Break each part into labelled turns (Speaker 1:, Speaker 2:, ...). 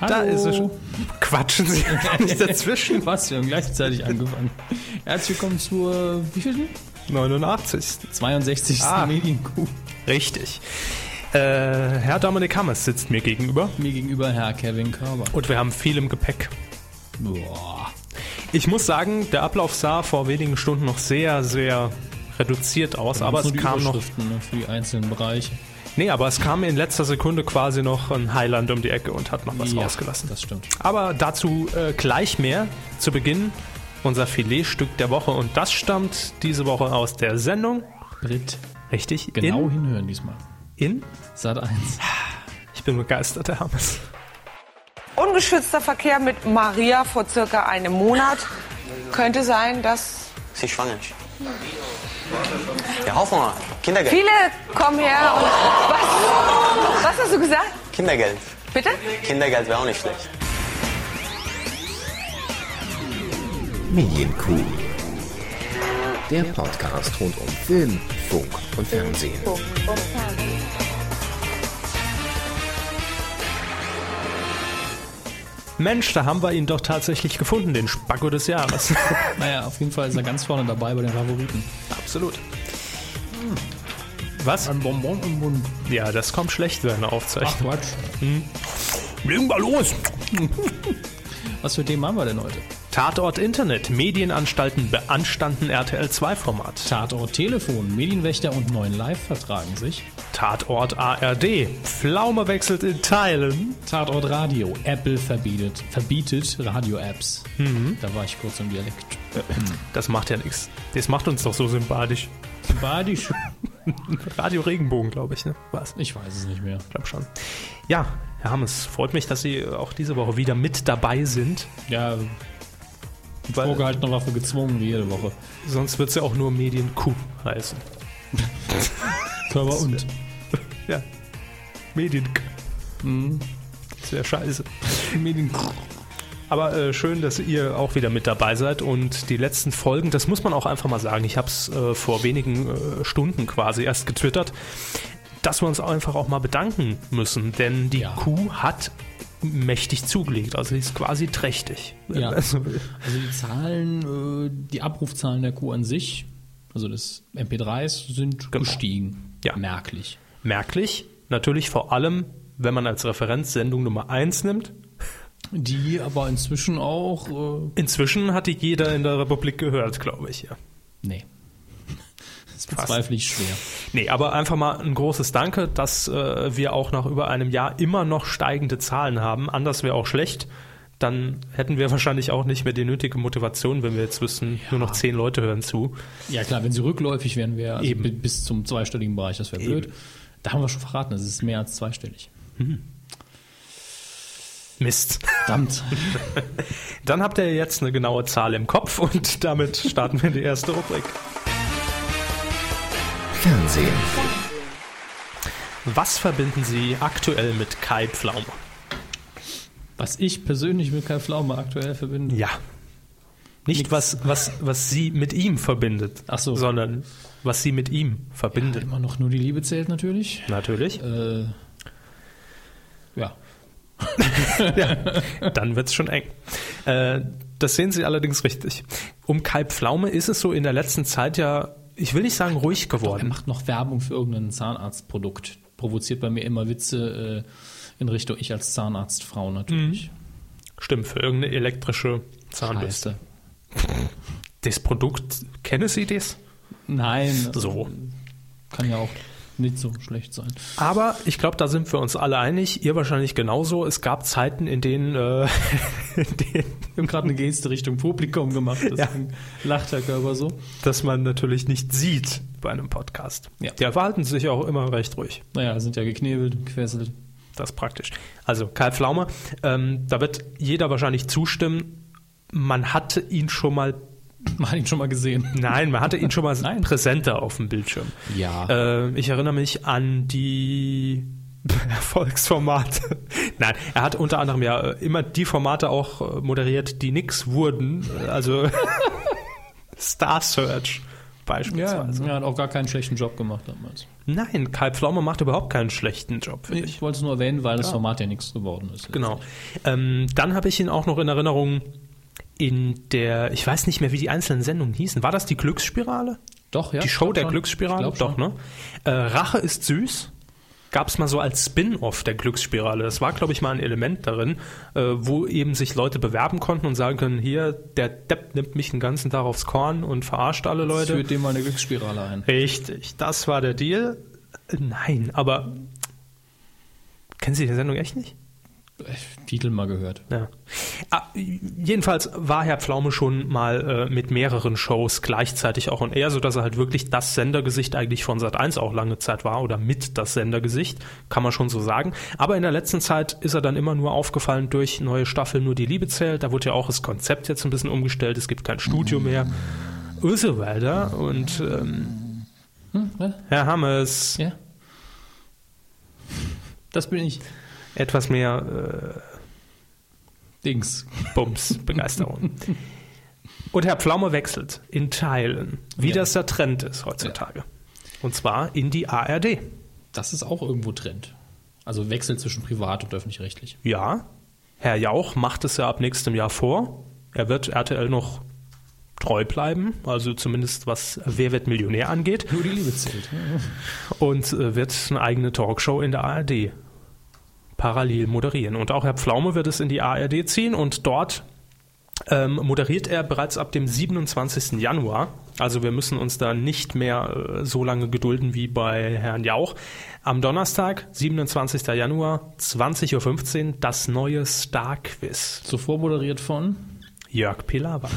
Speaker 1: Hallo. Da ist es schon. Quatschen Sie nicht dazwischen.
Speaker 2: Was? Wir haben gleichzeitig angefangen. Herzlich willkommen zur, wie viel?
Speaker 1: 89.
Speaker 2: 62.
Speaker 1: Ah.
Speaker 2: Medienkuh.
Speaker 1: Richtig. Äh, Herr Dominik Hammers sitzt mir gegenüber
Speaker 2: Mir gegenüber Herr Kevin Körber.
Speaker 1: und wir haben viel im Gepäck.
Speaker 2: Boah.
Speaker 1: Ich muss sagen, der Ablauf sah vor wenigen Stunden noch sehr, sehr reduziert aus, aber
Speaker 2: Nur
Speaker 1: es
Speaker 2: die
Speaker 1: kam noch.
Speaker 2: Überschriften, ne, für die einzelnen Bereiche.
Speaker 1: Nee, aber es kam in letzter Sekunde quasi noch ein Highland um die Ecke und hat noch was rausgelassen.
Speaker 2: Das stimmt.
Speaker 1: Aber dazu äh, gleich mehr. Zu Beginn unser Filetstück der Woche und das stammt diese Woche aus der Sendung.
Speaker 2: Brit.
Speaker 1: Richtig?
Speaker 2: Genau hinhören diesmal.
Speaker 1: In? in?
Speaker 2: Sat 1.
Speaker 1: Ich bin begeistert, Herr Hammes.
Speaker 3: Ungeschützter Verkehr mit Maria vor circa einem Monat. Könnte sein, dass
Speaker 4: Ist nicht schwanger. ist. Ja, hoffen wir mal. Kindergeld.
Speaker 3: viele kommen her und. Was, was hast du gesagt?
Speaker 4: Kindergeld.
Speaker 3: Bitte?
Speaker 4: Kindergeld wäre auch nicht schlecht.
Speaker 5: Medienkuh. Der Podcast rund um Film, Funk und Fernsehen.
Speaker 1: Mensch, da haben wir ihn doch tatsächlich gefunden, den Spacko des Jahres.
Speaker 2: Naja, auf jeden Fall ist er ganz vorne dabei bei den Favoriten.
Speaker 1: Absolut. Hm. Was?
Speaker 2: Ein Bonbon im Mund.
Speaker 1: Ja, das kommt schlecht während der
Speaker 2: Ach
Speaker 1: Aufzeichnung.
Speaker 2: Quatsch.
Speaker 1: Legen wir los!
Speaker 2: Was für Themen haben wir denn heute?
Speaker 1: Tatort Internet, Medienanstalten beanstanden RTL 2 Format.
Speaker 2: Tatort Telefon, Medienwächter und 9 Live vertragen sich.
Speaker 1: Tatort ARD, Pflaume wechselt in Teilen.
Speaker 2: Tatort Radio, Apple verbietet, verbietet Radio-Apps.
Speaker 1: Mhm.
Speaker 2: Da war ich kurz im Dialekt.
Speaker 1: Das macht ja nichts. Das macht uns doch so sympathisch.
Speaker 2: Badisch.
Speaker 1: Radio Regenbogen, glaube ich, ne? Was?
Speaker 2: Ich weiß es nicht mehr.
Speaker 1: Ich glaube schon. Ja, Herr Hammes, freut mich, dass Sie auch diese Woche wieder mit dabei sind.
Speaker 2: Ja,
Speaker 1: Weil
Speaker 2: vorgehaltener Waffe gezwungen wie jede Woche.
Speaker 1: sonst wird es ja auch nur Medien-Q heißen.
Speaker 2: Körper und.
Speaker 1: Ja. Medien-Q. Mhm. Das wäre scheiße.
Speaker 2: Medien-
Speaker 1: Aber äh, schön, dass ihr auch wieder mit dabei seid und die letzten Folgen, das muss man auch einfach mal sagen, ich habe es äh, vor wenigen äh, Stunden quasi erst getwittert, dass wir uns auch einfach auch mal bedanken müssen, denn die
Speaker 2: Ja.
Speaker 1: Kuh hat mächtig zugelegt, also sie ist quasi trächtig. wenn
Speaker 2: Ja.
Speaker 1: man so will.
Speaker 2: Also die Zahlen, äh, die Abrufzahlen der Kuh an sich, also des MP3s, sind
Speaker 1: Genau.
Speaker 2: gestiegen.
Speaker 1: Ja.
Speaker 2: Merklich.
Speaker 1: Merklich, natürlich vor allem, wenn man als Referenz Sendung Nummer 1 nimmt.
Speaker 2: Die aber inzwischen auch. Äh,
Speaker 1: Inzwischen hat die jeder in der Republik gehört, glaube ich, ja.
Speaker 2: nee. Das bezweifle ich schwer.
Speaker 1: Nee, aber einfach mal ein großes Danke, dass äh, wir auch nach über einem Jahr immer noch steigende Zahlen haben. Anders wäre auch schlecht. Dann hätten wir wahrscheinlich auch nicht mehr die nötige Motivation, wenn wir jetzt wüssten, nur noch zehn Leute hören zu.
Speaker 2: Ja klar, wenn sie rückläufig wären, wäre also
Speaker 1: Eben.
Speaker 2: bi- bis zum zweistelligen Bereich, das wäre blöd. Da haben wir schon verraten, es ist mehr als zweistellig.
Speaker 1: Mist.
Speaker 2: Verdammt.
Speaker 1: Dann habt ihr jetzt eine genaue Zahl im Kopf und damit starten wir in die erste Rubrik.
Speaker 5: Fernsehen.
Speaker 1: Was verbinden Sie aktuell mit Kai Pflaume?
Speaker 2: Was ich persönlich mit Kai Pflaume aktuell verbinde.
Speaker 1: Ja. Nicht was, was, was sie mit ihm verbindet,
Speaker 2: Ach so.
Speaker 1: sondern was sie mit ihm verbindet.
Speaker 2: Immer noch nur die Liebe zählt natürlich.
Speaker 1: Natürlich.
Speaker 2: Äh, ja.
Speaker 1: Dann wird's schon eng. Äh, das sehen Sie allerdings richtig. Um Kai Pflaume ist es so in der letzten Zeit ja, ich will nicht sagen ruhig
Speaker 2: Er
Speaker 1: geworden.
Speaker 2: macht noch Werbung für irgendein Zahnarztprodukt. Provoziert bei mir immer Witze äh, in Richtung ich als Zahnarztfrau natürlich.
Speaker 1: Stimmt, für irgendeine elektrische Zahnbürste.
Speaker 2: Scheiße.
Speaker 1: Das Produkt, kennen Sie das?
Speaker 2: Nein,
Speaker 1: So.
Speaker 2: kann ja auch nicht so schlecht sein.
Speaker 1: Aber ich glaube, da sind wir uns alle einig, ihr wahrscheinlich genauso. Es gab Zeiten, in denen, äh, in denen
Speaker 2: Wir haben gerade eine Geste Richtung Publikum gemacht, deswegen lacht der Körper so.
Speaker 1: dass man natürlich nicht sieht bei einem Podcast.
Speaker 2: Ja.
Speaker 1: Die verhalten sich auch immer recht ruhig.
Speaker 2: Naja, sind ja geknebelt, gefesselt.
Speaker 1: Das ist praktisch. Also Karl Pflaume, ähm, da wird jeder wahrscheinlich zustimmen. Man hatte ihn schon mal,
Speaker 2: Man hat ihn schon mal gesehen.
Speaker 1: nein, man hatte ihn schon mal
Speaker 2: Nein.
Speaker 1: präsenter auf dem Bildschirm.
Speaker 2: Ja.
Speaker 1: Äh, ich erinnere mich an die Erfolgsformate. Nein, er hat unter anderem ja äh, immer die Formate auch äh, moderiert, die nix wurden. Äh, Also Star Search
Speaker 2: Ja,
Speaker 1: beispielsweise.
Speaker 2: er hat auch gar keinen schlechten Job gemacht damals.
Speaker 1: Nein, Kai Pflaume macht überhaupt keinen schlechten Job, finde ich.
Speaker 2: Ich wollte es nur erwähnen, weil das Format ja nichts geworden ist.
Speaker 1: Genau. Ähm, dann habe ich ihn auch noch in Erinnerung in der, ich weiß nicht mehr, wie die einzelnen Sendungen hießen. War das die Glücksspirale?
Speaker 2: Doch, ja.
Speaker 1: die Show
Speaker 2: ich glaub
Speaker 1: der
Speaker 2: schon. Ich
Speaker 1: Glücksspirale?
Speaker 2: glaub schon.
Speaker 1: Doch, ne? Äh, Rache ist süß. Gab es mal so als Spin-off der Glücksspirale. Das war, glaube ich, mal ein Element darin, äh, wo eben sich Leute bewerben konnten und sagen können, hier, der Depp nimmt mich den ganzen Tag aufs Korn und verarscht alle
Speaker 2: Das
Speaker 1: Leute.
Speaker 2: führt dem mal eine Glücksspirale ein.
Speaker 1: Richtig, das war der Deal. Äh, Nein, aber kennen Sie die Sendung echt nicht?
Speaker 2: Titel mal gehört.
Speaker 1: Ja. Ah, jedenfalls war Herr Pflaume schon mal äh, mit mehreren Shows gleichzeitig auch on air, sodass er halt wirklich das Sendergesicht eigentlich von Sat1 auch lange Zeit war oder mit das Sendergesicht, kann man schon so sagen. Aber in der letzten Zeit ist er dann immer nur aufgefallen durch neue Staffeln Nur die Liebe zählt. Da wurde ja auch das Konzept jetzt ein bisschen umgestellt, es gibt kein Studio mehr und so weiter. Und ähm,
Speaker 2: Hm, ja?
Speaker 1: Herr Hammes,
Speaker 2: ja. Das bin ich.
Speaker 1: etwas mehr äh,
Speaker 2: Dings.
Speaker 1: Bums, Begeisterung. Und Herr Pflaume wechselt in Teilen, wie
Speaker 2: Ja.
Speaker 1: das der Trend ist heutzutage. Und zwar in die ARD.
Speaker 2: Das ist auch irgendwo Trend. Also Wechsel zwischen privat und öffentlich-rechtlich.
Speaker 1: Ja, Herr Jauch macht es ja ab nächstem Jahr vor. Er wird RTL noch treu bleiben, also zumindest was Wer wird Millionär angeht,
Speaker 2: Nur die Liebe zählt.
Speaker 1: und äh, wird eine eigene Talkshow in der ARD parallel moderieren. Und auch Herr Pflaume wird es in die ARD ziehen und dort ähm, moderiert er bereits ab dem 27. Januar. Also wir müssen uns da nicht mehr äh, so lange gedulden wie bei Herrn Jauch. Am Donnerstag, 27. Januar, 20.15 Uhr, das neue Star-Quiz.
Speaker 2: Zuvor moderiert von
Speaker 1: Jörg Pilawa.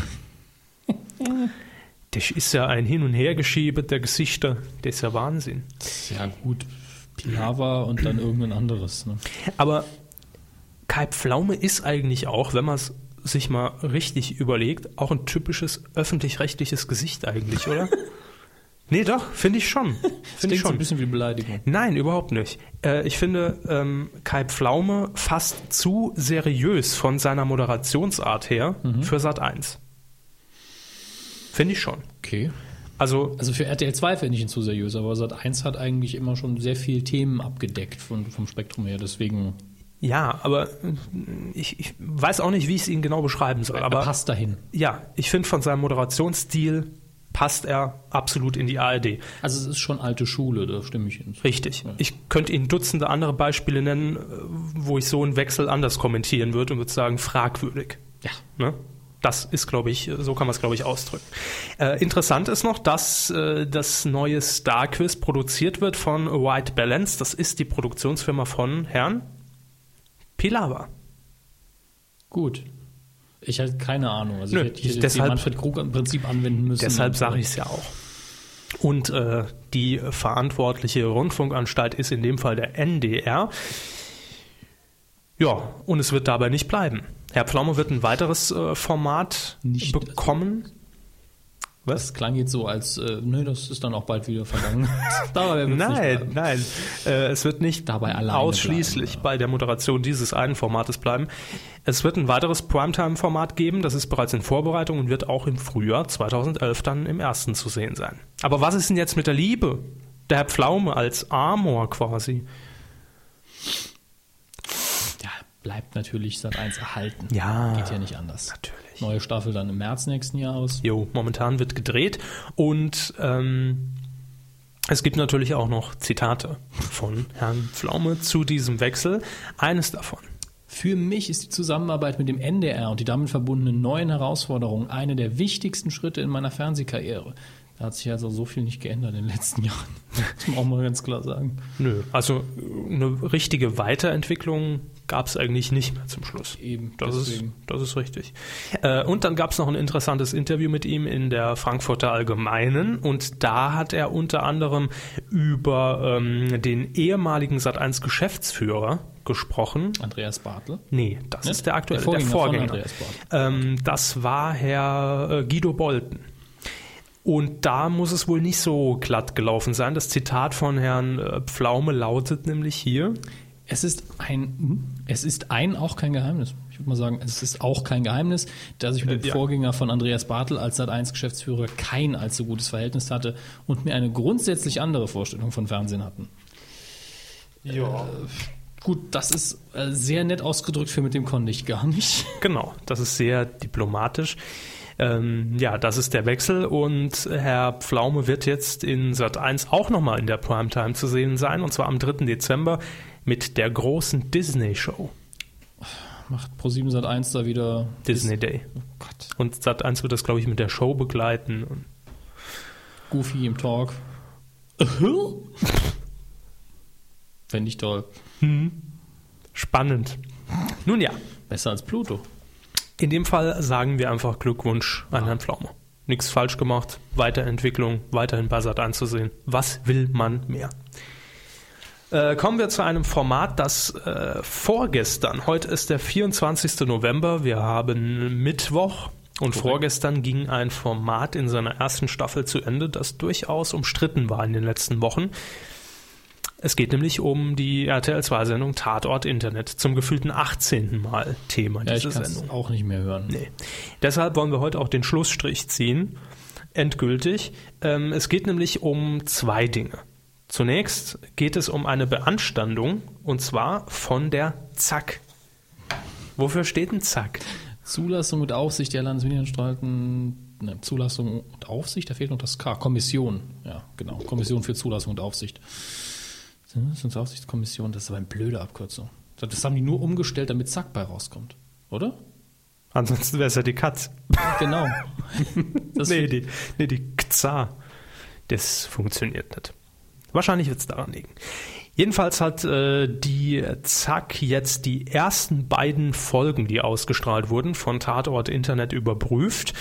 Speaker 1: Das ist ja ein Hin- und Hergeschiebe der Gesichter. Das ist ja Wahnsinn.
Speaker 2: Ja, gut. Pilawa und dann irgendein anderes. Ne?
Speaker 1: Aber Kai Pflaume ist eigentlich auch, wenn man es sich mal richtig überlegt, auch ein typisches öffentlich-rechtliches Gesicht eigentlich, oder? nee, doch, finde ich schon.
Speaker 2: Das
Speaker 1: Finde ich
Speaker 2: klingt so ein
Speaker 1: schon.
Speaker 2: bisschen wie Beleidigung.
Speaker 1: Nein, überhaupt nicht. Äh, ich finde, ähm, Kai Pflaume fast zu seriös von seiner Moderationsart her
Speaker 2: Mhm.
Speaker 1: für Sat 1. Finde ich schon.
Speaker 2: Okay.
Speaker 1: Also
Speaker 2: Also für RTL 2 finde ich ihn zu seriös, aber Sat 1 hat eigentlich immer schon sehr viel Themen abgedeckt von, vom Spektrum her. Deswegen
Speaker 1: ja, aber äh, ich, ich weiß auch nicht, wie ich es Ihnen genau beschreiben soll.
Speaker 2: er
Speaker 1: Aber
Speaker 2: passt dahin.
Speaker 1: ja, ich finde von seinem Moderationsstil passt er absolut in die ARD.
Speaker 2: Also es ist schon alte Schule, da stimme ich Ihnen. zu.
Speaker 1: Richtig. Ich könnte Ihnen Dutzende andere Beispiele nennen, äh, wo ich so einen Wechsel anders kommentieren würde und würde sagen, fragwürdig.
Speaker 2: Ja.
Speaker 1: Ne? Das ist, glaube ich, so kann man es, glaube ich, ausdrücken. Äh, interessant ist noch, dass äh, das neue Star Quiz produziert wird von White Balance. Das ist die Produktionsfirma von Herrn Pilawa.
Speaker 2: Gut. Ich hatte keine Ahnung. Also
Speaker 1: Nö,
Speaker 2: ich hätte, ich hätte
Speaker 1: deshalb-
Speaker 2: deshalb, Manfred Krug im Prinzip anwenden müssen.
Speaker 1: Deshalb sage ich es ja auch. Und äh, die verantwortliche Rundfunkanstalt ist in dem Fall der NDR. Ja, und es wird dabei nicht bleiben. Herr Pflaume wird ein weiteres äh, Format
Speaker 2: Nicht-
Speaker 1: bekommen.
Speaker 2: Das klang jetzt so, als äh, nö, das ist dann auch bald wieder vergangen. Dabei wird's nicht
Speaker 1: Nein,
Speaker 2: bleiben.
Speaker 1: nein. Äh, es wird nicht
Speaker 2: Dabei alleine
Speaker 1: ausschließlich
Speaker 2: bleiben,
Speaker 1: bei der Moderation dieses einen Formates bleiben. Es wird ein weiteres Primetime-Format geben. Das ist bereits in Vorbereitung und wird auch im Frühjahr 2011 dann im ersten zu sehen sein. Aber was ist denn jetzt mit der Liebe? Der Herr Pflaume als Amor quasi.
Speaker 2: Ja, bleibt natürlich Sat 1 erhalten.
Speaker 1: Ja.
Speaker 2: Geht ja nicht anders.
Speaker 1: Natürlich.
Speaker 2: Neue Staffel dann im März nächsten Jahres.
Speaker 1: Jo, momentan wird gedreht und ähm, es gibt natürlich auch noch Zitate von Herrn Pflaume zu diesem Wechsel. Eines davon.
Speaker 2: Für mich ist die Zusammenarbeit mit dem NDR und die damit verbundenen neuen Herausforderungen eine der wichtigsten Schritte in meiner Fernsehkarriere. Da hat sich also so viel nicht geändert in den letzten Jahren. Das muss man auch mal ganz klar sagen.
Speaker 1: Nö, also äh, eine richtige Weiterentwicklung gab es eigentlich nicht mehr zum Schluss.
Speaker 2: Eben,
Speaker 1: Das, ist,
Speaker 2: deswegen.
Speaker 1: das ist richtig. Äh, und dann gab es noch ein interessantes Interview mit ihm in der Frankfurter Allgemeinen und da hat er unter anderem über ähm, den ehemaligen Sat1-Geschäftsführer gesprochen.
Speaker 2: Andreas Bartel.
Speaker 1: Nee, das
Speaker 2: Ne?
Speaker 1: ist der aktuelle,
Speaker 2: Der
Speaker 1: der
Speaker 2: Vorgänger
Speaker 1: Vorgänger.
Speaker 2: von Andreas
Speaker 1: ähm, das war Herr äh, Guido Bolten. Und da muss es wohl nicht so glatt gelaufen sein. Das Zitat von Herrn äh, Pflaume lautet nämlich hier.
Speaker 2: Es ist ein, Es ist ein auch kein Geheimnis. Ich würde mal sagen, es ist auch kein Geheimnis, dass ich mit dem
Speaker 1: Äh, ja.
Speaker 2: Vorgänger von Andreas Bartel als Sat1-Geschäftsführer kein allzu gutes Verhältnis hatte und mir eine grundsätzlich andere Vorstellung von Fernsehen hatten. Äh,
Speaker 1: Ja.
Speaker 2: Gut, das ist äh, sehr nett ausgedrückt für mit dem konnte ich gar nicht.
Speaker 1: Genau, das ist sehr diplomatisch. Ähm, ja, das ist der Wechsel und Herr Pflaume wird jetzt in Sat 1 auch nochmal in der Primetime zu sehen sein und zwar am 3. Dezember mit der großen Disney-Show,
Speaker 2: Macht Pro7 Sat1 da wieder
Speaker 1: Disney Day.
Speaker 2: Oh Gott.
Speaker 1: Und Sat 1 wird das, glaube ich, mit der Show begleiten. Und
Speaker 2: Goofy im Talk. Fände ich toll.
Speaker 1: Spannend. Nun ja,
Speaker 2: Besser als Pluto.
Speaker 1: in dem Fall sagen wir einfach Glückwunsch an Herrn Pflaume. Nichts falsch gemacht, Weiterentwicklung, weiterhin bei Sat 1 zu sehen. Was will man mehr? Äh, kommen wir zu einem Format, das äh, vorgestern, heute ist der 24. November, wir haben Mittwoch und vorgestern ging ein Format in seiner ersten Staffel zu Ende, das durchaus umstritten war in den letzten Wochen. Es geht nämlich um die RTL2-Sendung Tatort Internet, zum gefühlten 18. Mal Thema
Speaker 2: Ja, ich
Speaker 1: dieser
Speaker 2: kann
Speaker 1: Sendung.
Speaker 2: es auch nicht mehr hören.
Speaker 1: Nee. Deshalb wollen wir heute auch den Schlussstrich ziehen, endgültig. Ähm, es geht nämlich um zwei Dinge. Zunächst geht es um eine Beanstandung und zwar von der Zack. Wofür steht ein Zack?
Speaker 2: Zulassung und Aufsicht der Landesmedienanstalten. Ne, Zulassung und Aufsicht, da fehlt noch das K. Kommission. Ja, genau. Kommission für Zulassung und Aufsicht. Zulassung und Aufsichtskommission, das ist aber eine blöde Abkürzung. Das haben die nur umgestellt, damit Zack bei rauskommt. Oder?
Speaker 1: Ansonsten wäre es ja die Katz.
Speaker 2: Genau. Das
Speaker 1: nee, die, nee, die Kza. Das funktioniert nicht. Wahrscheinlich wird es daran liegen. Jedenfalls hat äh, die Zack jetzt die ersten beiden Folgen, die ausgestrahlt wurden, von Tatort Internet überprüft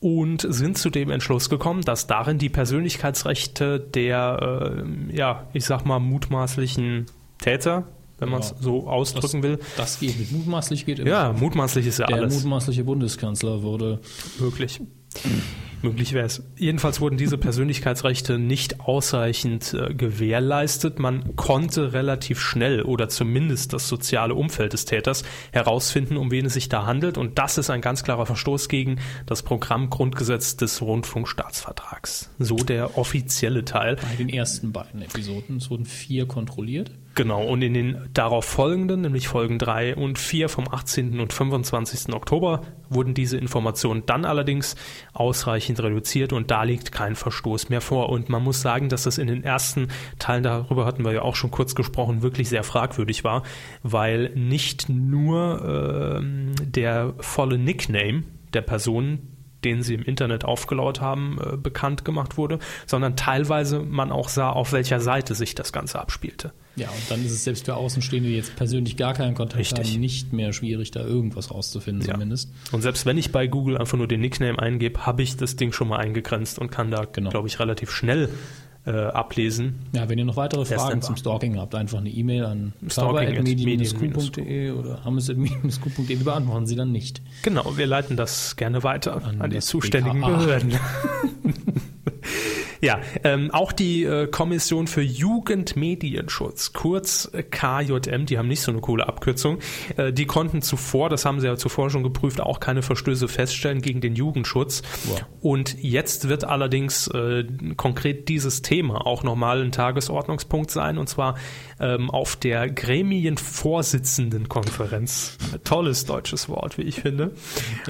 Speaker 1: und sind zu dem Entschluss gekommen, dass darin die Persönlichkeitsrechte der, äh, ja, ich sag mal, mutmaßlichen Täter, wenn man es
Speaker 2: Ja.
Speaker 1: so ausdrücken will.
Speaker 2: Das geht nicht. Mutmaßlich geht immer.
Speaker 1: Ja, mutmaßlich ist ja
Speaker 2: Der
Speaker 1: alles.
Speaker 2: mutmaßliche Bundeskanzler wurde.
Speaker 1: Möglich. Möglich wäre es. Jedenfalls wurden diese Persönlichkeitsrechte nicht ausreichend äh, gewährleistet. Man konnte relativ schnell oder zumindest das soziale Umfeld des Täters herausfinden, um wen es sich da handelt. Und das ist ein ganz klarer Verstoß gegen das Programmgrundgesetz des Rundfunkstaatsvertrags. So der offizielle Teil.
Speaker 2: Bei den ersten beiden Episoden. Es wurden vier kontrolliert.
Speaker 1: Genau, und in den darauf folgenden, nämlich Folgen 3 und 4 vom 18. und 25. Oktober, wurden diese Informationen dann allerdings ausreichend reduziert und da liegt kein Verstoß mehr vor. Und man muss sagen, dass das in den ersten Teilen, darüber hatten wir ja auch schon kurz gesprochen, wirklich sehr fragwürdig war, weil nicht nur ähm, der volle Nickname der Person, den sie im Internet aufgelaut haben, äh, bekannt gemacht wurde, sondern teilweise man auch sah, auf welcher Seite sich das Ganze abspielte.
Speaker 2: Ja, und dann ist es selbst für Außenstehende, die jetzt persönlich gar keinen Kontakt
Speaker 1: Richtig.
Speaker 2: haben, nicht mehr schwierig, da irgendwas rauszufinden,
Speaker 1: Ja.
Speaker 2: zumindest.
Speaker 1: Und selbst wenn ich bei Google einfach nur den Nickname eingebe, habe ich das Ding schon mal eingegrenzt und kann da,
Speaker 2: Genau.
Speaker 1: glaube ich, relativ schnell äh, ablesen.
Speaker 2: Ja, wenn ihr noch weitere
Speaker 1: Wer ist
Speaker 2: Fragen
Speaker 1: denn
Speaker 2: zum
Speaker 1: da?
Speaker 2: Stalking habt, einfach eine E-Mail an
Speaker 1: Stalking at
Speaker 2: server@medien-q.de oder hammes.medien-q.de. Wir beantworten sie dann nicht.
Speaker 1: Genau, wir leiten das gerne weiter an,
Speaker 2: An
Speaker 1: die
Speaker 2: das
Speaker 1: zuständigen
Speaker 2: BKA.
Speaker 1: Behörden. ja, ähm, auch die äh, Kommission für Jugendmedienschutz, kurz äh, KJM, die haben nicht so eine coole Abkürzung, äh, die konnten zuvor, das haben sie ja zuvor schon geprüft, auch keine Verstöße feststellen gegen den Jugendschutz.
Speaker 2: Wow.
Speaker 1: Und jetzt wird allerdings äh, konkret dieses Thema auch nochmal ein Tagesordnungspunkt sein, und zwar ähm, auf der Gremienvorsitzendenkonferenz. Tolles deutsches Wort, wie ich finde.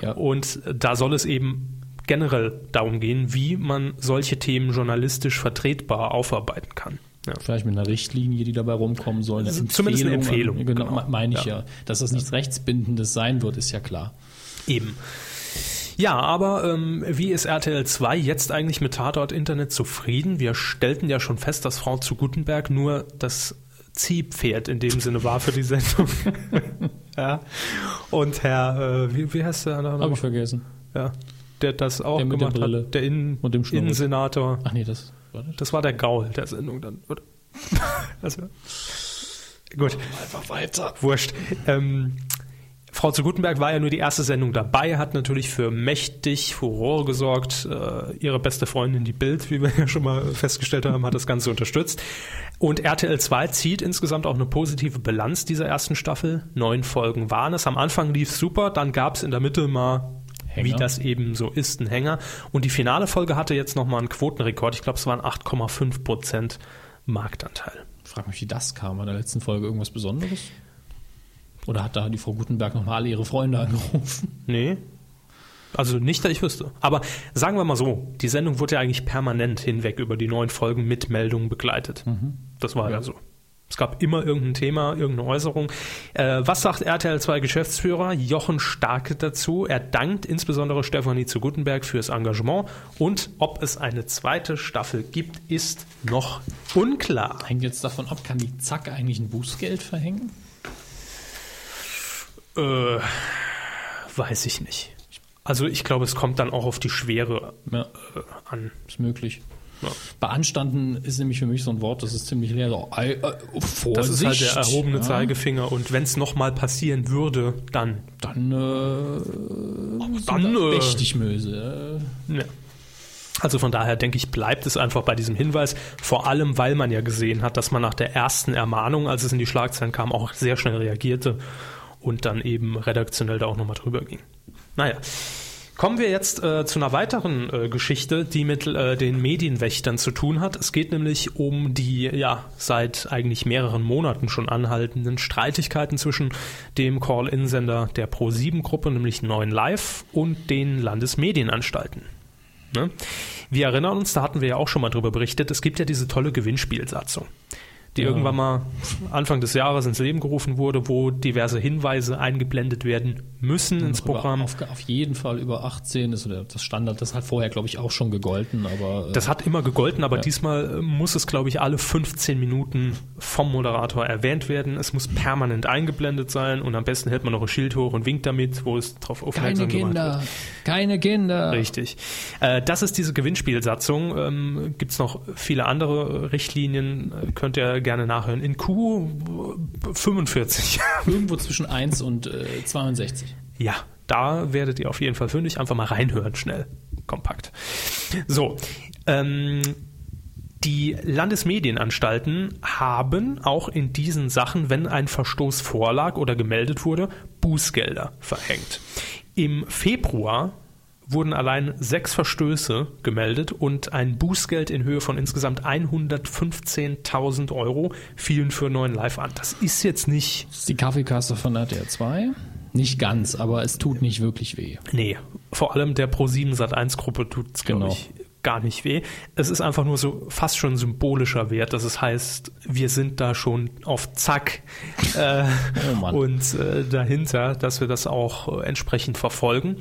Speaker 2: Ja.
Speaker 1: Und da soll es eben generell darum gehen, wie man solche Themen journalistisch vertretbar aufarbeiten kann. Ja.
Speaker 2: Vielleicht mit einer Richtlinie, die dabei rumkommen soll. Eine
Speaker 1: Also Zumindest eine Empfehlung,
Speaker 2: Genau,
Speaker 1: genau.
Speaker 2: meine ich
Speaker 1: Ja.
Speaker 2: ja. Dass das nichts Rechtsbindendes sein wird, ist ja klar.
Speaker 1: Eben. Ja, aber ähm, wie ist RTL 2 jetzt eigentlich mit Tatort Internet zufrieden? Wir stellten ja schon fest, dass Frau zu Gutenberg nur das Ziehpferd in dem Sinne war für die Sendung. ja. Und Herr, äh, wie, wie heißt der andere?
Speaker 2: Habe ich vergessen.
Speaker 1: Ja, der das auch
Speaker 2: Der mit der
Speaker 1: gemacht
Speaker 2: Brille.
Speaker 1: hat. Der Innen
Speaker 2: Und dem Schnurrbart.
Speaker 1: Innensenator.
Speaker 2: Ach nee, das war das.
Speaker 1: Das war der Gaul der Sendung dann, oder? Also, gut,
Speaker 2: Einfach weiter.
Speaker 1: wurscht. Ähm, Frau zu Gutenberg war ja nur die erste Sendung dabei, hat natürlich für mächtig Furore gesorgt. Äh, ihre beste Freundin, die Bild, wie wir ja schon mal festgestellt haben, hat das Ganze unterstützt. Und RTL 2 zieht insgesamt auch eine positive Bilanz dieser ersten Staffel. Neun Folgen waren es. Am Anfang lief super, dann gab es in der Mitte mal wie
Speaker 2: Hänger.
Speaker 1: das eben so ist, ein Hänger. Und die finale Folge hatte jetzt nochmal einen Quotenrekord. Ich glaube, es waren 8,5 Prozent Marktanteil.
Speaker 2: Frag mich, wie das kam. War in der letzten Folge irgendwas Besonderes? Oder hat da die Frau Gutenberg nochmal alle ihre Freunde angerufen?
Speaker 1: Nee. Also nicht, dass ich wüsste. Aber sagen wir mal so, die Sendung wurde ja eigentlich permanent hinweg über die neun Folgen mit Meldungen begleitet. Das war ja. so. Es gab immer irgendein Thema, irgendeine Äußerung. Äh, was sagt RTL 2 Geschäftsführer Jochen Starke dazu? Er dankt insbesondere Stefanie zu Gutenberg fürs Engagement und ob es eine zweite Staffel gibt, ist noch unklar.
Speaker 2: Hängt jetzt davon ab, kann die Zack eigentlich ein Bußgeld verhängen?
Speaker 1: Äh, weiß ich nicht. Also ich glaube, es kommt dann auch auf die Schwere
Speaker 2: Ja,
Speaker 1: äh, an.
Speaker 2: ist möglich.
Speaker 1: Ja.
Speaker 2: Beanstanden ist nämlich für mich so ein Wort, das ist ziemlich leer. So, ei, äh, Vorsicht.
Speaker 1: Das ist halt der erhobene
Speaker 2: ja,
Speaker 1: Zeigefinger. Und wenn es nochmal passieren würde, dann.
Speaker 2: Dann, äh,
Speaker 1: Dann. Äh,
Speaker 2: richtig Möse.
Speaker 1: ne. Also von daher denke ich, bleibt es einfach bei diesem Hinweis. Vor allem, weil man ja gesehen hat, dass man nach der ersten Ermahnung, als es in die Schlagzeilen kam, auch sehr schnell reagierte und dann eben redaktionell da auch nochmal drüber ging. Naja. Kommen wir jetzt äh, zu einer weiteren äh, Geschichte, die mit äh, den Medienwächtern zu tun hat. Es geht nämlich um die ja seit eigentlich mehreren Monaten schon anhaltenden Streitigkeiten zwischen dem Call-In-Sender der Pro7-Gruppe, nämlich 9 Live, und den Landesmedienanstalten. Ne? Wir erinnern uns, da hatten wir ja auch schon mal drüber berichtet, es gibt ja diese tolle Gewinnspielsatzung, die irgendwann mal Anfang des Jahres ins Leben gerufen wurde, wo diverse Hinweise eingeblendet werden müssen ins Programm.
Speaker 2: Auf, auf jeden Fall über 18 ist oder das Standard, das hat vorher, glaube ich, auch schon gegolten, aber äh,
Speaker 1: Das hat immer gegolten, aber diesmal äh, muss es, glaube ich, alle 15 Minuten vom Moderator erwähnt werden. Es muss permanent eingeblendet sein und am besten hält man noch ein Schild hoch und winkt damit, wo es drauf
Speaker 2: keine
Speaker 1: aufmerksam gemacht wird.
Speaker 2: Kinder, keine Kinder.
Speaker 1: Richtig. Äh, das ist diese Gewinnspielsatzung. Ähm, Gibt es noch viele andere äh, Richtlinien? Äh, Könnt ihr gerne nachhören. In äh, Q45
Speaker 2: Irgendwo zwischen 1 und äh, 62.
Speaker 1: Ja, da werdet ihr auf jeden Fall fündig. Einfach mal reinhören, schnell, kompakt. So, ähm, die Landesmedienanstalten haben auch in diesen Sachen, wenn ein Verstoß vorlag oder gemeldet wurde, Bußgelder verhängt. Im Februar wurden allein sechs Verstöße gemeldet und ein Bußgeld in Höhe von insgesamt 115.000 Euro fielen für neuen Live an. Das ist jetzt nicht
Speaker 2: Das ist die Kaffeekasse von RTR 2. Nicht ganz, aber es tut nicht wirklich weh.
Speaker 1: Nee, vor allem der Pro7 Sat1 Gruppe tut es, glaube
Speaker 2: Genau.
Speaker 1: ich, gar nicht weh. Es ist einfach nur so fast schon symbolischer Wert, dass es heißt, wir sind da schon auf Zack äh,
Speaker 2: Oh Mann.
Speaker 1: und äh, dahinter, dass wir das auch äh, entsprechend verfolgen.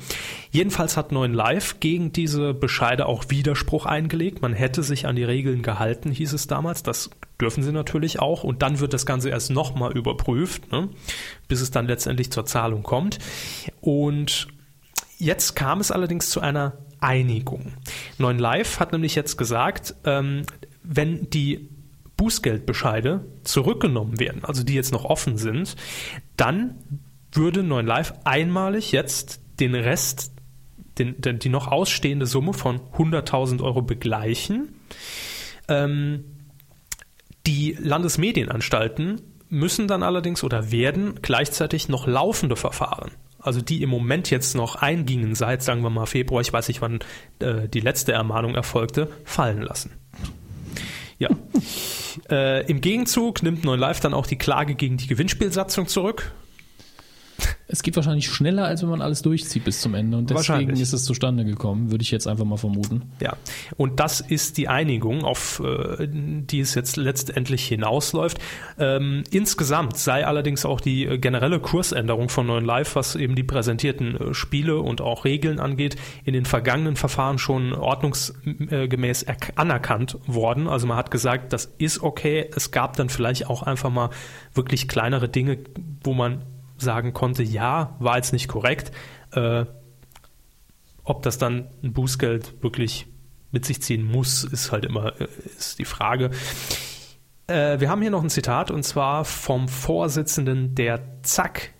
Speaker 1: Jedenfalls hat 9 Live gegen diese Bescheide auch Widerspruch eingelegt. Man hätte sich an die Regeln gehalten, hieß es damals. Das dürfen sie natürlich auch. Und dann wird das Ganze erst nochmal überprüft, ne? bis es dann letztendlich zur Zahlung kommt. Und Jetzt kam es allerdings zu einer Einigung. 9 Live hat nämlich jetzt gesagt, ähm, wenn die Bußgeldbescheide zurückgenommen werden, also die jetzt noch offen sind, dann würde 9 Live einmalig jetzt den Rest, den, den, die noch ausstehende Summe von 100.000 Euro begleichen. Ähm, die Landesmedienanstalten müssen dann allerdings oder werden gleichzeitig noch laufende Verfahren, also die im Moment jetzt noch eingingen seit, sagen wir mal, Februar, ich weiß nicht, wann äh, die letzte Ermahnung erfolgte, fallen lassen. Ja. äh, Im Gegenzug nimmt 9 Live dann auch die Klage gegen die Gewinnspielsatzung zurück.
Speaker 2: Es geht wahrscheinlich schneller, als wenn man alles durchzieht bis zum Ende. Und deswegen
Speaker 1: Wahrscheinlich.
Speaker 2: ist es zustande gekommen, würde ich jetzt einfach mal vermuten.
Speaker 1: Ja, und das ist die Einigung, auf äh, die es jetzt letztendlich hinausläuft. Ähm, insgesamt sei allerdings auch die äh, generelle Kursänderung von 9 Live, was eben die präsentierten äh, Spiele und auch Regeln angeht, in den vergangenen Verfahren schon ordnungsgemäß erk- anerkannt worden. Also man hat gesagt, das ist okay. Es gab dann vielleicht auch einfach mal wirklich kleinere Dinge, wo man sagen konnte, ja, war jetzt nicht korrekt. Äh, ob das dann ein Bußgeld wirklich mit sich ziehen muss, ist halt immer äh, ist die Frage. Äh, wir haben hier noch ein Zitat und zwar vom Vorsitzenden der ZAK,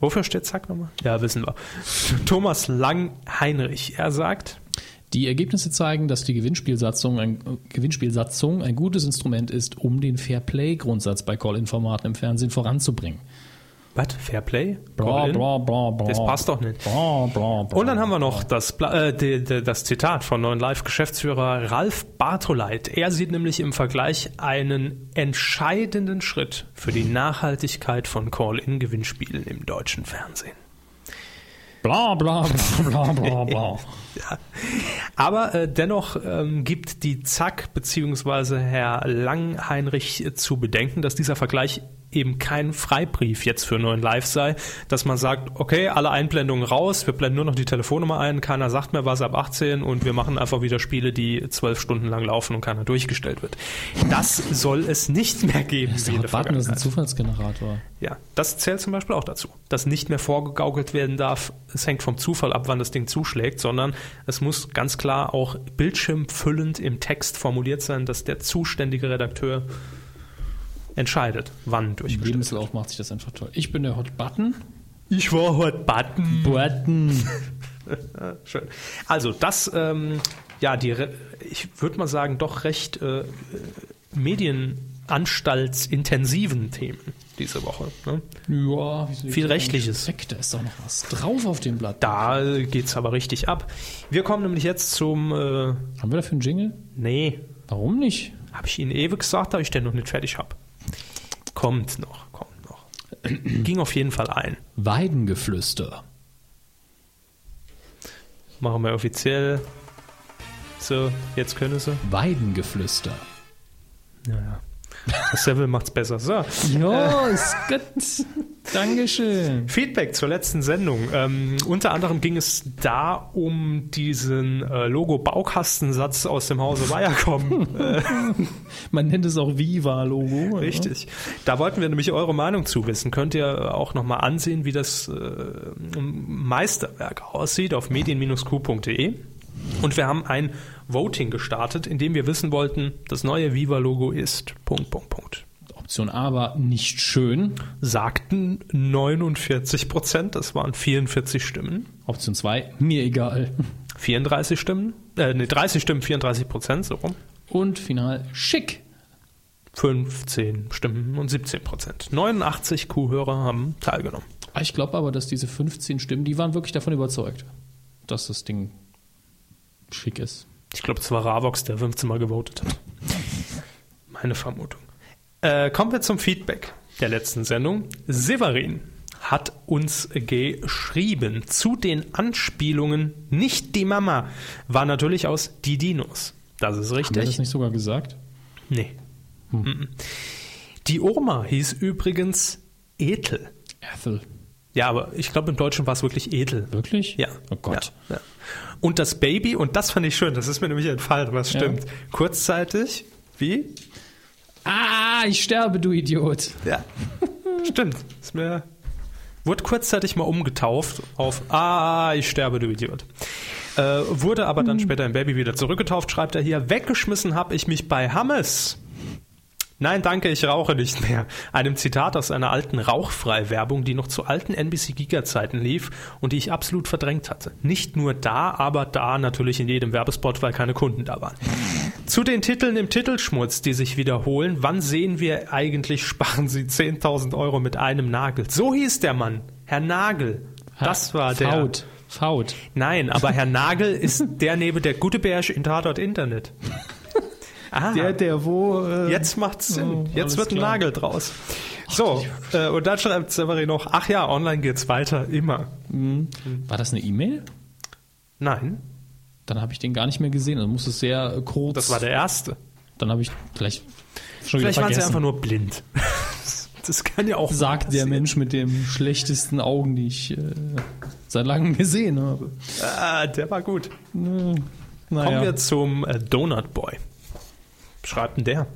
Speaker 1: Wofür steht Zack nochmal? Ja, wissen wir. Thomas Lang-Heinrich. Er sagt,
Speaker 2: Die Ergebnisse zeigen, dass die Gewinnspielsatzung ein, Gewinnspielsatzung ein gutes Instrument ist, um den Fairplay-Grundsatz bei Call-In-Formaten im Fernsehen voranzubringen.
Speaker 1: was? Fair Play?
Speaker 2: Bra,
Speaker 1: Call in?
Speaker 2: bra, bra, bra.
Speaker 1: Das passt doch nicht.
Speaker 2: Bra, bra, bra.
Speaker 1: Und dann haben wir noch das, Bla- äh, de, de, das Zitat von neuen Live-Geschäftsführer Ralf Bartoleit. Er sieht nämlich im Vergleich einen entscheidenden Schritt für die Nachhaltigkeit von Call-In-Gewinnspielen im deutschen Fernsehen.
Speaker 2: Bla, bla, bla, bla, bla, bla.
Speaker 1: Aber äh, dennoch ähm, gibt die Zack bzw. Herr Langheinrich äh, zu bedenken, dass dieser Vergleich eben kein Freibrief jetzt für neuen Live sei, dass man sagt, okay, alle Einblendungen raus, wir blenden nur noch die Telefonnummer ein, keiner sagt mehr was ab 18 und wir machen einfach wieder Spiele, die zwölf Stunden lang laufen und keiner durchgestellt wird. Das soll es nicht mehr geben.
Speaker 2: Das
Speaker 1: wie in der
Speaker 2: ist Button ist ein
Speaker 1: Vergangenheit.
Speaker 2: Zufallsgenerator.
Speaker 1: Ja, das zählt zum Beispiel auch dazu, dass nicht mehr vorgegaukelt werden darf. Es hängt vom Zufall ab, wann das Ding zuschlägt, sondern es muss ganz klar auch bildschirmfüllend im Text formuliert sein, dass der zuständige Redakteur entscheidet, wann
Speaker 2: Im
Speaker 1: durchgestellt wird.
Speaker 2: Lebenslauf macht sich das einfach toll. Ich bin der Hot Button.
Speaker 1: Ich war heute Button.
Speaker 2: Button.
Speaker 1: Schön. Also das, ähm, ja, die, re- ich würde mal sagen, doch recht äh, äh, medienanstaltsintensiven Themen diese Woche. Ne?
Speaker 2: Ja, wieso
Speaker 1: Viel Rechtliches.
Speaker 2: Weg, da ist doch noch was drauf auf dem Blatt.
Speaker 1: Da äh, geht's aber richtig ab. Wir kommen nämlich jetzt zum, äh,
Speaker 2: Haben wir dafür einen Jingle?
Speaker 1: nee,
Speaker 2: Warum nicht?
Speaker 1: Habe ich Ihnen ewig gesagt, dass ich den noch nicht fertig habe? Kommt noch, kommt noch. Ging auf jeden Fall ein.
Speaker 2: Weidengeflüster.
Speaker 1: Machen wir offiziell. So, jetzt können sie.
Speaker 2: Weidengeflüster.
Speaker 1: Naja. Das Level macht's besser. So.
Speaker 2: Ja, ist gut. Dankeschön.
Speaker 1: Feedback zur letzten Sendung. Ähm, unter anderem ging es da um diesen äh, Logo-Baukastensatz aus dem Hause Weierkommen.
Speaker 2: Man nennt es auch Viva-Logo.
Speaker 1: Richtig. Da wollten wir nämlich eure Meinung zu wissen. Könnt ihr äh, auch nochmal ansehen, wie das äh, Meisterwerk aussieht auf medien-q.de. Und wir haben ein Voting gestartet, in dem wir wissen wollten, das neue Viva-Logo ist. Punkt, Punkt, Punkt.
Speaker 2: Ne? Option A war nicht schön.
Speaker 1: Sagten 49 Prozent, das waren 44 Stimmen.
Speaker 2: Option 2, mir egal.
Speaker 1: 34 Stimmen, äh, nee, 30 Stimmen, 34 Prozent, so rum.
Speaker 2: Und final, schick.
Speaker 1: 15 Stimmen und 17 Prozent. 89 Q-Hörer haben teilgenommen.
Speaker 2: Ah, Ich glaube aber, dass diese 15 Stimmen, die waren wirklich davon überzeugt, dass das Ding schick ist.
Speaker 1: Ich glaube, es war Ravox, der 15 Mal gewotet hat. Meine Vermutung. Äh, kommen wir zum Feedback der letzten Sendung. Severin hat uns geschrieben zu den Anspielungen nicht die Mama war natürlich aus die Dinos. Das ist
Speaker 2: Haben wir das
Speaker 1: richtig.
Speaker 2: nicht Hm. sogar gesagt?
Speaker 1: Nee. Mhm. Die Oma hieß übrigens Ethel.
Speaker 2: Ethel.
Speaker 1: Ja, aber ich glaube im Deutschen war es wirklich Edel.
Speaker 2: Wirklich?
Speaker 1: Ja.
Speaker 2: Oh Gott.
Speaker 1: Ja, ja. Und das Baby, und das fand ich schön, das ist mir nämlich entfallen, aber es
Speaker 2: Ja.
Speaker 1: stimmt. Kurzzeitig, wie?
Speaker 2: Ah, ich sterbe, du Idiot.
Speaker 1: Ja. stimmt. Ist mir. Wurde kurzzeitig mal umgetauft auf Ah, ich sterbe, du Idiot. Äh, wurde aber dann später im Baby wieder zurückgetauft, schreibt er hier. Weggeschmissen habe ich mich bei Hammes. Nein, danke, ich rauche nicht mehr. Einem Zitat aus einer alten Rauchfrei-Werbung, die noch zu alten NBC-Giga-Zeiten lief und die ich absolut verdrängt hatte. Nicht nur da, aber da natürlich in jedem Werbespot, weil keine Kunden da waren. Zu den Titeln im Titelschmutz, die sich wiederholen. Wann sehen wir eigentlich, sparen Sie 10.000 Euro mit einem Nagel? So hieß der Mann. Herr Nagel. Das war der.
Speaker 2: Faut. Faut.
Speaker 1: Nein, aber Herr Nagel ist der neben der Guteberg in Tatort Internet. Ah.
Speaker 2: der wo.
Speaker 1: Jetzt macht's Sinn.
Speaker 2: Oh, alles
Speaker 1: Jetzt wird ein
Speaker 2: klar.
Speaker 1: Nagel draus. So, äh, und dann schreibt Severin noch, ach ja, online geht's weiter, immer.
Speaker 2: War das eine E-Mail?
Speaker 1: Nein,
Speaker 2: Dann habe ich den gar nicht mehr gesehen. Dann muss es sehr äh, kurz.
Speaker 1: das war der erste.
Speaker 2: Dann habe ich vielleicht schon
Speaker 1: Vielleicht
Speaker 2: wieder
Speaker 1: waren sie
Speaker 2: vergessen.
Speaker 1: einfach nur blind. Das kann ja auch
Speaker 2: Sagt der
Speaker 1: passieren.
Speaker 2: Mensch mit den schlechtesten Augen, die ich äh, seit langem gesehen habe.
Speaker 1: Ah, der war gut.
Speaker 2: Naja.
Speaker 1: Kommen wir zum äh, Donut Boy. Schreibt denn der?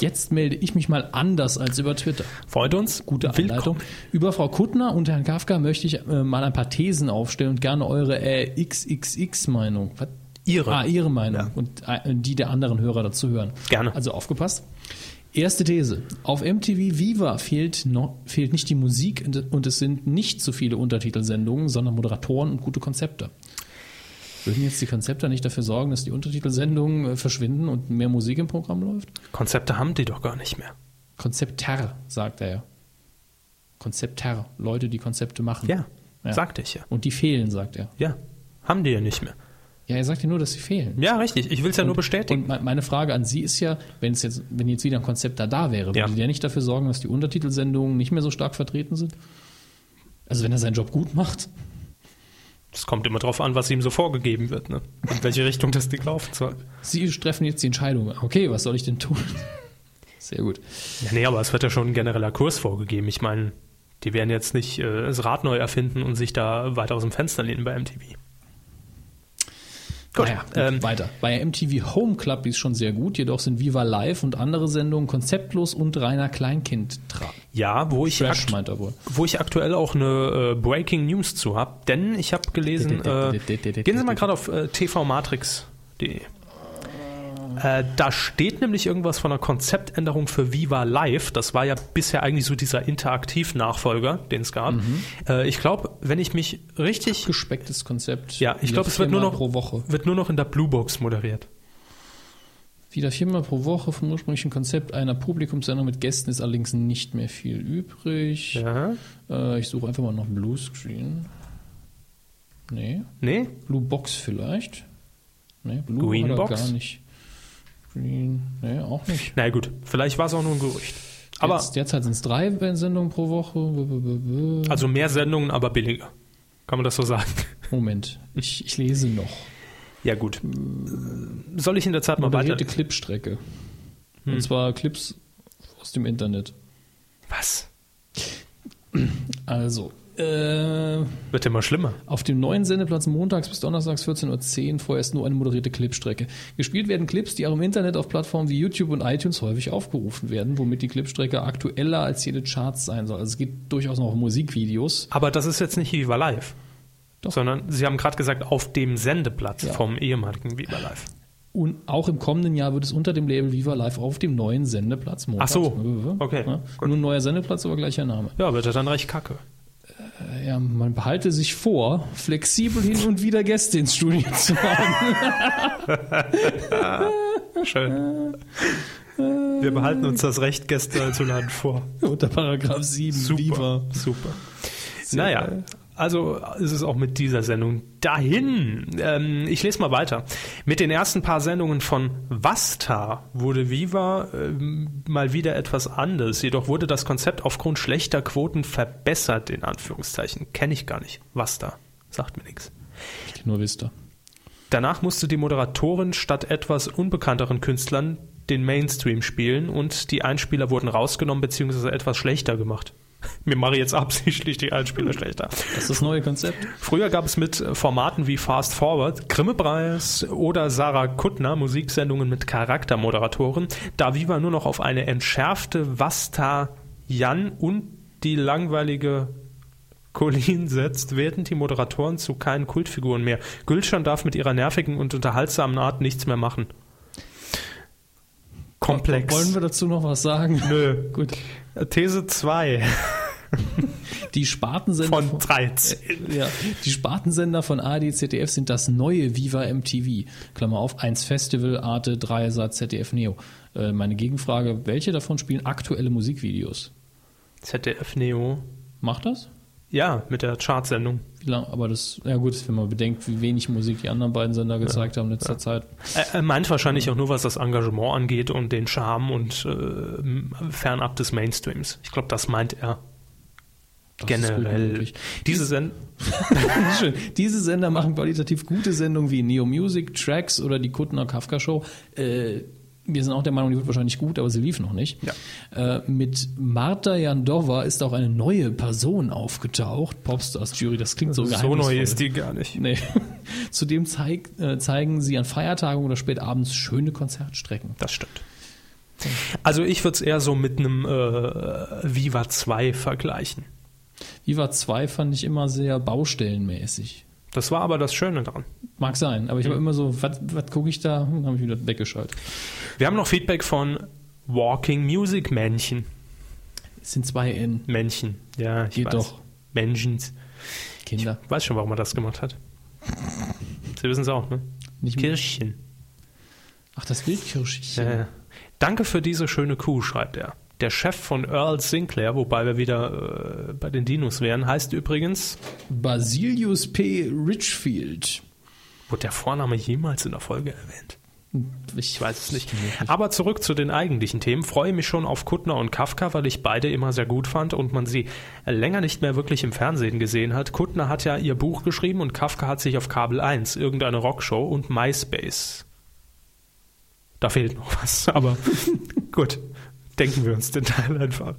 Speaker 2: Jetzt melde ich mich mal anders als über Twitter.
Speaker 1: Freut uns.
Speaker 2: Gute
Speaker 1: Willkommen.
Speaker 2: Anleitung. Über Frau Kuttner und Herrn Kafka möchte ich äh, mal ein paar Thesen aufstellen und gerne eure äh, XXX-Meinung. Was?
Speaker 1: Ihre.
Speaker 2: Ah, ihre Meinung
Speaker 1: Ja.
Speaker 2: und äh, die der anderen Hörer dazu hören.
Speaker 1: Gerne.
Speaker 2: Also aufgepasst. Erste These. Auf MTV Viva fehlt, noch, fehlt nicht die Musik und es sind nicht so viele Untertitelsendungen, sondern Moderatoren und gute Konzepte. Würden jetzt die Konzepte nicht dafür sorgen, dass die Untertitelsendungen äh, verschwinden und mehr Musik im Programm läuft?
Speaker 1: Konzepte haben die doch gar nicht mehr.
Speaker 2: Konzeptar, sagt er ja. Konzeptar, Leute, die Konzepte machen.
Speaker 1: Ja, sagte ich ja.
Speaker 2: Und die fehlen, sagt er.
Speaker 1: Ja, haben die ja nicht mehr.
Speaker 2: Ja, er sagt ja nur, dass sie fehlen.
Speaker 1: Ja, richtig. Ich will es ja nur
Speaker 2: Und
Speaker 1: bestätigen.
Speaker 2: me- meine Frage an Sie ist ja, wenn es jetzt, wenn jetzt wieder ein Konzept da da wäre, würde
Speaker 1: Ja.
Speaker 2: der nicht dafür sorgen, dass die Untertitelsendungen nicht mehr so stark vertreten sind? Also wenn er seinen Job gut macht,
Speaker 1: Es kommt immer drauf an, was ihm so vorgegeben wird, ne? In welche Richtung das Ding laufen soll.
Speaker 2: Sie treffen jetzt die Entscheidung. Okay, was soll ich denn tun? Sehr gut.
Speaker 1: Ja, nee, aber es wird ja schon ein genereller Kurs vorgegeben. Ich meine, die werden jetzt nicht äh, das Rad neu erfinden und sich da weiter aus dem Fenster lehnen bei MTV. Gut,
Speaker 2: naja, gut
Speaker 1: ähm,
Speaker 2: weiter. Bei MTV Home Club ist schon sehr gut, jedoch sind Viva Live und andere Sendungen konzeptlos und reiner Kleinkind tra-
Speaker 1: ja, wo ich,
Speaker 2: Trash
Speaker 1: akt
Speaker 2: meint er wohl.
Speaker 1: wo ich aktuell auch eine äh, Breaking News zu habe, denn ich habe gelesen, äh, gehen Sie mal gerade auf äh, tvmatrix.de. Äh, da steht nämlich irgendwas von einer Konzeptänderung für Viva Live. Das war ja bisher eigentlich so dieser Interaktiv-Nachfolger, den es gab.
Speaker 2: Mhm.
Speaker 1: Äh, ich glaube, wenn ich mich richtig
Speaker 2: Gespecktes Konzept.
Speaker 1: Ja, ich
Speaker 2: Wieder
Speaker 1: glaube, es wird nur
Speaker 2: viermal
Speaker 1: noch
Speaker 2: pro Woche.
Speaker 1: wird nur noch in der Bluebox moderiert.
Speaker 2: Wieder viermal pro Woche vom ursprünglichen Konzept einer Publikumssendung mit Gästen ist allerdings nicht mehr viel übrig.
Speaker 1: Ja.
Speaker 2: Äh, ich suche einfach mal noch Bluescreen. Nee.
Speaker 1: Nee?
Speaker 2: Blue Box vielleicht. Nee, Blue
Speaker 1: Green
Speaker 2: hat er
Speaker 1: Box?
Speaker 2: gar nicht. Green, nee, auch nicht.
Speaker 1: Na gut, vielleicht war es auch nur ein Gerücht. Aber
Speaker 2: jetzt, derzeit sind es drei Sendungen pro Woche. B -b -b -b.
Speaker 1: also mehr Sendungen, aber billiger. Kann man das so sagen?
Speaker 2: Moment, ich, ich lese noch.
Speaker 1: Ja gut. Soll ich in der Zeit mal weiter? Hm.
Speaker 2: Moderierte Clipstrecke. Und zwar Clips aus dem Internet.
Speaker 1: Was?
Speaker 2: Also, äh,
Speaker 1: Wird immer schlimmer.
Speaker 2: Auf dem neuen Sendeplatz montags bis donnerstags 14.10 Uhr vorerst nur eine moderierte Clipstrecke. Gespielt werden Clips, die auch im Internet auf Plattformen wie YouTube und iTunes häufig aufgerufen werden, womit die Clipstrecke aktueller als jede Charts sein soll. Also es geht durchaus noch um Musikvideos.
Speaker 1: Aber das ist jetzt nicht Viva Live. Sondern Sie haben gerade gesagt, auf dem Sendeplatz
Speaker 2: Ja.
Speaker 1: vom ehemaligen Viva Live.
Speaker 2: Und auch im kommenden Jahr wird es unter dem Label Viva Live auf dem neuen Sendeplatz montags. Äh,
Speaker 1: Ach so. Okay,
Speaker 2: Ja, ne?
Speaker 1: gut.
Speaker 2: nur ein neuer Sendeplatz, aber gleicher Name.
Speaker 1: Ja, wird er dann recht kacke.
Speaker 2: Ja, man behalte sich vor, flexibel hin und wieder Gäste ins Studio zu haben.
Speaker 1: Schön. Wir behalten uns das Recht, Gäste einzuladen vor.
Speaker 2: Unter Paragraph 7 Viva.
Speaker 1: Super. naja, also ist es auch mit dieser Sendung dahin. Ähm, ich lese mal weiter. Mit den ersten paar Sendungen von Vasta wurde Viva ähm, mal wieder etwas anders. Jedoch wurde das Konzept aufgrund schlechter Quoten verbessert, in Anführungszeichen. Kenne ich gar nicht. Vasta. Sagt mir nichts.
Speaker 2: Nur Vista.
Speaker 1: Danach musste die Moderatorin statt etwas unbekannteren Künstlern den Mainstream spielen und die Einspieler wurden rausgenommen bzw. etwas schlechter gemacht. Mir mache ich jetzt absichtlich die Einspieler schlechter.
Speaker 2: Das ist das neue Konzept.
Speaker 1: Früher gab es mit Formaten wie Fast Forward, Grimme-Preis oder Sarah Kuttner Musiksendungen mit Charaktermoderatoren, da Viva nur noch auf eine entschärfte Vasta Jan und die langweilige Colleen setzt, werden die Moderatoren zu keinen Kultfiguren mehr. Gülschan darf mit ihrer nervigen und unterhaltsamen Art nichts mehr machen. Komplex.
Speaker 2: Wollen wir dazu noch was sagen?
Speaker 1: Nö.
Speaker 2: Gut.
Speaker 1: These 2
Speaker 2: Die Spartensender
Speaker 1: von 13.
Speaker 2: ja, die Spartensender von ARD, ZDF sind das neue Viva MTV. Klammer auf, 1 Festival, Arte, 3 Sat, ZDF Neo. Äh, meine Gegenfrage, welche davon spielen aktuelle Musikvideos?
Speaker 1: ZDF Neo.
Speaker 2: Macht das?
Speaker 1: Ja, mit der Chartsendung.
Speaker 2: Wie lang, aber das, ja gut, wenn man bedenkt, wie wenig Musik die anderen beiden Sender gezeigt haben in letzter Zeit.
Speaker 1: Er er Äh, meint wahrscheinlich auch nur, was das Engagement angeht und den Charme und äh, m- fernab des Mainstreams. Ich glaube, das meint er
Speaker 2: Das Ist gut
Speaker 1: generell.
Speaker 2: möglich.
Speaker 1: Diese Send
Speaker 2: Schön. Diese Sender machen qualitativ gute Sendungen wie Neo Music, Tracks oder die Kuttner Kafka Show. Äh, wir sind auch der Meinung, die wird wahrscheinlich gut, aber sie lief noch nicht. Äh, mit Marta Jandova ist auch eine neue Person aufgetaucht. Popstars Jury, das klingt so
Speaker 1: so
Speaker 2: geheimnisvoll.
Speaker 1: neu ist die gar nicht.
Speaker 2: Nee. Zudem zeig, äh, zeigen sie an Feiertagen oder spätabends schöne Konzertstrecken.
Speaker 1: Das stimmt. Also ich würde es eher so mit einem äh, Viva 2 vergleichen.
Speaker 2: Viva 2 fand ich immer sehr baustellenmäßig.
Speaker 1: Das war aber das Schöne dran.
Speaker 2: Mag Hm, sein, aber ich war immer so, was gucke ich da? Hm, habe ich wieder weggeschaltet.
Speaker 1: Wir haben noch Feedback von Walking Music Männchen.
Speaker 2: Es sind zwei N.
Speaker 1: Männchen. Ja, ich
Speaker 2: Geht
Speaker 1: weiß.
Speaker 2: doch.
Speaker 1: Männchens.
Speaker 2: Kinder.
Speaker 1: Ich weiß schon, warum er das gemacht hat. Sie wissen es auch, ne?
Speaker 2: Nicht mehr.
Speaker 1: Kirschchen.
Speaker 2: Ach, das Wildkirschchen.
Speaker 1: Ja, ja. Äh, Danke für diese schöne Kuh, schreibt er. Der Chef von Earl Sinclair, wobei wir wieder äh, bei den Dinos wären, heißt übrigens,
Speaker 2: Basilius P. Richfield.
Speaker 1: wurde der Vorname jemals in der Folge erwähnt?
Speaker 2: Ich
Speaker 1: Ich weiß es nicht. Aber zurück zu den eigentlichen Themen. Freue mich schon auf Kuttner und Kafka, weil ich beide immer sehr gut fand und man sie länger nicht mehr wirklich im Fernsehen gesehen hat. Kuttner hat ja ihr Buch geschrieben und Kafka hat sich auf Kabel 1, irgendeine Rockshow und MySpace. Da fehlt noch was, aber gut. Denken wir uns den Teil einfach.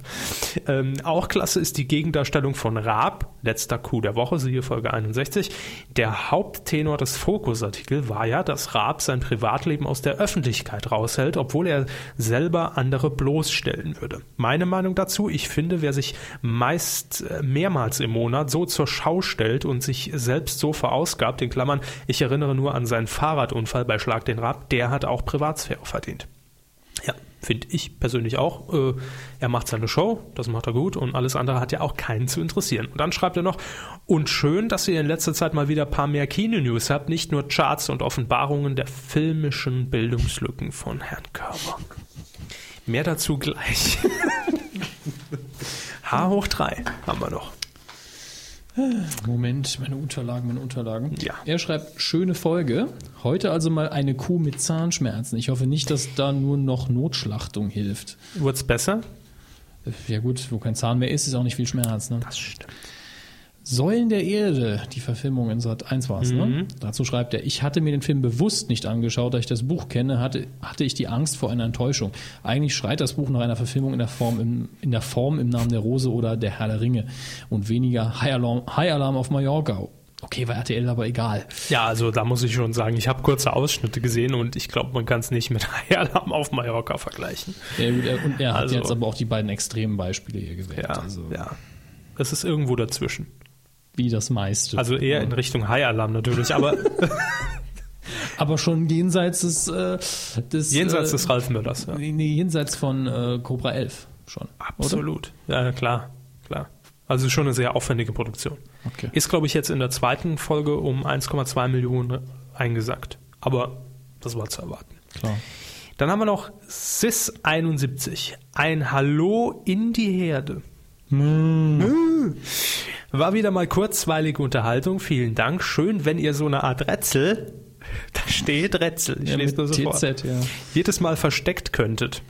Speaker 1: Ähm, auch klasse ist die Gegendarstellung von Raab, letzter Coup der Woche, siehe Folge 61. Der Haupttenor des Fokus-Artikel war ja, dass Raab sein Privatleben aus der Öffentlichkeit raushält, obwohl er selber andere bloßstellen würde. Meine Meinung dazu, ich finde, wer sich meist äh, mehrmals im Monat so zur Schau stellt und sich selbst so verausgabt, in Klammern, ich erinnere nur an seinen Fahrradunfall bei Schlag den Raab, der hat auch Privatsphäre verdient. Ja, finde ich persönlich auch. Äh, er macht seine Show, das macht er gut und alles andere hat ja auch keinen zu interessieren. Und dann schreibt er noch, und schön, dass ihr in letzter Zeit mal wieder ein paar mehr Kino-News habt, nicht nur Charts und Offenbarungen der filmischen Bildungslücken von Herrn Körber. Mehr dazu gleich. H hoch 3 haben wir noch.
Speaker 2: Moment, meine Unterlagen, meine Unterlagen.
Speaker 1: Ja.
Speaker 2: Er schreibt, schöne Folge. Heute also mal eine Kuh mit Zahnschmerzen. Ich hoffe nicht, dass da nur noch Notschlachtung hilft.
Speaker 1: Wird's besser?
Speaker 2: Ja gut, wo kein Zahn mehr ist, ist auch nicht viel Schmerz. Ne?
Speaker 1: Das stimmt.
Speaker 2: Säulen der Erde, die Verfilmung in Sat 1 war es,
Speaker 1: Mhm.
Speaker 2: ne? Dazu schreibt er, ich hatte mir den Film bewusst nicht angeschaut, da ich das Buch kenne, hatte, hatte ich die Angst vor einer Enttäuschung. Eigentlich schreit das Buch nach einer Verfilmung in der Form im, in der Form im Namen der Rose oder der Herr der Ringe und weniger High Alarm, High Alarm auf Mallorca. Okay, war RTL aber egal.
Speaker 1: Ja, also da muss ich schon sagen, ich habe kurze Ausschnitte gesehen und ich glaube, man kann es nicht mit Alarm auf Mallorca vergleichen.
Speaker 2: Ja, gut, er, und er
Speaker 1: Also-
Speaker 2: hat jetzt aber auch die beiden extremen Beispiele hier gewählt.
Speaker 1: Ja,
Speaker 2: also
Speaker 1: ja. Es ist irgendwo dazwischen.
Speaker 2: wie das meiste.
Speaker 1: Also eher in Richtung High Alarm natürlich, aber
Speaker 2: aber schon jenseits des, äh, des
Speaker 1: jenseits
Speaker 2: äh,
Speaker 1: des Ralf Möllers. Ja.
Speaker 2: Nee, nee, jenseits von äh, Cobra 11 schon.
Speaker 1: Absolut. Ja, ja, klar, klar. Also schon eine sehr aufwendige Produktion.
Speaker 2: Okay.
Speaker 1: Ist, glaube ich, jetzt in der zweiten Folge um 1,2 Millionen eingesackt. Aber das war zu erwarten.
Speaker 2: Klar.
Speaker 1: Dann haben wir noch Sis 71. Ein Hallo in die Herde. War wieder mal kurzweilige Unterhaltung. Vielen Dank. Schön, wenn ihr so eine Art Rätsel, da steht Rätsel, ich
Speaker 2: Ja,
Speaker 1: lese
Speaker 2: mit
Speaker 1: nur so vor,
Speaker 2: TZ, ja.
Speaker 1: jedes Mal versteckt könntet.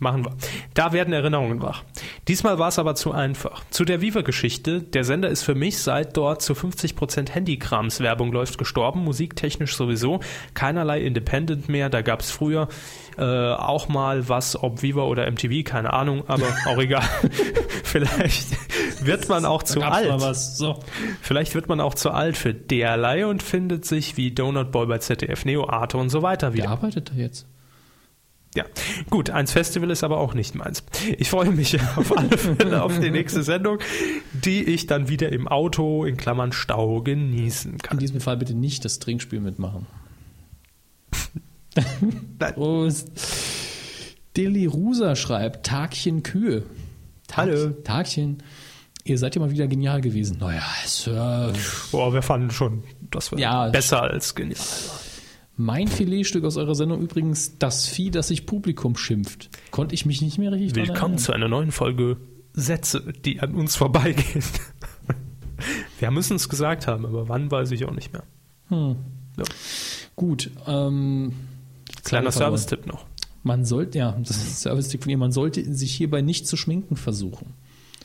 Speaker 1: Machen wir. Da werden Erinnerungen wach. Diesmal war es aber zu einfach. Zu der Viva-Geschichte. Der Sender ist für mich seit dort zu 50% Handykrams. Werbung läuft gestorben, musiktechnisch sowieso. Keinerlei Independent mehr. Da gab es früher äh, auch mal was, ob Viva oder MTV, keine Ahnung, aber auch egal. Vielleicht wird man auch zu
Speaker 2: Gab's
Speaker 1: alt.
Speaker 2: mal was. So.
Speaker 1: Vielleicht wird man auch zu alt für derlei und findet sich wie Donut Boy bei ZDF, Neo, Arte und so weiter wieder.
Speaker 2: Der arbeitet da jetzt.
Speaker 1: Ja, gut, eins Festival ist aber auch nicht meins. Ich freue mich auf alle Fälle auf die nächste Sendung, die ich dann wieder im Auto, in Klammern Stau, genießen
Speaker 2: In
Speaker 1: kann.
Speaker 2: diesem Fall bitte nicht das Trinkspiel mitmachen.
Speaker 1: Nein.
Speaker 2: Prost. Dilly Rusa schreibt, Tagchen Kühe. Tag,
Speaker 1: Hallo.
Speaker 2: Tagchen. Ihr seid ja mal wieder genial gewesen. Naja, Sir.
Speaker 1: Boah, wir fanden schon, das war
Speaker 2: Ja,
Speaker 1: besser als genial.
Speaker 2: Mein Filetstück aus eurer Sendung übrigens, das Vieh, das sich Publikum schimpft. Konnte ich mich nicht mehr richtig dran
Speaker 1: Willkommen
Speaker 2: erinnern.
Speaker 1: zu einer neuen Folge Sätze, die an uns vorbeigehen. Wir müssen es gesagt haben, aber wann weiß ich auch nicht mehr.
Speaker 2: Gut, ähm,
Speaker 1: Kleiner
Speaker 2: verloren.
Speaker 1: Service-Tipp noch.
Speaker 2: man sollte, ja, das ist der Service-Tipp von ihr, man sollte sich hierbei nicht zu schminken versuchen,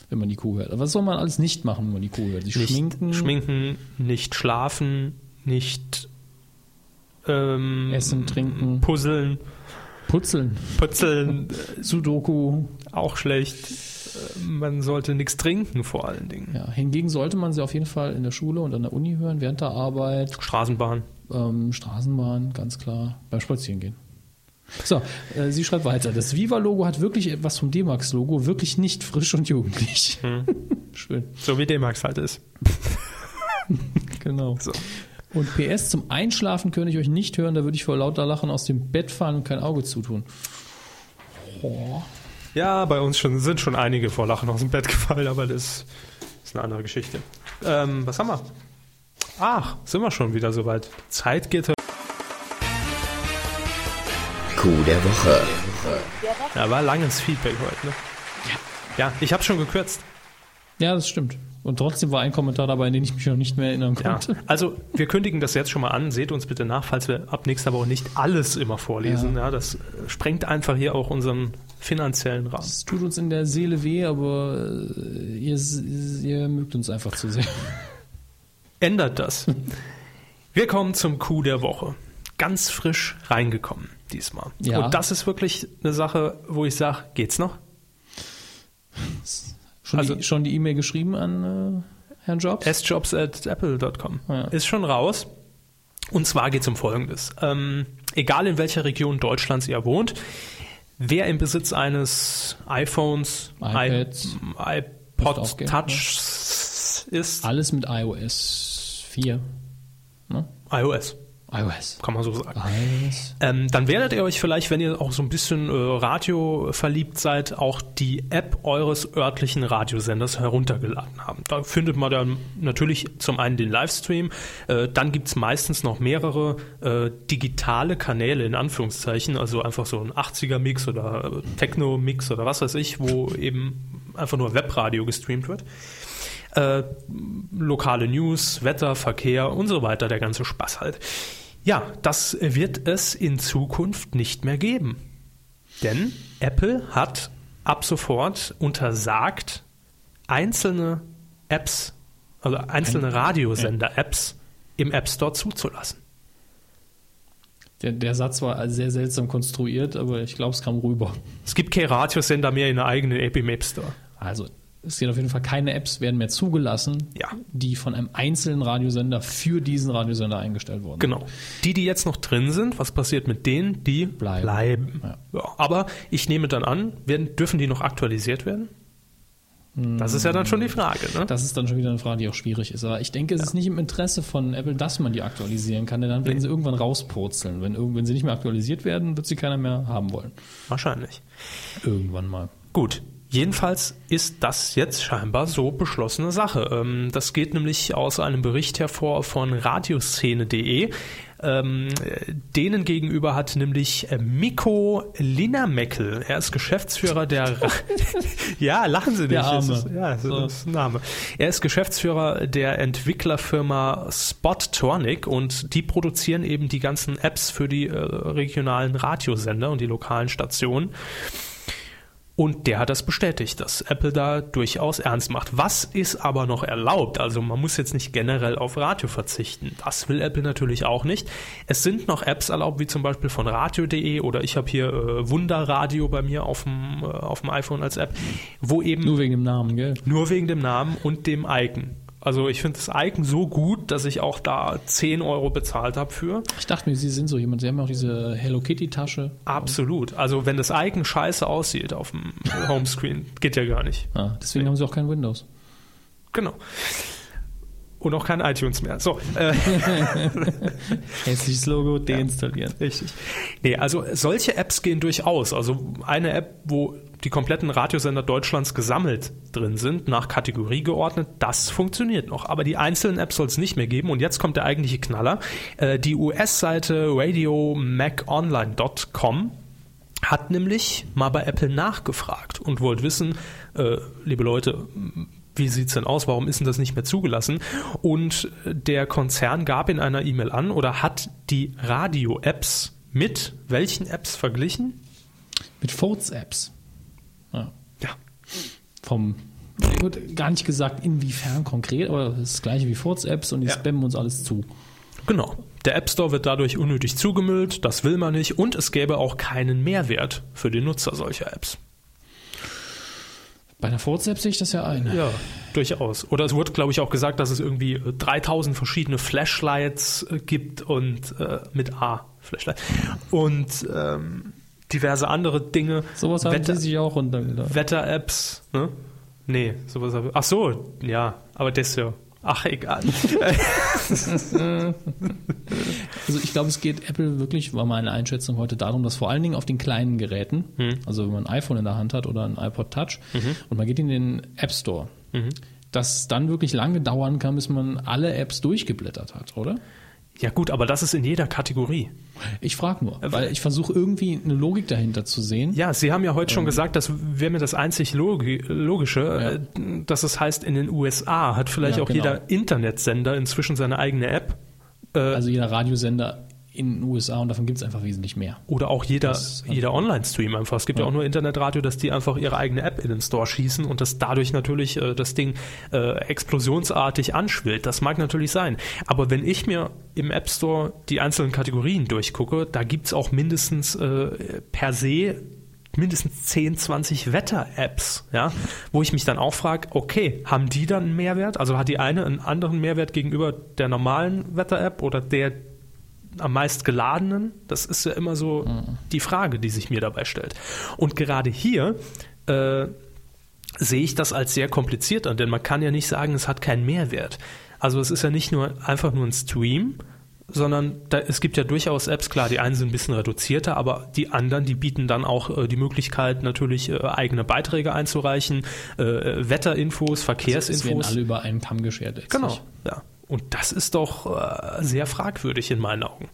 Speaker 2: wenn man die Kuh hört. Aber was soll man alles nicht machen, wenn man die Kuh hört? Sich
Speaker 1: nicht
Speaker 2: schminken,
Speaker 1: schminken, nicht schlafen, nicht ähm,
Speaker 2: essen, trinken,
Speaker 1: puzzeln,
Speaker 2: putzeln,
Speaker 1: putzeln,
Speaker 2: Sudoku.
Speaker 1: auch schlecht. Äh, Man sollte nichts trinken vor allen Dingen.
Speaker 2: Ja, hingegen sollte man sie auf jeden Fall in der Schule und an der Uni hören, während der Arbeit,
Speaker 1: Straßenbahn.
Speaker 2: ähm, Straßenbahn, ganz klar, beim Spazierengehen. So, äh, sie schreibt weiter. Das Viva-Logo hat wirklich etwas vom D-Max-Logo, wirklich nicht frisch und jugendlich. Schön.
Speaker 1: So wie D-Max halt ist.
Speaker 2: Genau. Und PS, zum Einschlafen könnte ich euch nicht hören, da würde ich vor lauter Lachen aus dem Bett fallen und kein Auge zutun. Boah.
Speaker 1: Ja, bei uns schon, sind schon einige vor Lachen aus dem Bett gefallen, aber das ist eine andere Geschichte. Ähm, was haben wir? Ach, sind wir schon wieder soweit. Zeit geht.
Speaker 5: Coup der Woche.
Speaker 1: Ja, war langes Feedback heute, ne? Ja, ich habe schon gekürzt.
Speaker 2: Ja, das stimmt. Und trotzdem war ein Kommentar dabei, an den ich mich noch nicht mehr erinnern
Speaker 1: Ja.
Speaker 2: konnte.
Speaker 1: Also, wir kündigen das jetzt schon mal an. Seht uns bitte nach, falls wir ab nächster Woche nicht alles immer vorlesen. Ja, das äh, sprengt einfach hier auch unseren finanziellen Rahmen.
Speaker 2: Es tut uns in der Seele weh, aber äh, ihr, ihr mögt uns einfach zu sehr.
Speaker 1: ändert das. Wir kommen zum Coup der Woche. Ganz frisch reingekommen diesmal.
Speaker 2: Ja.
Speaker 1: Und das ist wirklich eine Sache, wo ich sage, geht's noch?
Speaker 2: Schon
Speaker 1: Also-
Speaker 2: die- schon die E-Mail geschrieben an äh, Herrn Jobs?
Speaker 1: sjobs at apple.com.
Speaker 2: Ja.
Speaker 1: Ist schon raus. Und zwar geht's um Folgendes. Ähm, egal in welcher Region Deutschlands ihr wohnt, wer im Besitz eines iPhones,
Speaker 2: iPads,
Speaker 1: I, iPod
Speaker 2: auch gehen,
Speaker 1: Touch ist,
Speaker 2: Alles mit iOS 4. Ne?
Speaker 1: iOS,
Speaker 2: iOS.
Speaker 1: kann man so sagen.
Speaker 2: iOS.
Speaker 1: Ähm, dann werdet ihr euch vielleicht, wenn ihr auch so ein bisschen äh, Radio verliebt seid, auch die App eures örtlichen Radiosenders heruntergeladen haben. Da findet man dann natürlich zum einen den Livestream, äh, dann gibt's meistens noch mehrere äh, digitale Kanäle in Anführungszeichen, also einfach so ein 80er-Mix oder äh, Techno-Mix oder was weiß ich, wo eben einfach nur Webradio gestreamt wird. Äh, lokale News, Wetter, Verkehr und so weiter, der ganze Spaß halt. Ja, das wird es in Zukunft nicht mehr geben. Denn Apple hat ab sofort untersagt, einzelne Apps, also einzelne Radiosender-Apps im App Store zuzulassen.
Speaker 2: Der, der Satz war sehr seltsam konstruiert, aber ich glaube, es kam rüber.
Speaker 1: Es gibt keine Radiosender mehr in der eigenen App im App Store.
Speaker 2: Also, es sind auf jeden Fall keine Apps, werden mehr zugelassen,
Speaker 1: Ja.
Speaker 2: die von einem einzelnen Radiosender für diesen Radiosender eingestellt wurden.
Speaker 1: Genau. Die, die jetzt noch drin sind, was passiert mit denen, die
Speaker 2: Bleiben.
Speaker 1: bleiben?
Speaker 2: Ja.
Speaker 1: Ja, aber ich nehme dann an, werden, dürfen die noch aktualisiert werden? Das ist ja dann schon die Frage. Ne?
Speaker 2: Das ist dann schon wieder eine Frage, die auch schwierig ist. Aber ich denke, es ist nicht im Interesse von Apple, dass man die aktualisieren kann, denn dann werden sie irgendwann rauspurzeln. Wenn, irgend- wenn sie nicht mehr aktualisiert werden, wird sie keiner mehr haben wollen.
Speaker 1: Wahrscheinlich.
Speaker 2: Irgendwann mal.
Speaker 1: Gut. Jedenfalls ist das jetzt scheinbar so beschlossene Sache. Ähm, Das geht nämlich aus einem Bericht hervor von radioszene.de. Ähm, äh, Denen gegenüber hat nämlich äh, Mikko Linnameckel, er ist Geschäftsführer der. Ra- ja, lachen Sie nicht.
Speaker 2: Der
Speaker 1: Es
Speaker 2: Arme.
Speaker 1: Ist, ja, es
Speaker 2: So.
Speaker 1: ist, ein Name. Er ist Geschäftsführer der Entwicklerfirma Spottronic und die produzieren eben die ganzen Apps für die äh, regionalen Radiosender und die lokalen Stationen. Und der hat das bestätigt, dass Apple da durchaus ernst macht. Was ist aber noch erlaubt? Also man muss jetzt nicht generell auf Radio verzichten. Das will Apple natürlich auch nicht. Es sind noch Apps erlaubt, wie zum Beispiel von radio.de oder ich habe hier äh, Wunderradio bei mir auf dem äh, auf dem iPhone als App, wo eben
Speaker 2: Nur wegen dem Namen, gell?
Speaker 1: nur wegen dem Namen und dem Icon. Also ich finde das Icon so gut, dass ich auch da 10 Euro bezahlt habe für.
Speaker 2: Ich dachte mir, sie sind so jemand. Sie haben auch diese Hello Kitty Tasche.
Speaker 1: Absolut. Also wenn das Icon scheiße aussieht auf dem Homescreen, geht ja gar nicht.
Speaker 2: Ah, deswegen haben sie auch kein Windows.
Speaker 1: Genau. Und auch kein iTunes mehr. So, äh,
Speaker 2: Hässliches Logo, deinstallieren.
Speaker 1: richtig. Nee, also solche Apps gehen durchaus. Also eine App, wo die kompletten Radiosender Deutschlands gesammelt drin sind, nach Kategorie geordnet, das funktioniert noch. Aber die einzelnen Apps soll es nicht mehr geben. Und jetzt kommt der eigentliche Knaller. Äh, die US-Seite radiomaconline.com hat nämlich mal bei Apple nachgefragt und wollte wissen, äh, liebe Leute, wie sieht's denn aus? Warum ist denn das nicht mehr zugelassen? Und äh, der Konzern gab in einer E-Mail an oder hat die Radio-Apps mit welchen Apps verglichen?
Speaker 2: Mit Furz-Apps. Ja.
Speaker 1: Ja.
Speaker 2: Vom. Wird gar nicht gesagt, inwiefern konkret, aber das ist das gleiche wie Furz-Apps und die
Speaker 1: Ja.
Speaker 2: spammen uns alles zu.
Speaker 1: Genau. Der App Store wird dadurch unnötig zugemüllt, das will man nicht und es gäbe auch keinen Mehrwert für den Nutzer solcher Apps.
Speaker 2: Bei der Furz-App sehe ich das ja ein.
Speaker 1: Ja, durchaus. Oder es wurde, glaube ich, auch gesagt, dass es irgendwie äh, 3000 verschiedene Flashlights äh, gibt und äh, mit A Flashlight und ähm, diverse andere Dinge.
Speaker 2: Sowas haben
Speaker 1: Wetter-
Speaker 2: sie sich auch runtergeladen.
Speaker 1: Wetter-Apps, ne? Nee, sowas habe ich. Ach so, ja, aber das ja. Ach, egal.
Speaker 2: Also ich glaube, es geht Apple wirklich, war meine Einschätzung heute darum, dass vor allen Dingen auf den kleinen Geräten,
Speaker 1: Mhm.
Speaker 2: also wenn man ein iPhone in der Hand hat oder ein iPod Touch und man geht in den App Store,
Speaker 1: Mhm.
Speaker 2: dass es dann wirklich lange dauern kann, bis man alle Apps durchgeblättert hat, oder?
Speaker 1: ja gut, aber das ist in jeder Kategorie.
Speaker 2: Ich frage nur, weil ich versuche irgendwie eine Logik dahinter zu sehen.
Speaker 1: Ja, Sie haben ja heute
Speaker 2: Ähm.
Speaker 1: schon gesagt, das wäre mir das einzig Logi Logische, äh, dass es heißt, in den USA hat vielleicht
Speaker 2: Ja,
Speaker 1: auch
Speaker 2: genau.
Speaker 1: jeder Internetsender inzwischen seine eigene App Äh,
Speaker 2: Also jeder Radiosender in den USA und davon gibt es einfach wesentlich mehr.
Speaker 1: oder auch jeder,
Speaker 2: Das-
Speaker 1: jeder Online-Stream einfach. Es gibt ja. auch nur Internetradio, dass die einfach ihre eigene App in den Store schießen und dass dadurch natürlich äh, das Ding äh, explosionsartig anschwillt. Das mag natürlich sein. Aber wenn ich mir im App Store die einzelnen Kategorien durchgucke, da gibt's auch mindestens äh, per se mindestens 10, 20 Wetter-Apps, ja, wo ich mich dann auch frage, okay, haben die dann einen Mehrwert? Also hat die eine einen anderen Mehrwert gegenüber der normalen Wetter-App oder der am meist geladenen? Das ist ja immer so die Frage, die sich mir dabei stellt. Und gerade hier äh, sehe ich das als sehr kompliziert an, denn man kann ja nicht sagen, es hat keinen Mehrwert. Also es ist ja nicht nur einfach nur ein Stream, sondern da, es gibt ja durchaus Apps, klar, die einen sind ein bisschen reduzierter, aber die anderen, die bieten dann auch äh, die Möglichkeit, natürlich äh, eigene Beiträge einzureichen, äh, äh, Wetterinfos,
Speaker 2: Es werden
Speaker 1: Verkehrsinfos.
Speaker 2: alle über einen Kamm geschert. letztlich.
Speaker 1: Genau. Ja. Und das ist doch äh, sehr fragwürdig in meinen Augen.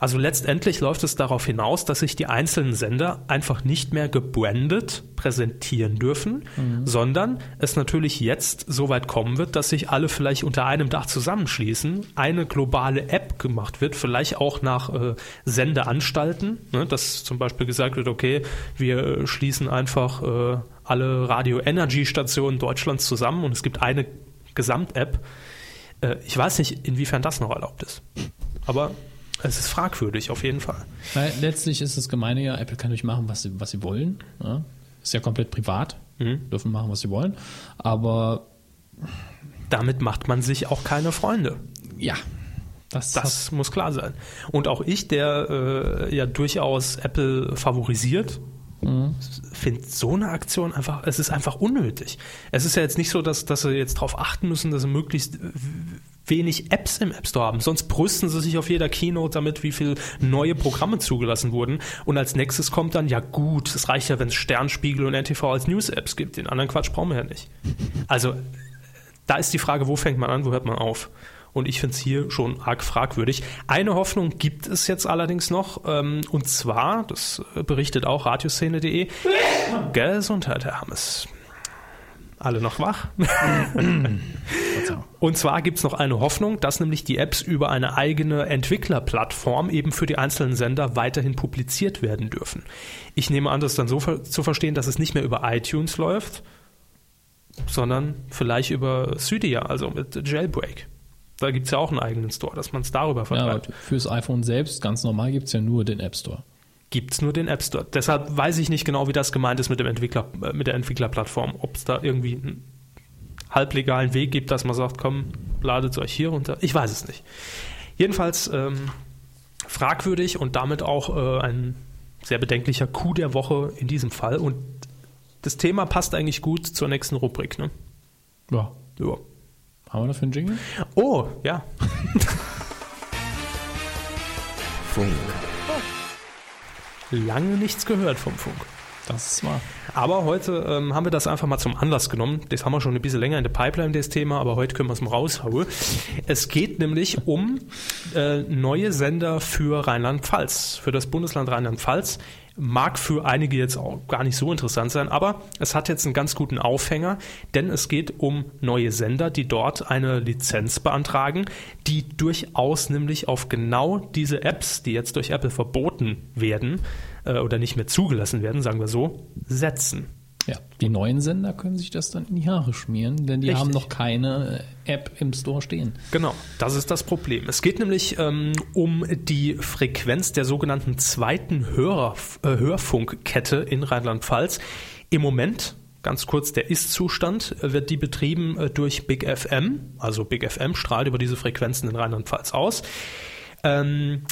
Speaker 1: Also letztendlich läuft es darauf hinaus, dass sich die einzelnen Sender einfach nicht mehr gebrandet präsentieren dürfen, sondern es natürlich jetzt so weit kommen wird, dass sich alle vielleicht unter einem Dach zusammenschließen, eine globale App gemacht wird, vielleicht auch nach äh, Sendeanstalten, ne, dass zum Beispiel gesagt wird, okay, wir äh, schließen einfach äh, alle Radio-Energy-Stationen Deutschlands zusammen und es gibt eine Gesamt-App, äh, ich weiß nicht, inwiefern das noch erlaubt ist. Aber es ist fragwürdig auf jeden Fall.
Speaker 2: Weil letztlich ist das Gemeine ja, Apple kann durchmachen, was sie, was sie wollen. Ja? Ist ja komplett privat, dürfen machen, was sie wollen. Aber
Speaker 1: Damit macht man sich auch keine Freunde.
Speaker 2: ja, das,
Speaker 1: Das muss klar sein. Und auch ich, der äh, ja durchaus Apple favorisiert, finde so eine Aktion einfach, es ist einfach unnötig. Es ist ja jetzt nicht so, dass, dass sie jetzt darauf achten müssen, dass sie möglichst w- wenig Apps im App Store haben. Sonst brüsten sie sich auf jeder Keynote damit, wie viel neue Programme zugelassen wurden. Und als nächstes kommt dann, ja gut, es reicht ja, wenn es Sternspiegel und NTV als News-Apps gibt. Den anderen Quatsch brauchen wir ja nicht. Also da ist die Frage, wo fängt man an, wo hört man auf? Und ich finde es hier schon arg fragwürdig. Eine Hoffnung gibt es jetzt allerdings noch, ähm, und zwar, das äh, berichtet auch radioszene.de, Gesundheit, Herr Hammes. Alle noch wach? Und zwar gibt es noch eine Hoffnung, dass nämlich die Apps über eine eigene Entwicklerplattform eben für die einzelnen Sender weiterhin publiziert werden dürfen. Ich nehme an, das ist dann so ver zu verstehen, dass es nicht mehr über iTunes läuft, sondern vielleicht über Cydia, also mit Jailbreak. Da gibt es ja auch einen eigenen Store, dass man es darüber
Speaker 2: ja,
Speaker 1: vertreibt.
Speaker 2: aber fürs iPhone selbst, ganz normal, gibt es ja nur den App Store.
Speaker 1: Gibt es nur den App Store. Deshalb weiß ich nicht genau, wie das gemeint ist mit, dem Entwickler, äh, mit der Entwicklerplattform. Ob es da irgendwie einen halblegalen Weg gibt, dass man sagt, komm, ladet es euch hier runter. Ich weiß es nicht. Jedenfalls ähm, fragwürdig und damit auch äh, ein sehr bedenklicher Coup der Woche in diesem Fall. Und das Thema passt eigentlich gut zur nächsten Rubrik. Ne?
Speaker 2: Ja.
Speaker 1: Ja.
Speaker 2: Haben wir dafür einen Jingle?
Speaker 1: Oh, ja.
Speaker 5: Funk.
Speaker 1: Lange nichts gehört vom Funk.
Speaker 2: Das ist wahr.
Speaker 1: Aber heute ähm, haben wir das einfach mal zum Anlass genommen. Das haben wir schon ein bisschen länger in der Pipeline, das Thema, aber heute können wir es mal raushauen. Es geht nämlich um äh, neue Sender für Rheinland-Pfalz, für das Bundesland Rheinland-Pfalz. Mag für einige jetzt auch gar nicht so interessant sein, aber es hat jetzt einen ganz guten Aufhänger, denn es geht um neue Sender, die dort eine Lizenz beantragen, die durchaus nämlich auf genau diese Apps, die jetzt durch Apple verboten werden äh, oder nicht mehr zugelassen werden, sagen wir so, setzen.
Speaker 2: Ja, die neuen Sender können sich das dann in die Haare schmieren, denn die
Speaker 1: Richtig.
Speaker 2: haben noch keine äh, App im Store stehen.
Speaker 1: Genau, das ist das Problem. Es geht nämlich ähm, um die Frequenz der sogenannten zweiten Hörer, äh, Hörfunkkette in Rheinland-Pfalz. Im Moment, ganz kurz der Ist-Zustand, äh, wird die betrieben äh, durch Big FM. Also Big FM strahlt über diese Frequenzen in Rheinland-Pfalz aus. Ähm,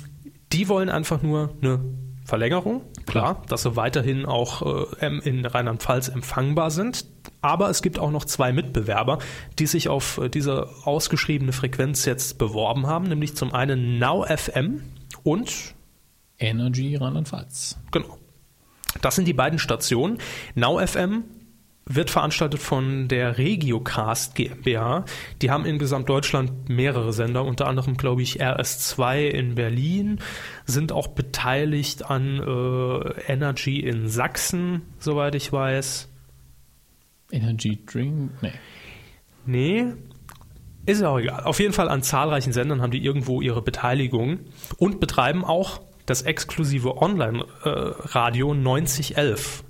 Speaker 1: die wollen einfach nur eine Verlängerung, klar, dass sie weiterhin auch äh, ähm, in Rheinland-Pfalz empfangbar sind. Aber es gibt auch noch zwei Mitbewerber, die sich auf äh, diese ausgeschriebene Frequenz jetzt beworben haben, nämlich zum einen Now FM und
Speaker 2: Energy Rheinland-Pfalz.
Speaker 1: Genau. Das sind die beiden Stationen. Now FM wird veranstaltet von der Regiocast GmbH. Die haben in Gesamtdeutschland mehrere Sender, unter anderem glaube ich RS2 in Berlin, sind auch beteiligt an äh, Energy in Sachsen, soweit ich weiß.
Speaker 2: Energy Drink? Nee.
Speaker 1: Nee, ist ja auch egal. Auf jeden Fall an zahlreichen Sendern haben die irgendwo ihre Beteiligung und betreiben auch das exklusive Online-Radio 9011.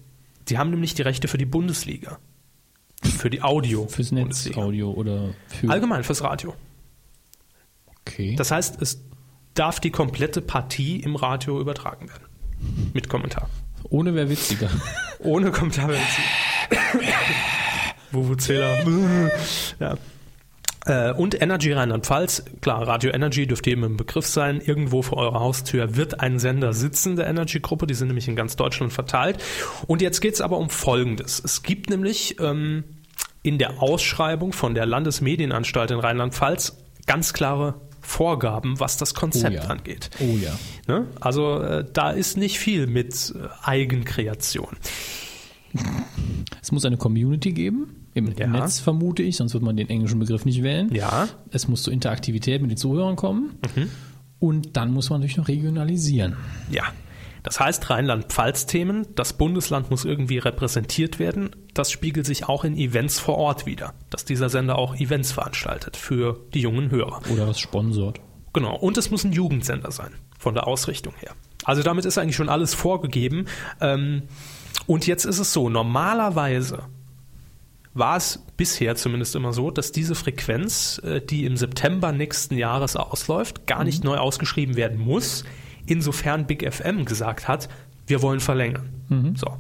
Speaker 1: Die haben nämlich die Rechte für die Bundesliga. Für die Audio.
Speaker 2: Fürs Netz,
Speaker 1: Bundesliga.
Speaker 2: Audio oder für.
Speaker 1: Allgemein fürs Radio.
Speaker 2: Okay.
Speaker 1: Das heißt, es darf die komplette Partie im Radio übertragen werden. Mit Kommentar.
Speaker 2: Ohne wäre witziger.
Speaker 1: Ohne Kommentar. wenn sie- Vuvuzela. ja. Äh, Und Energy Rheinland-Pfalz, klar, Radio Energy dürfte eben im Begriff sein. Irgendwo vor eurer Haustür wird ein Sender sitzen der Energy-Gruppe. Die sind nämlich in ganz Deutschland verteilt. Und jetzt geht's aber um Folgendes. Es gibt nämlich ähm, in der Ausschreibung von der Landesmedienanstalt in Rheinland-Pfalz ganz klare Vorgaben, was das Konzept
Speaker 2: ja.
Speaker 1: angeht.
Speaker 2: Oh ja.
Speaker 1: Ne? Also äh, da ist nicht viel mit äh, Eigenkreation.
Speaker 2: Es muss eine Community geben. Im
Speaker 1: Ja.
Speaker 2: Netz vermute ich, sonst würde man den englischen Begriff nicht wählen.
Speaker 1: Ja. Mhm.
Speaker 2: Es muss zur Interaktivität mit den Zuhörern kommen. Und dann muss man natürlich noch regionalisieren.
Speaker 1: Ja. Das heißt Rheinland-Pfalz-Themen, das Bundesland muss irgendwie repräsentiert werden. Das spiegelt sich auch in Events vor Ort wieder, dass dieser Sender auch Events veranstaltet für die jungen Hörer.
Speaker 2: Oder was sponsort.
Speaker 1: Genau, und es muss ein Jugendsender sein, von der Ausrichtung her. Also damit ist eigentlich schon alles vorgegeben. Ähm, und jetzt ist es so, normalerweise war es bisher zumindest immer so, dass diese Frequenz, äh, die im September nächsten Jahres ausläuft, gar nicht neu ausgeschrieben werden muss, insofern Big FM gesagt hat, wir wollen verlängern. So.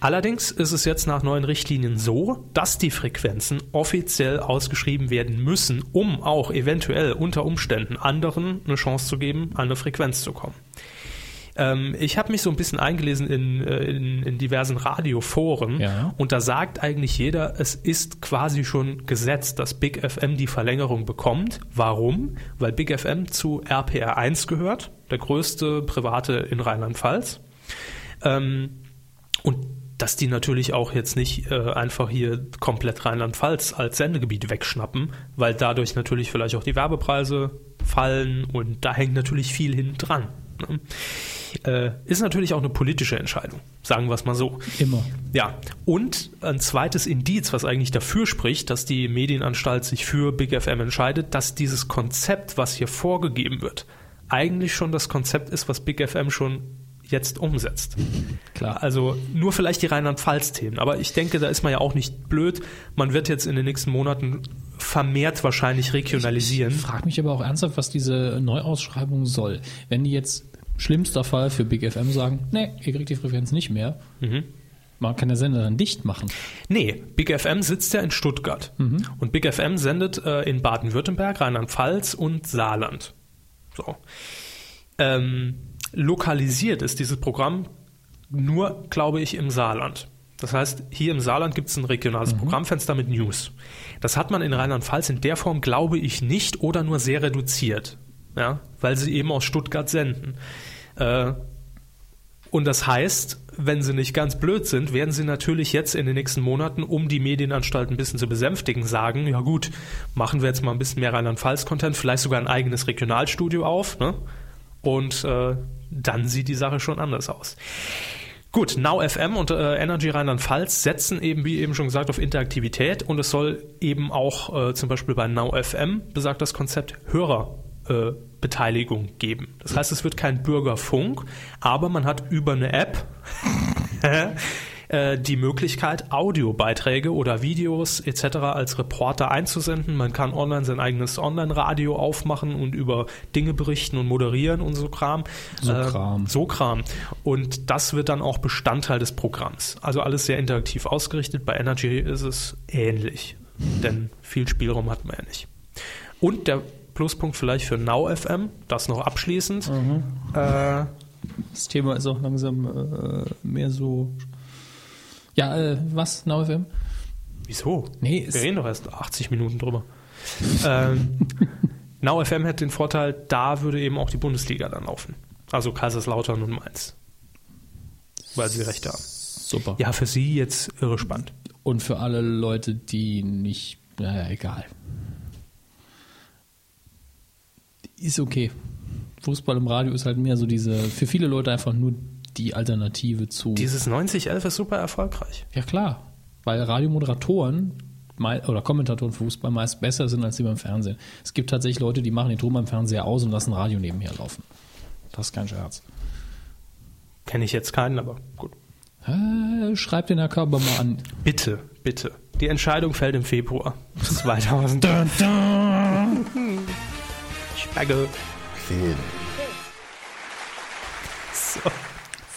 Speaker 1: Allerdings ist es jetzt nach neuen Richtlinien so, dass die Frequenzen offiziell ausgeschrieben werden müssen, um auch eventuell unter Umständen anderen eine Chance zu geben, an eine Frequenz zu kommen. Ähm, ich habe mich so ein bisschen eingelesen in, äh, in, in diversen Radioforen
Speaker 2: Ja.
Speaker 1: und da sagt eigentlich jeder, es ist quasi schon gesetzt, dass Big FM die Verlängerung bekommt. Warum? Weil Big FM zu RPR1 gehört, der größte private in Rheinland-Pfalz. Ähm, und dass die natürlich auch jetzt nicht äh, einfach hier komplett Rheinland-Pfalz als Sendegebiet wegschnappen, weil dadurch natürlich vielleicht auch die Werbepreise fallen und da hängt natürlich viel hinten dran. Ne? Äh, ist natürlich auch eine politische Entscheidung, sagen wir es mal so.
Speaker 2: Immer.
Speaker 1: Ja, und ein zweites Indiz, was eigentlich dafür spricht, dass die Medienanstalt sich für Big FM entscheidet, dass dieses Konzept, was hier vorgegeben wird, eigentlich schon das Konzept ist, was Big FM schon jetzt umsetzt.
Speaker 2: Klar.
Speaker 1: Also nur vielleicht die Rheinland-Pfalz-Themen, aber ich denke, da ist man ja auch nicht blöd. Man wird jetzt in den nächsten Monaten vermehrt wahrscheinlich regionalisieren.
Speaker 2: Frag mich aber auch ernsthaft, was diese Neuausschreibung soll. Wenn die jetzt schlimmster Fall für Big FM sagen, nee, ihr kriegt die Frequenz nicht mehr,
Speaker 1: Mhm.
Speaker 2: man kann der Sender dann dicht machen.
Speaker 1: Nee, Big FM sitzt ja in Stuttgart. Und Big FM sendet äh, in Baden-Württemberg, Rheinland-Pfalz und Saarland. So. Ähm, lokalisiert ist dieses Programm nur, glaube ich, im Saarland. Das heißt, hier im Saarland gibt es ein regionales Programmfenster mit News. Das hat man in Rheinland-Pfalz in der Form, glaube ich, nicht oder nur sehr reduziert. Ja, weil sie eben aus Stuttgart senden. Äh, und das heißt, wenn sie nicht ganz blöd sind, werden sie natürlich jetzt in den nächsten Monaten, um die Medienanstalt ein bisschen zu besänftigen, sagen, ja gut, machen wir jetzt mal ein bisschen mehr Rheinland-Pfalz-Content, vielleicht sogar ein eigenes Regionalstudio auf. Ne? Und äh, dann sieht die Sache schon anders aus. Gut, Now FM und äh, Energy Rheinland-Pfalz setzen eben, wie eben schon gesagt, auf Interaktivität und es soll eben auch äh, zum Beispiel bei Now FM besagt das Konzept Hörerbeteiligung äh, Beteiligung geben. Das heißt, es wird kein Bürgerfunk, aber man hat über eine App äh, die Möglichkeit, Audiobeiträge oder Videos etc. als Reporter einzusenden. Man kann online sein eigenes Online-Radio aufmachen und über Dinge berichten und moderieren und so Kram. Ähm,
Speaker 2: So Kram.
Speaker 1: So Kram. Und das wird dann auch Bestandteil des Programms. Also alles sehr interaktiv ausgerichtet. Bei Energy ist es ähnlich, denn viel Spielraum hat man ja nicht. Und der Pluspunkt vielleicht für Now FM, das noch abschließend. Äh,
Speaker 2: Das Thema ist auch langsam äh, mehr so. Ja, äh, was? NowFM?
Speaker 1: Wieso?
Speaker 2: Nee,
Speaker 1: Wir
Speaker 2: ist-
Speaker 1: reden doch erst 80 Minuten drüber. ähm, Now FM hätte den Vorteil, da würde eben auch die Bundesliga dann laufen. Also Kaiserslautern und Mainz. Weil sie Rechte haben.
Speaker 2: Super.
Speaker 1: Ja, für sie jetzt irre spannend.
Speaker 2: Und für alle Leute, die nicht, naja, egal. Ist okay. Fußball im Radio ist halt mehr so diese, für viele Leute einfach nur die Alternative zu.
Speaker 1: Dieses 90-11 ist super erfolgreich.
Speaker 2: ja klar, weil Radiomoderatoren mei- oder Kommentatoren für Fußball meist besser sind als die beim Fernsehen. Es gibt tatsächlich Leute, die machen den Ton beim Fernseher aus und lassen Radio nebenher laufen. Das ist kein Scherz.
Speaker 1: Kenne ich jetzt keinen, aber gut.
Speaker 2: Äh, schreibt den Herr Körber mal an.
Speaker 1: Bitte, bitte. Die Entscheidung fällt im Februar 2000. Sperge.
Speaker 5: Film.
Speaker 1: So.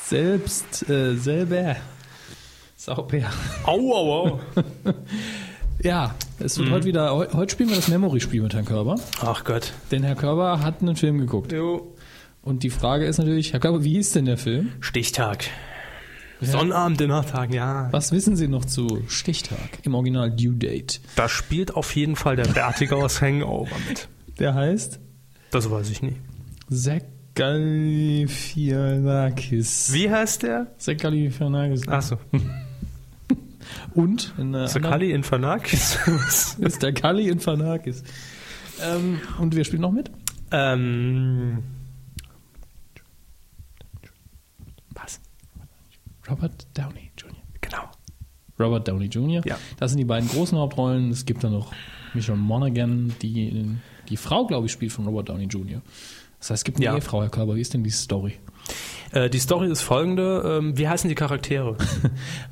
Speaker 2: Selbst, äh, selber. Sauber.
Speaker 1: Au, au, au.
Speaker 2: Ja, es wird heute wieder, heu- heute spielen wir das Memory-Spiel mit Herrn Körber.
Speaker 1: Ach Gott.
Speaker 2: Denn Herr Körber hat einen Film geguckt.
Speaker 1: Jo.
Speaker 2: Und die Frage ist natürlich, Herr Körber, wie hieß denn der Film?
Speaker 1: Stichtag. Sonnabend, Dinnertag, ja.
Speaker 2: Was wissen Sie noch zu Stichtag? Im Original Due Date.
Speaker 1: Da spielt auf jeden Fall der Bärtiger aus Hangover mit.
Speaker 2: Der heißt
Speaker 1: Das weiß ich nie.
Speaker 2: Sekalifianakis.
Speaker 1: Wie heißt der?
Speaker 2: Sekalifianakis.
Speaker 1: Achso,
Speaker 2: Und? In einer anderen-
Speaker 1: Sakali Infernakis.
Speaker 2: Ist der Kali in Fanakis. Ähm, und wer spielt noch mit?
Speaker 1: ähm. Was?
Speaker 2: Robert Downey Jr.
Speaker 1: Genau.
Speaker 2: Robert Downey Jr.
Speaker 1: Ja.
Speaker 2: Das sind die beiden großen Hauptrollen. Es gibt dann noch Michelle Monaghan, die die Frau, glaube ich, spielt von Robert Downey Jr. Das heißt, es gibt eine
Speaker 1: Ja.
Speaker 2: Ehefrau, Herr Körber. Wie ist denn die Story?
Speaker 1: Äh, die Story ist folgende. Ähm, wie heißen die Charaktere?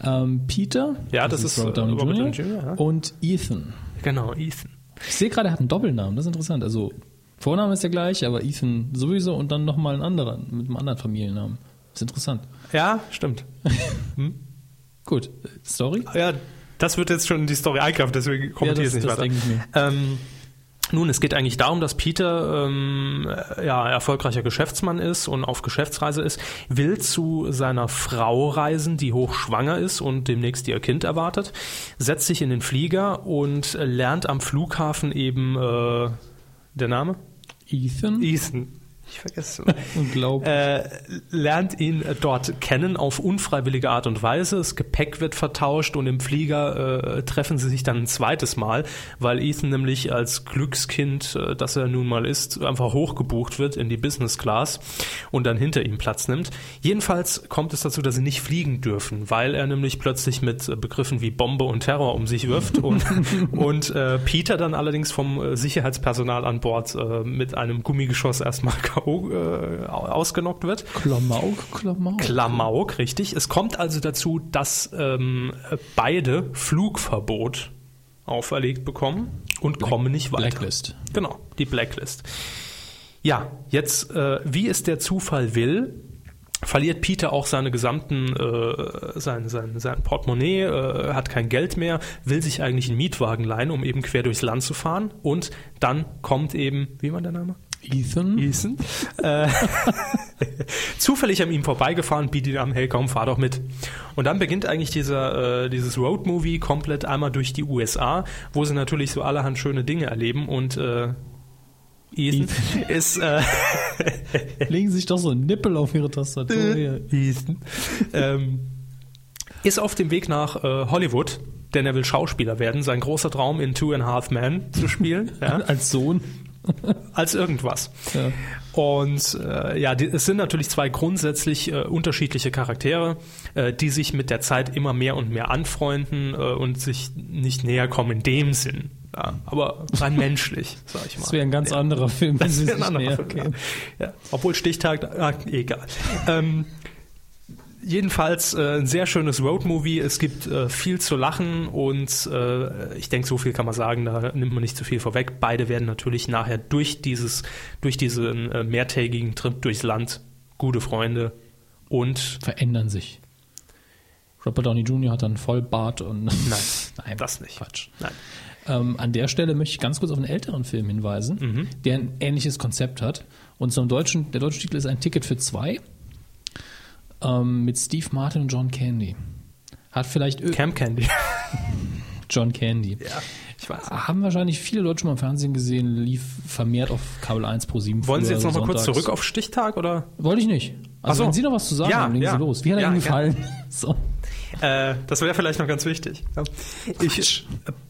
Speaker 2: Ähm, Peter,
Speaker 1: Ja, das ist,
Speaker 2: Robert
Speaker 1: äh,
Speaker 2: Downey
Speaker 1: Robert
Speaker 2: Jr.
Speaker 1: Downey Jr., ja.
Speaker 2: und Ethan.
Speaker 1: genau, Ethan.
Speaker 2: Ich sehe gerade, er hat einen Doppelnamen. Das ist interessant. Also Vorname ist der gleiche, aber Ethan sowieso und dann nochmal einen anderen mit einem anderen Familiennamen. Das ist interessant.
Speaker 1: Ja, stimmt.
Speaker 2: Gut, äh, Story.
Speaker 1: Ja, das wird jetzt schon die Story Eikraft, deswegen kommentiere
Speaker 2: Ja, das-
Speaker 1: ich es nicht
Speaker 2: das
Speaker 1: weiter.
Speaker 2: denke ich mir.
Speaker 1: Ähm, nun, es geht eigentlich darum, dass Peter ähm, äh, ja, erfolgreicher Geschäftsmann ist und auf Geschäftsreise ist, will zu seiner Frau reisen, die hochschwanger ist und demnächst ihr Kind erwartet, setzt sich in den Flieger und äh, lernt am Flughafen eben äh, der Name?
Speaker 2: Ethan.
Speaker 1: Ethan. Ich vergesse es.
Speaker 2: Unglaublich.
Speaker 1: äh, lernt ihn äh, dort kennen auf unfreiwillige Art und Weise. Das Gepäck wird vertauscht und im Flieger äh, treffen sie sich dann ein zweites Mal, weil Ethan nämlich als Glückskind, äh, das er nun mal ist, einfach hochgebucht wird in die Business Class und dann hinter ihm Platz nimmt. Jedenfalls kommt es dazu, dass sie nicht fliegen dürfen, weil er nämlich plötzlich mit äh, Begriffen wie Bombe und Terror um sich wirft und, und äh, Peter dann allerdings vom äh, Sicherheitspersonal an Bord äh, mit einem Gummigeschoss erstmal K.O. Äh, ausgenockt wird.
Speaker 2: Klamauk, Klamauk.
Speaker 1: Klamauk, richtig. Es kommt also dazu, dass ähm, beide Flugverbot auferlegt bekommen und kommen nicht weiter.
Speaker 2: Blacklist.
Speaker 1: Genau, die Blacklist. Ja, jetzt, äh, wie es der Zufall will, verliert Peter auch seine gesamten, äh, sein, sein, sein Portemonnaie, äh, hat kein Geld mehr, will sich eigentlich einen Mietwagen leihen, um eben quer durchs Land zu fahren. Und dann kommt eben, wie war der Name?
Speaker 2: Ethan.
Speaker 1: Gießen. Äh, zufällig an ihm vorbeigefahren, bietet ihm an, hey komm, fahr doch mit. Und dann beginnt eigentlich dieser, äh, dieses Roadmovie komplett einmal durch die USA, wo sie natürlich so allerhand schöne Dinge erleben und äh, Ethan ist äh,
Speaker 2: Legen Sie sich doch so einen Nippel auf Ihre
Speaker 1: Äh.
Speaker 2: Tastatur. hier.
Speaker 1: Ethan, ähm, ist auf dem Weg nach äh, Hollywood, denn er will Schauspieler werden. Sein großer Traum in Two and a Half Men zu spielen, ja,
Speaker 2: Als Sohn.
Speaker 1: als irgendwas.
Speaker 2: Ja.
Speaker 1: Und äh, ja, die, es sind natürlich zwei grundsätzlich äh, unterschiedliche Charaktere, äh, die sich mit der Zeit immer mehr und mehr anfreunden äh, und sich nicht näher kommen in dem Sinn. Ja, aber rein menschlich, sag ich mal.
Speaker 2: Das wäre ein ganz anderer Film. wenn
Speaker 1: Das
Speaker 2: Sie
Speaker 1: wäre ein
Speaker 2: sich
Speaker 1: anderer
Speaker 2: näher-
Speaker 1: Film,
Speaker 2: okay.
Speaker 1: ja. Ja. Obwohl Stichtag, ah, egal. ähm, jedenfalls äh, ein sehr schönes Roadmovie. Es gibt äh, viel zu lachen und äh, ich denke, so viel kann man sagen, da nimmt man nicht zu viel vorweg. Beide werden natürlich nachher durch, dieses, durch diesen äh, mehrtägigen Trip durchs Land gute Freunde und
Speaker 2: Verändern sich. Robert Downey Jr. hat dann Vollbart und.
Speaker 1: nein, das nicht.
Speaker 2: Quatsch.
Speaker 1: Nein.
Speaker 2: Ähm, an der Stelle möchte ich ganz kurz auf einen älteren Film hinweisen,
Speaker 1: Mhm.
Speaker 2: der ein ähnliches Konzept hat. Und zum deutschen, der deutsche Titel ist ein Ticket für zwei ähm, mit Steve Martin und John Candy. Hat vielleicht ir-
Speaker 1: Camp Candy.
Speaker 2: John Candy.
Speaker 1: Ja, ich weiß.
Speaker 2: Haben wahrscheinlich viele Leute schon mal im Fernsehen gesehen, lief vermehrt auf Kabel 1 pro 7.
Speaker 1: Wollen Sie jetzt nochmal kurz zurück auf Stichtag oder?
Speaker 2: Wollte ich nicht. Also,
Speaker 1: so.
Speaker 2: wenn Sie noch was zu sagen
Speaker 1: Ja,
Speaker 2: haben, legen
Speaker 1: ja.
Speaker 2: Sie los. Wie hat er
Speaker 1: Ja,
Speaker 2: Ihnen
Speaker 1: ja.
Speaker 2: gefallen? So.
Speaker 1: Äh, das wäre vielleicht noch ganz wichtig. Ja. Ich,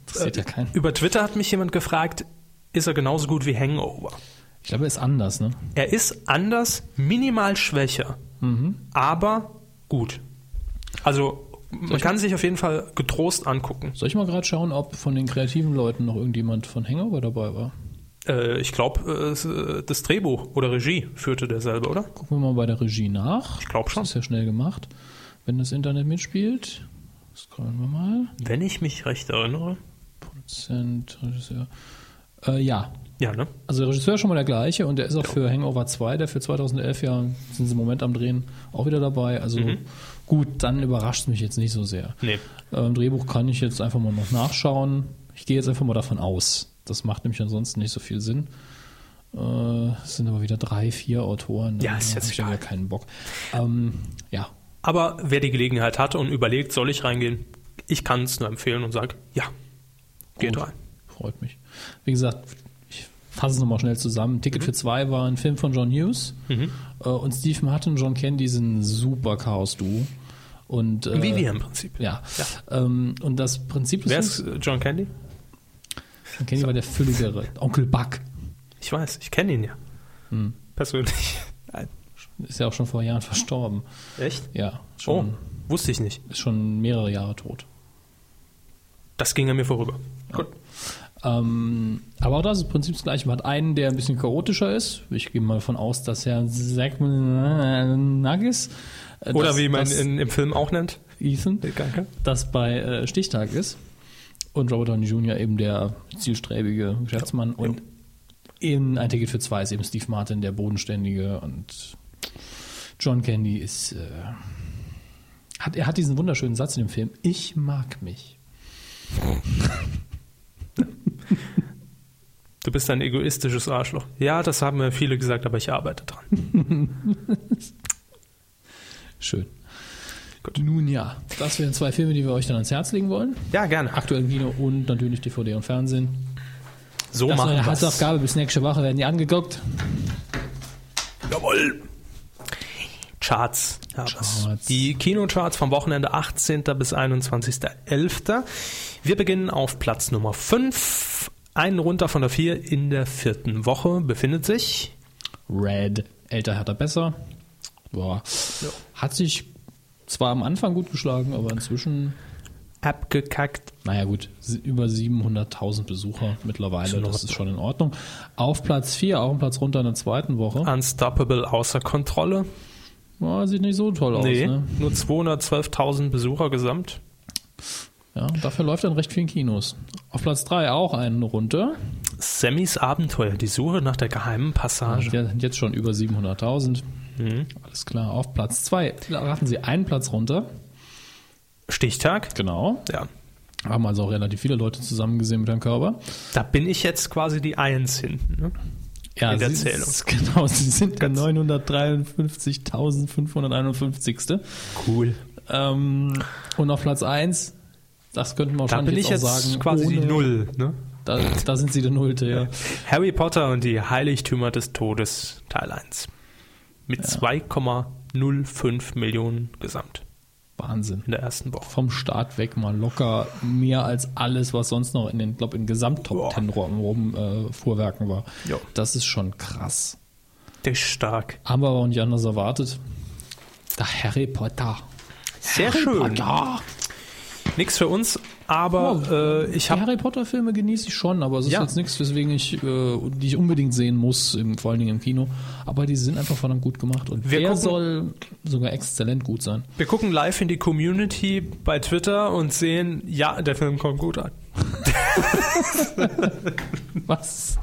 Speaker 2: Interessiert ja keinen.
Speaker 1: über Twitter hat mich jemand gefragt, ist er genauso gut wie Hangover?
Speaker 2: Ich glaube, er ist anders, ne?
Speaker 1: Er ist anders, minimal schwächer,
Speaker 2: Mhm.
Speaker 1: aber gut. Also man kann sich auf jeden Fall getrost angucken.
Speaker 2: Soll ich mal gerade schauen, ob von den kreativen Leuten noch irgendjemand von Hangover dabei war?
Speaker 1: Äh, ich glaube, äh, das Drehbuch oder Regie führte derselbe, oder?
Speaker 2: Gucken wir mal bei der Regie nach. Ich
Speaker 1: glaub schon.
Speaker 2: Das ist ja schnell gemacht. Wenn das Internet mitspielt, scrollen wir mal.
Speaker 1: Wenn ich mich recht erinnere.
Speaker 2: Produzent, Regisseur. Äh, ja,
Speaker 1: Ja, ne?
Speaker 2: also der Regisseur ist schon mal der gleiche und der ist auch für Hangover 2, der für 2011 ja, sind sie im Moment am Drehen, auch wieder dabei. Also gut, dann überrascht es mich jetzt nicht so sehr.
Speaker 1: Mhm. Nee.
Speaker 2: Ähm, Drehbuch kann ich jetzt einfach mal noch nachschauen. Ich gehe jetzt einfach mal davon aus. Das macht nämlich ansonsten nicht so viel Sinn. Äh, Es sind aber wieder drei, vier Autoren.
Speaker 1: Ja,
Speaker 2: Dann
Speaker 1: ist jetzt
Speaker 2: hab ich ja
Speaker 1: egal.
Speaker 2: wieder keinen Bock. Ähm, ja,
Speaker 1: Aber wer die Gelegenheit hat und überlegt, soll ich reingehen, ich kann es nur empfehlen und sage, ja, geht
Speaker 2: Gut.
Speaker 1: rein.
Speaker 2: Freut mich. Wie gesagt, ich fasse es nochmal schnell zusammen. Ticket für zwei war ein Film von John Hughes
Speaker 1: Mhm.
Speaker 2: äh, und Steve Martin und John Candy sind ein super Chaos-Duo. Und, äh,
Speaker 1: Wie wir im Prinzip.
Speaker 2: Ja. Ähm, und das Prinzip des
Speaker 1: Wer ist
Speaker 2: Films,
Speaker 1: äh, John Candy?
Speaker 2: John Candy war der fülligere. Onkel Buck
Speaker 1: Ich weiß, ich kenne ihn ja. Hm. Persönlich.
Speaker 2: ist ja auch schon vor Jahren verstorben.
Speaker 1: Echt?
Speaker 2: Ja,
Speaker 1: Oh,
Speaker 2: schon,
Speaker 1: wusste ich nicht.
Speaker 2: ist schon mehrere Jahre tot.
Speaker 1: Das ging an mir vorüber. Gut.
Speaker 2: Ähm, aber auch das ist im Prinzip das Gleiche. Man hat einen, der ein bisschen chaotischer ist. Ich gehe mal davon aus, dass er Zackman Nuggis. äh,
Speaker 1: Oder
Speaker 2: dass-
Speaker 1: wie man
Speaker 2: dass
Speaker 1: ihn im Film auch nennt.
Speaker 2: Ethan.
Speaker 1: Danke.
Speaker 2: das bei äh, Stichtag ist. Und Robert Downey Jr. eben der zielstrebige Geschäftsmann. Und in Ein Ticket für zwei ist eben Steve Martin, der Bodenständige. Und John Candy ist. Äh, hat, er hat diesen wunderschönen Satz in dem Film: Ich mag mich.
Speaker 1: Du bist ein egoistisches Arschloch. Ja, das haben mir viele gesagt, aber ich arbeite dran.
Speaker 2: Schön. Nun ja, das wären zwei Filme, die wir euch dann ans Herz legen wollen.
Speaker 1: Ja, gerne.
Speaker 2: Aktuell im Kino und natürlich DVD und Fernsehen.
Speaker 1: so
Speaker 2: Das war
Speaker 1: machen
Speaker 2: eine
Speaker 1: wir's.
Speaker 2: Hausaufgabe. Bis nächste Woche werden die angeguckt.
Speaker 1: Jawohl. Charts. Ja, was-
Speaker 2: Charts.
Speaker 1: Die Kinocharts vom Wochenende 18. bis 21.11. Wir beginnen auf Platz Nummer 5. Einen runter von der 4 in der vierten Woche befindet sich.
Speaker 2: Red. Älter hat er besser. Boah. Hat sich zwar am Anfang gut geschlagen, aber inzwischen,
Speaker 1: Abgekackt.
Speaker 2: naja gut, si- über 700.000 Besucher mittlerweile. Das ist schon in Ordnung. Auf Platz 4, auch ein Platz runter in der zweiten
Speaker 1: Ah.
Speaker 2: Woche.
Speaker 1: Unstoppable außer Kontrolle.
Speaker 2: Ja, sieht nicht so toll aus. Ne?
Speaker 1: nur 212.000 Besucher gesamt.
Speaker 2: Ja, dafür läuft er in recht vielen Kinos. Auf Platz 3 auch einen runter.
Speaker 1: Sammys Abenteuer, die Suche nach der geheimen Passage.
Speaker 2: Ja, sind jetzt schon über 700.000. Alles klar. Auf Platz 2 raten Sie einen Platz runter.
Speaker 1: Stichtag.
Speaker 2: Genau.
Speaker 1: Ja.
Speaker 2: Haben also auch relativ viele Leute zusammengesehen mit Herrn Körber.
Speaker 1: Da bin ich jetzt quasi die Eins hinten. Ne?
Speaker 2: Ja,
Speaker 1: in der
Speaker 2: sie
Speaker 1: Zählung.
Speaker 2: Ist, genau, sie sind der
Speaker 1: Ganz-
Speaker 2: 953.551.
Speaker 1: Cool.
Speaker 2: Ähm, und auf Platz 1, das könnten wir
Speaker 1: Da bin
Speaker 2: wahrscheinlich
Speaker 1: ich jetzt
Speaker 2: auch sagen,
Speaker 1: quasi die
Speaker 2: ohne-
Speaker 1: Null. Ne?
Speaker 2: Da, da sind sie der Nullte, ja.
Speaker 1: Harry Potter und die Heiligtümer des Todes, Teil 1. Mit 2,05 Millionen gesamt
Speaker 2: Wahnsinn.
Speaker 1: in der ersten Woche.
Speaker 2: Vom Start weg mal locker mehr als alles, was sonst noch in den, glaube in Gesamttop
Speaker 1: Boah.
Speaker 2: 10 rum, rum äh, Fuhrwerken war.
Speaker 1: Ja.
Speaker 2: Das ist schon krass.
Speaker 1: Der ist stark.
Speaker 2: Haben wir aber auch nicht anders erwartet. Der Harry Potter.
Speaker 1: Sehr
Speaker 2: Harry
Speaker 1: schön.
Speaker 2: Potter.
Speaker 1: Nix für uns, aber äh, ich
Speaker 2: Die
Speaker 1: habe
Speaker 2: Harry Potter Filme genieße ich schon, aber es ist
Speaker 1: Ja.
Speaker 2: jetzt nichts, weswegen ich, äh, die ich unbedingt sehen muss, im, vor allen Dingen im Kino. Aber die sind einfach verdammt gut gemacht und
Speaker 1: Wir
Speaker 2: der
Speaker 1: gucken-
Speaker 2: soll sogar exzellent gut sein.
Speaker 1: Wir gucken live in die Community bei Twitter und sehen, ja, der Film kommt gut an.
Speaker 2: Was?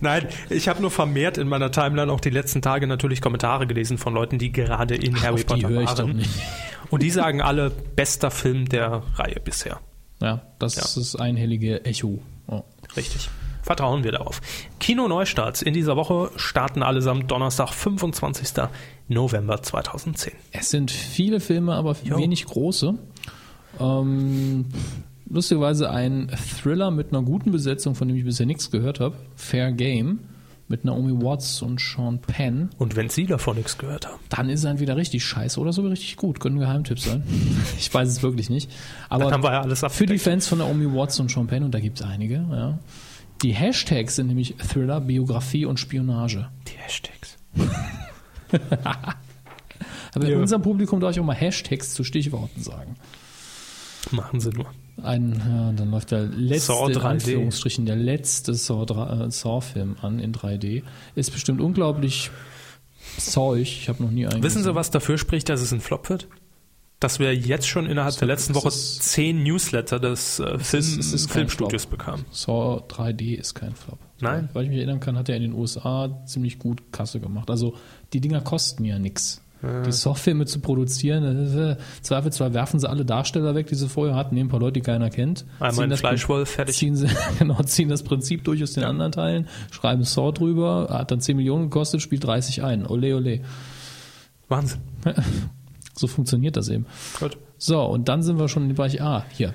Speaker 1: Nein, ich habe nur vermehrt in meiner Timeline auch die letzten Tage natürlich Kommentare gelesen von Leuten, die gerade in Harry
Speaker 2: Auf die
Speaker 1: Potter
Speaker 2: höre ich doch
Speaker 1: waren.
Speaker 2: nicht.
Speaker 1: Und die sagen alle, bester Film der Reihe bisher.
Speaker 2: Ja, das ist das einhellige Echo. Ja.
Speaker 1: Richtig. Vertrauen wir darauf. Kino-Neustarts in dieser Woche starten allesamt Donnerstag, 25. November 2010.
Speaker 2: Es sind viele Filme, aber wenig große. Ähm, lustigerweise ein Thriller mit einer guten Besetzung, von dem ich bisher nichts gehört habe. Fair Game mit Naomi Watts und Sean Penn.
Speaker 1: Und wenn Sie davon nichts gehört haben.
Speaker 2: Dann ist er entweder richtig scheiße oder sogar richtig gut. Können Geheimtipp sein. ich weiß es wirklich nicht. Aber
Speaker 1: Dann haben wir ja alles
Speaker 2: für die Fans von Naomi Watts und Sean Penn, und da gibt es einige, ja. Die Hashtags sind nämlich Thriller, Biografie und Spionage.
Speaker 1: Die Hashtags.
Speaker 2: Aber
Speaker 1: Ja.
Speaker 2: in unserem Publikum darf ich auch mal Hashtags zu Stichworten sagen.
Speaker 1: Machen Sie nur.
Speaker 2: Ein, ja, dann läuft der letzte,
Speaker 1: Saw
Speaker 2: in
Speaker 1: 3D.
Speaker 2: Anführungsstrichen, der letzte Saw, dra- äh, Saw-Film an in 3D. Ist bestimmt unglaublich Zeug. Ich habe noch nie einen.
Speaker 1: Wissen
Speaker 2: gesehen.
Speaker 1: Sie, was dafür spricht, dass es ein Flop wird? Dass wir jetzt schon innerhalb der letzten
Speaker 2: das
Speaker 1: Woche
Speaker 2: ist-
Speaker 1: zehn Newsletter des äh, Film,
Speaker 2: ist- es Hm, ist kein
Speaker 1: Filmstudios
Speaker 2: Flop.
Speaker 1: bekamen.
Speaker 2: Saw 3D ist kein Flop.
Speaker 1: Nein?
Speaker 2: Weil ich mich erinnern kann, hat er in den USA ziemlich gut Kasse gemacht. Also die Dinger kosten ja nichts. Die Saw-Filme zu produzieren, äh, zweifelsfrei werfen sie alle Darsteller weg, die sie vorher hatten, nehmen ein paar Leute, die keiner kennt.
Speaker 1: Einmal
Speaker 2: ziehen
Speaker 1: ein
Speaker 2: das
Speaker 1: Fleischwolf,
Speaker 2: Prin-
Speaker 1: fertig.
Speaker 2: Ziehen sie, genau, ziehen das Prinzip durch aus den anderen Teilen, schreiben Saw drüber, hat dann 10 Millionen gekostet, spielt 30 ein. Ole, ole.
Speaker 1: Wahnsinn.
Speaker 2: So funktioniert das eben.
Speaker 1: Gut.
Speaker 2: So, und dann sind wir schon im Bereich A. Hier.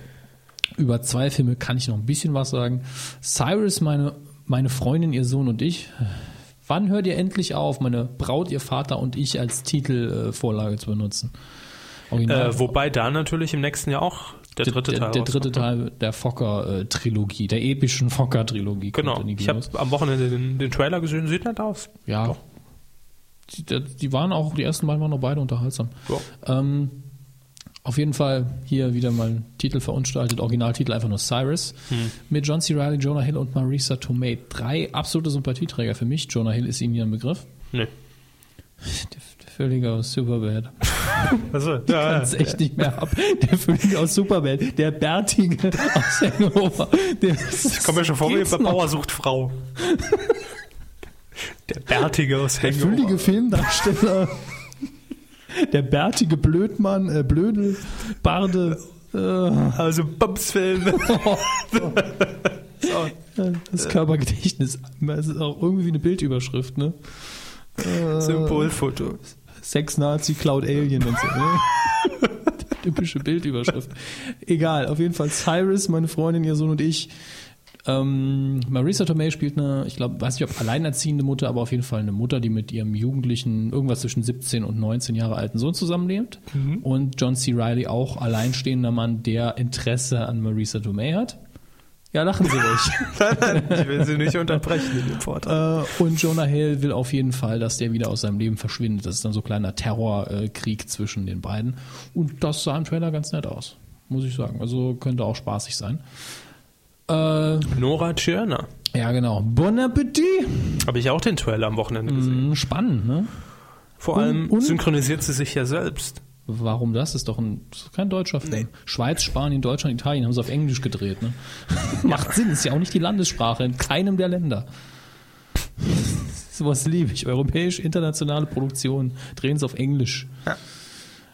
Speaker 2: Über zwei Filme kann ich noch ein bisschen was sagen. Cyrus, meine, meine Freundin, ihr Sohn und ich. Wann hört ihr endlich auf, meine Braut, ihr Vater und ich als Titelvorlage äh, Vorlage zu benutzen? Original-
Speaker 1: Äh, wobei da natürlich im nächsten Jahr auch der dritte
Speaker 2: der,
Speaker 1: Teil
Speaker 2: der dritte
Speaker 1: rauskommt.
Speaker 2: Teil der Fokker-Trilogie, der epischen Fokker-Trilogie. kommt
Speaker 1: Genau.
Speaker 2: in die
Speaker 1: Ich habe
Speaker 2: Kinos.
Speaker 1: am Wochenende den, den Trailer gesehen, sieht nett aus.
Speaker 2: Ja. Die, der- die waren auch, die ersten beiden waren auch beide unterhaltsam. Ähm, auf jeden Fall hier wieder mal ein Titel verunstaltet, Originaltitel einfach nur Cyrus.
Speaker 1: Hm.
Speaker 2: Mit John C. Reilly, Jonah Hill und Marisa Tomei. Drei absolute Sympathieträger für mich. Jonah Hill ist Ihnen ja ein Begriff. Der,
Speaker 1: Nee.
Speaker 2: der Völlige aus Superbad.
Speaker 1: Also, ja,
Speaker 2: Kann's echt nicht mehr ab. Der Völlige aus Superbad. Der Bärtige aus Hangover. Der, ich
Speaker 1: Komm mir schon vor, wie bei Bauer sucht Frau. Der Bärtige aus
Speaker 2: Der füllige
Speaker 1: Hangover.
Speaker 2: Filmdarsteller. Der bärtige Blödmann, äh, Blödel, Barde. Äh,
Speaker 1: Also Bumsfilme.
Speaker 2: das Körpergedächtnis. Es ist auch irgendwie eine Bildüberschrift, ne? Äh,
Speaker 1: Symbolfoto.
Speaker 2: Sex Nazi, Cloud Alien und so. Ne? Typische Bildüberschrift. Egal, auf jeden Fall Cyrus, meine Freundin, ihr Sohn und ich. Ähm, Marisa Tomei spielt eine, ich glaube, weiß nicht ob alleinerziehende Mutter, aber auf jeden Fall eine Mutter, die mit ihrem jugendlichen, irgendwas zwischen 17 und 19 Jahre alten Sohn zusammenlebt. Und John C. Riley auch alleinstehender Mann, der Interesse an Marisa Tomei hat. Ja, lachen Sie ruhig.
Speaker 1: Nein, nein, ich will sie nicht unterbrechen in dem Vortrag.
Speaker 2: Äh, und Jonah Hill will auf jeden Fall, dass der wieder aus seinem Leben verschwindet. Das ist dann so kleiner Terrorkrieg äh, Krieg zwischen den beiden. Und das sah im Trailer ganz nett aus, muss ich sagen. Also könnte auch spaßig sein. Äh, ja,
Speaker 1: Nora Tschirner.
Speaker 2: genau. Bon Appetit!
Speaker 1: Habe ich auch den Trailer am Wochenende gesehen.
Speaker 2: Hm, Spannend, ne?
Speaker 1: Vor
Speaker 2: Und-
Speaker 1: allem
Speaker 2: und-
Speaker 1: synchronisiert sie sich ja selbst.
Speaker 2: Warum das? Ist doch ein, ist kein deutscher Film. Schweiz, Spanien, Deutschland, Italien haben sie auf Englisch gedreht. Ne? Macht Sinn, ist ja auch nicht die Landessprache in keinem der Länder. Sowas liebe ich. Europäisch, internationale Produktion. Drehen sie auf Englisch.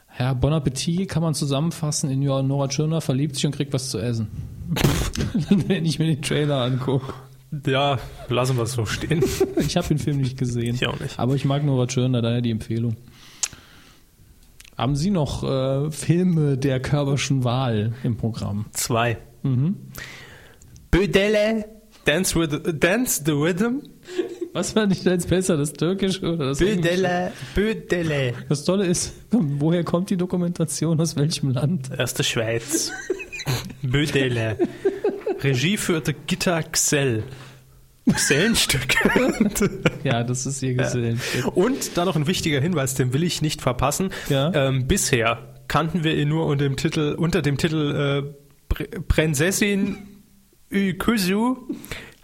Speaker 2: Herr Bon Appetit kann man zusammenfassen in ja, Nora Tschirner verliebt sich und kriegt was zu essen. Wenn ich mir den Trailer angucke.
Speaker 1: Ja, lassen wir es so stehen.
Speaker 2: Ich habe den Film nicht gesehen.
Speaker 1: Ich auch nicht.
Speaker 2: Aber ich mag Nora Tschirner, daher die Empfehlung. Haben Sie noch äh, Filme der Körberschen Wahl im Programm?
Speaker 1: Zwei. Bödele. Dance, with, Dance the Rhythm.
Speaker 2: Was fand ich da jetzt besser, das Türkische oder das Englische?
Speaker 1: Bödele. Bödele.
Speaker 2: Das Tolle ist, woher kommt die Dokumentation, aus welchem Land?
Speaker 1: Aus der Schweiz. Bödele. Regie führte Gitta Xell. Xellenstück.
Speaker 2: Ja, das ist ihr gesehen.
Speaker 1: Und da noch ein wichtiger Hinweis, den will ich nicht verpassen.
Speaker 2: Ja.
Speaker 1: Ähm, bisher kannten wir ihn nur unter dem Titel, unter dem Titel äh, Pr- Prinzessin Ukuzu,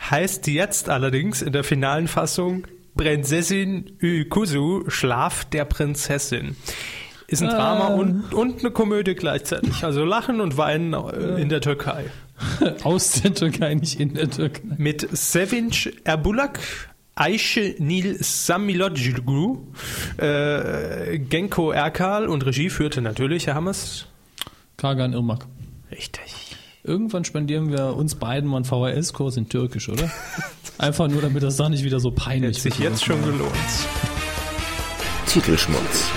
Speaker 1: heißt jetzt allerdings in der finalen Fassung Prinzessin Ukuzu, Schlaf der Prinzessin. Ist ein Drama
Speaker 2: Ah.
Speaker 1: und, und eine Komödie gleichzeitig. Also Lachen und Weinen äh, in der Türkei.
Speaker 2: Aus der Türkei, nicht in der Türkei.
Speaker 1: Mit Sevinç Erbulak, Ayşe Nil Samiloglu, äh, Genko Erkal und Regie führte natürlich Herr Hammers.
Speaker 2: Kagan Irmak.
Speaker 1: Richtig.
Speaker 2: Irgendwann spendieren wir uns beiden mal einen VHS-Kurs in Türkisch, oder? Einfach nur, damit das da nicht wieder so
Speaker 1: Hat
Speaker 2: peinlich
Speaker 1: sich
Speaker 2: wird.
Speaker 1: jetzt schon gelohnt.
Speaker 5: Titelschmutz.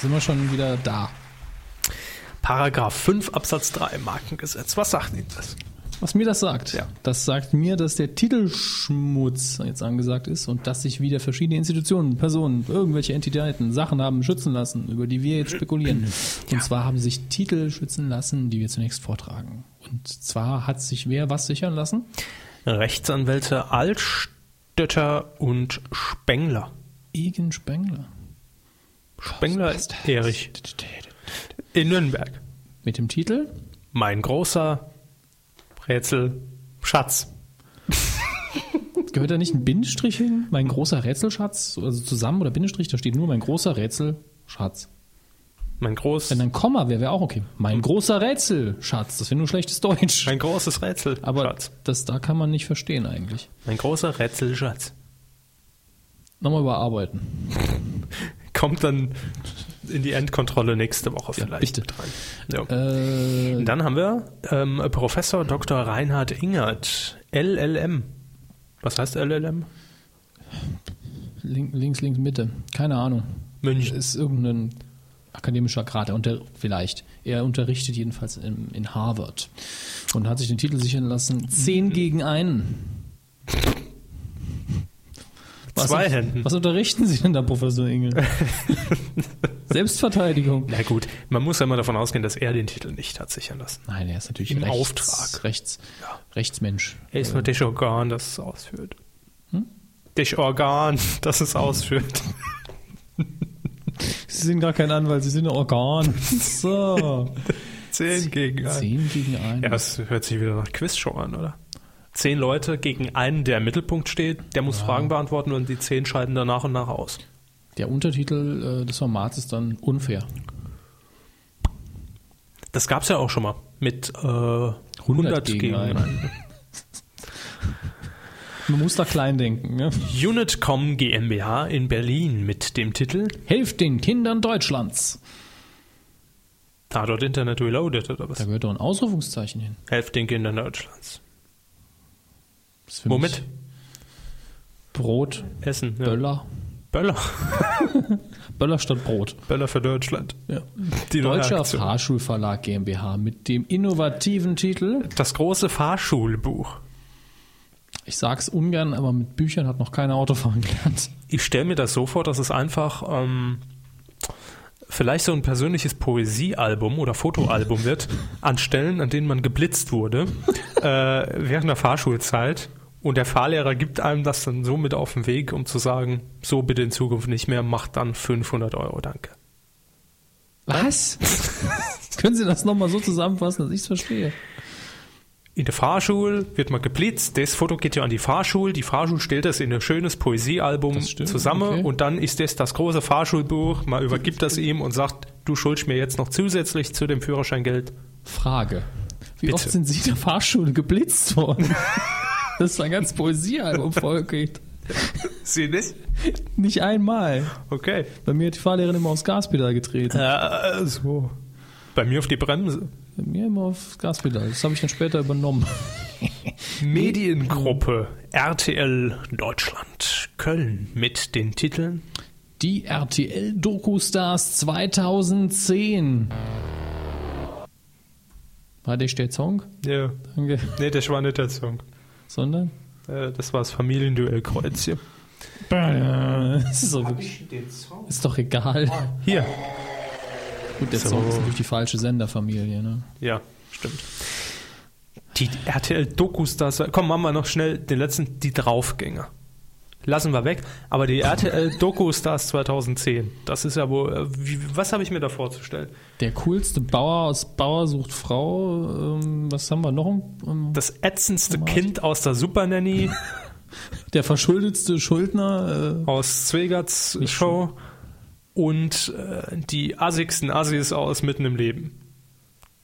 Speaker 2: Sind wir schon wieder da.
Speaker 1: Paragraph 5 Absatz 3 Markengesetz. Was sagt Ihnen das?
Speaker 2: Was mir das sagt,
Speaker 1: Ja.
Speaker 2: das sagt mir, dass der Titelschmutz jetzt angesagt ist und dass sich wieder verschiedene Institutionen, Personen, irgendwelche Entitäten Sachen haben schützen lassen, über die wir jetzt spekulieren. Und zwar haben sich Titel schützen lassen, die wir zunächst vortragen. Und zwar hat sich wer was sichern lassen?
Speaker 1: Rechtsanwälte Altstötter und Spengler.
Speaker 2: Egen Spengler.
Speaker 1: Spengler ist Erich in Nürnberg.
Speaker 2: Mit dem Titel?
Speaker 1: Mein großer Rätsel Schatz.
Speaker 2: Gehört da nicht ein Bindestrich hin? Mein großer Rätselschatz? Also zusammen oder Bindestrich? Da steht nur mein großer Rätselschatz.
Speaker 1: Mein groß
Speaker 2: Wenn ein Komma wäre, wäre auch okay.
Speaker 1: Hm.
Speaker 2: Mein großer Rätselschatz. Das wäre nur schlechtes Deutsch.
Speaker 1: mein großes Rätsel
Speaker 2: Aber
Speaker 1: Schatz.
Speaker 2: das da kann man nicht verstehen eigentlich.
Speaker 1: Mein großer Rätsel Schatz.
Speaker 2: Nochmal überarbeiten.
Speaker 1: Kommt dann in die Endkontrolle nächste Woche vielleicht.
Speaker 2: bitte.
Speaker 1: mit rein. Ja.
Speaker 2: Äh,
Speaker 1: Dann haben wir ähm, Professor Dr. Reinhard Ingert, LLM. Was heißt LLM?
Speaker 2: link, links, links, Mitte. Keine Ahnung.
Speaker 1: München.
Speaker 2: Ist irgendein akademischer Grad. Er unter, vielleicht. Er unterrichtet jedenfalls in, in Harvard. Und hat sich den Titel sichern lassen.
Speaker 1: Hm.
Speaker 2: Zehn gegen einen. Was-
Speaker 1: Zwei Händen.
Speaker 2: Was unterrichten Sie denn da, Professor Engel? Selbstverteidigung.
Speaker 1: Na gut, man muss ja immer davon ausgehen, dass er den Titel nicht hat sichern lassen.
Speaker 2: Nein, er ist natürlich
Speaker 1: Im
Speaker 2: rechts,
Speaker 1: Auftrag.
Speaker 2: Rechts, Rechtsmensch.
Speaker 1: Er ist nur das Organ, das es ausführt. Das Organ, das es ausführt.
Speaker 2: Sie sind gar kein Anwalt, Sie sind ein Organ. So.
Speaker 1: Zehn gegen einen.
Speaker 2: Zehn gegen einen.
Speaker 1: Ja, das hört sich wieder nach Quizshow an, oder? Zehn Leute gegen einen, der im Mittelpunkt steht, der muss Fragen beantworten und die zehn scheiden dann nach und nach aus.
Speaker 2: Der Untertitel äh, des Formats ist dann unfair.
Speaker 1: Das gab es ja auch schon mal mit äh, 100,
Speaker 2: gegen
Speaker 1: gegen,
Speaker 2: einen.
Speaker 1: einen.
Speaker 2: Man muss da klein denken. Ne?
Speaker 1: Unitcom GmbH in Berlin mit dem Titel
Speaker 2: Helft den Kindern Deutschlands.
Speaker 1: Tatort Internet Reloaded oder
Speaker 2: Da
Speaker 1: was?
Speaker 2: gehört doch ein Ausrufungszeichen hin.
Speaker 1: Helft den Kindern Deutschlands.
Speaker 2: Das ist für
Speaker 1: Womit?
Speaker 2: mich Brot,
Speaker 1: Essen. Ja.
Speaker 2: Böller.
Speaker 1: Böller.
Speaker 2: Böller statt Brot.
Speaker 1: Böller für Deutschland.
Speaker 2: Ja.
Speaker 1: Die neue
Speaker 2: Deutscher
Speaker 1: Aktion.
Speaker 2: Fahrschulverlag GmbH mit dem innovativen Titel.
Speaker 1: Das große Fahrschulbuch.
Speaker 2: Ich sag's ungern, aber mit Büchern hat noch keiner Autofahren gelernt.
Speaker 1: Ich stelle mir das so vor, dass es einfach ähm, vielleicht so ein persönliches Poesiealbum oder Fotoalbum wird, an Stellen, an denen man geblitzt wurde, äh, während der Fahrschulzeit. Und der Fahrlehrer gibt einem das dann so mit auf den Weg, um zu sagen, so bitte in Zukunft nicht mehr, macht dann 500 Euro, danke.
Speaker 2: Was? Können Sie das nochmal so zusammenfassen, dass ich's verstehe?
Speaker 1: In der Fahrschule wird man geblitzt, das Foto geht ja an die Fahrschule, die Fahrschule stellt das in ein schönes Poesiealbum
Speaker 2: Das stimmt,
Speaker 1: zusammen
Speaker 2: okay.
Speaker 1: und dann ist das das große Fahrschulbuch, man übergibt das ihm und sagt, du schuldest mir jetzt noch zusätzlich zu dem Führerscheingeld.
Speaker 2: Frage. Wie
Speaker 1: Bitte.
Speaker 2: oft sind Sie in der Fahrschule geblitzt worden? Das ist ein ganz Poesiealbum vorgeht.
Speaker 1: Sie nicht?
Speaker 2: Nicht einmal.
Speaker 1: Okay.
Speaker 2: Bei mir hat die Fahrlehrerin immer aufs Gaspedal getreten.
Speaker 1: Äh, so. Bei mir auf die Bremse.
Speaker 2: Bei mir immer aufs Gaspedal. Das habe ich dann später übernommen.
Speaker 1: Mediengruppe RTL Deutschland Köln mit den Titeln
Speaker 2: Die RTL Dokustars 2010. War das der Song?
Speaker 1: Ja.
Speaker 2: Danke.
Speaker 1: Nee, das war nicht der Song.
Speaker 2: Sondern?
Speaker 1: Äh, Das war das Familienduell Kreuz hier.
Speaker 2: Es ist, doch wirklich, ist doch egal.
Speaker 1: Hier.
Speaker 2: Gut, der Song ist natürlich die falsche Senderfamilie. Ne?
Speaker 1: Ja, stimmt. Die RTL-Dokus, das komm, machen wir noch schnell den letzten, die Draufgänger. Lassen wir weg, aber die RTL-Doku-Stars 2010, das ist ja wohl, äh, wie, was habe ich mir da vorzustellen?
Speaker 2: Der coolste Bauer aus Bauer sucht Frau. Ähm, was haben wir noch? Ähm,
Speaker 1: Das ätzendste Kind aus der Supernanny,
Speaker 2: Der verschuldetste Schuldner. äh,
Speaker 1: aus Zwegerts Show und äh, die assigsten Assis aus Mitten im Leben.
Speaker 2: Äh,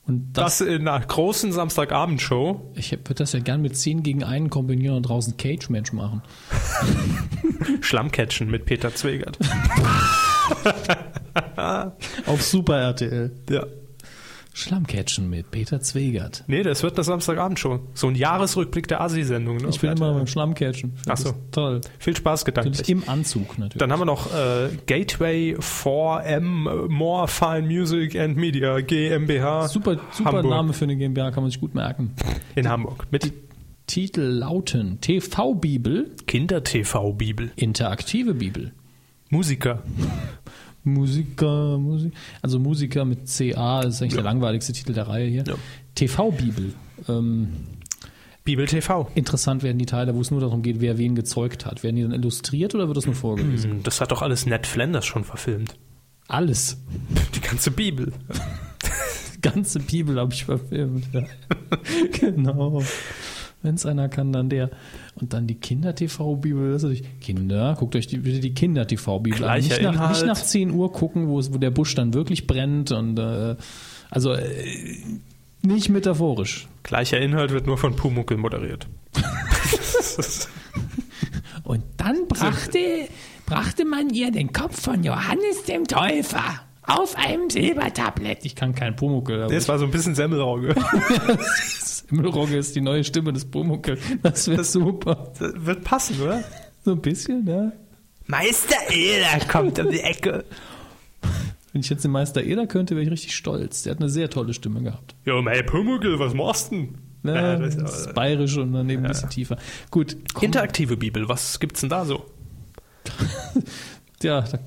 Speaker 2: und das,
Speaker 1: Das in einer großen Samstagabendshow,
Speaker 2: ich würde das ja gern mit 10 gegen 1 kombinieren und draußen Cage-Match machen.
Speaker 1: Schlammcatchen mit Peter Zwegert.
Speaker 2: Auf Super RTL.
Speaker 1: Ja.
Speaker 2: Schlammcatchen mit Peter Zwegert.
Speaker 1: Nee, das wird eine Samstagabendshow. So ein Jahresrückblick der Asi-Sendung. Ne,
Speaker 2: Ich bin
Speaker 1: auf
Speaker 2: immer
Speaker 1: RTL.
Speaker 2: beim Schlammcatchen.
Speaker 1: Ach so.
Speaker 2: Toll.
Speaker 1: Viel Spaß
Speaker 2: Natürlich
Speaker 1: gedanklich.
Speaker 2: im Anzug natürlich.
Speaker 1: Dann haben wir noch äh, Gateway 4M äh, More Fine Music and Media GmbH.
Speaker 2: super super
Speaker 1: Hamburg.
Speaker 2: Name für eine GmbH, kann man sich gut merken.
Speaker 1: In Hamburg. Mit
Speaker 2: Titel lauten TV-Bibel,
Speaker 1: Kinder-TV-Bibel.
Speaker 2: interaktive Bibel.
Speaker 1: Musiker.
Speaker 2: Musiker, Musik, also Musiker mit CA ist eigentlich
Speaker 1: Ja.
Speaker 2: der langweiligste Titel der Reihe hier.
Speaker 1: Ja.
Speaker 2: TV-Bibel. Ähm,
Speaker 1: Bibel TV.
Speaker 2: interessant werden die Teile, wo es nur darum geht, wer wen gezeugt hat. Werden die dann illustriert oder wird das nur vorgelesen?
Speaker 1: Hm, Das hat doch alles Ned Flanders schon verfilmt.
Speaker 2: Alles.
Speaker 1: Die ganze Bibel.
Speaker 2: Die ganze Bibel habe ich verfilmt. Ja. genau. Wenn es einer kann, dann der. Und dann die Kinder-TV-Bibel. Das ist natürlich Kinder, guckt euch die, bitte die Kinder-TV-Bibel an.
Speaker 1: Gleicher
Speaker 2: Nicht nach, nicht
Speaker 1: Inhalt.
Speaker 2: nach 10 Uhr gucken, wo, es, wo der Busch dann wirklich brennt. Und äh, also äh, nicht metaphorisch.
Speaker 1: Gleicher Inhalt wird nur von Pumuckel moderiert.
Speaker 2: Und dann brachte, brachte man ihr den Kopf von Johannes dem Täufer auf einem Silbertablett. Ich kann kein Pumuckl, aber
Speaker 1: Das war so ein bisschen Semmelrauge.
Speaker 2: Himmelrogge ist die neue Stimme des Pumuckl. Das wäre super.
Speaker 1: Das wird passen, oder?
Speaker 2: So ein bisschen, ja.
Speaker 1: Meister Eder kommt um die Ecke.
Speaker 2: Wenn ich jetzt den Meister Eder könnte, wäre ich richtig stolz. Der hat eine sehr tolle Stimme gehabt.
Speaker 1: Jo, mein Pumuckel, was machst denn?
Speaker 2: Ja,
Speaker 1: Ja, das
Speaker 2: das
Speaker 1: ist
Speaker 2: ist
Speaker 1: aber-
Speaker 2: bayerisch und daneben ein bisschen tiefer. Gut, komm,
Speaker 1: Interaktive Bibel, was gibt's denn da so?
Speaker 2: ja, da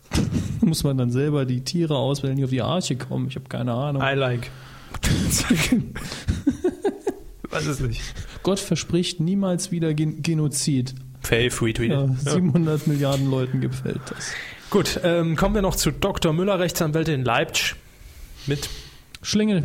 Speaker 2: muss man dann selber die Tiere auswählen, die auf die Arche kommen. Ich habe keine Ahnung.
Speaker 1: I like. Weiß es nicht.
Speaker 2: Gott verspricht niemals wieder Gen Genozid.
Speaker 1: Fail free tweet.
Speaker 2: Ja,
Speaker 1: Ja,
Speaker 2: 700 Milliarden Leuten gefällt das.
Speaker 1: Gut, ähm, kommen wir noch zu Dr. Müller, Rechtsanwältin in Leipzig. Mit
Speaker 2: Schlingel.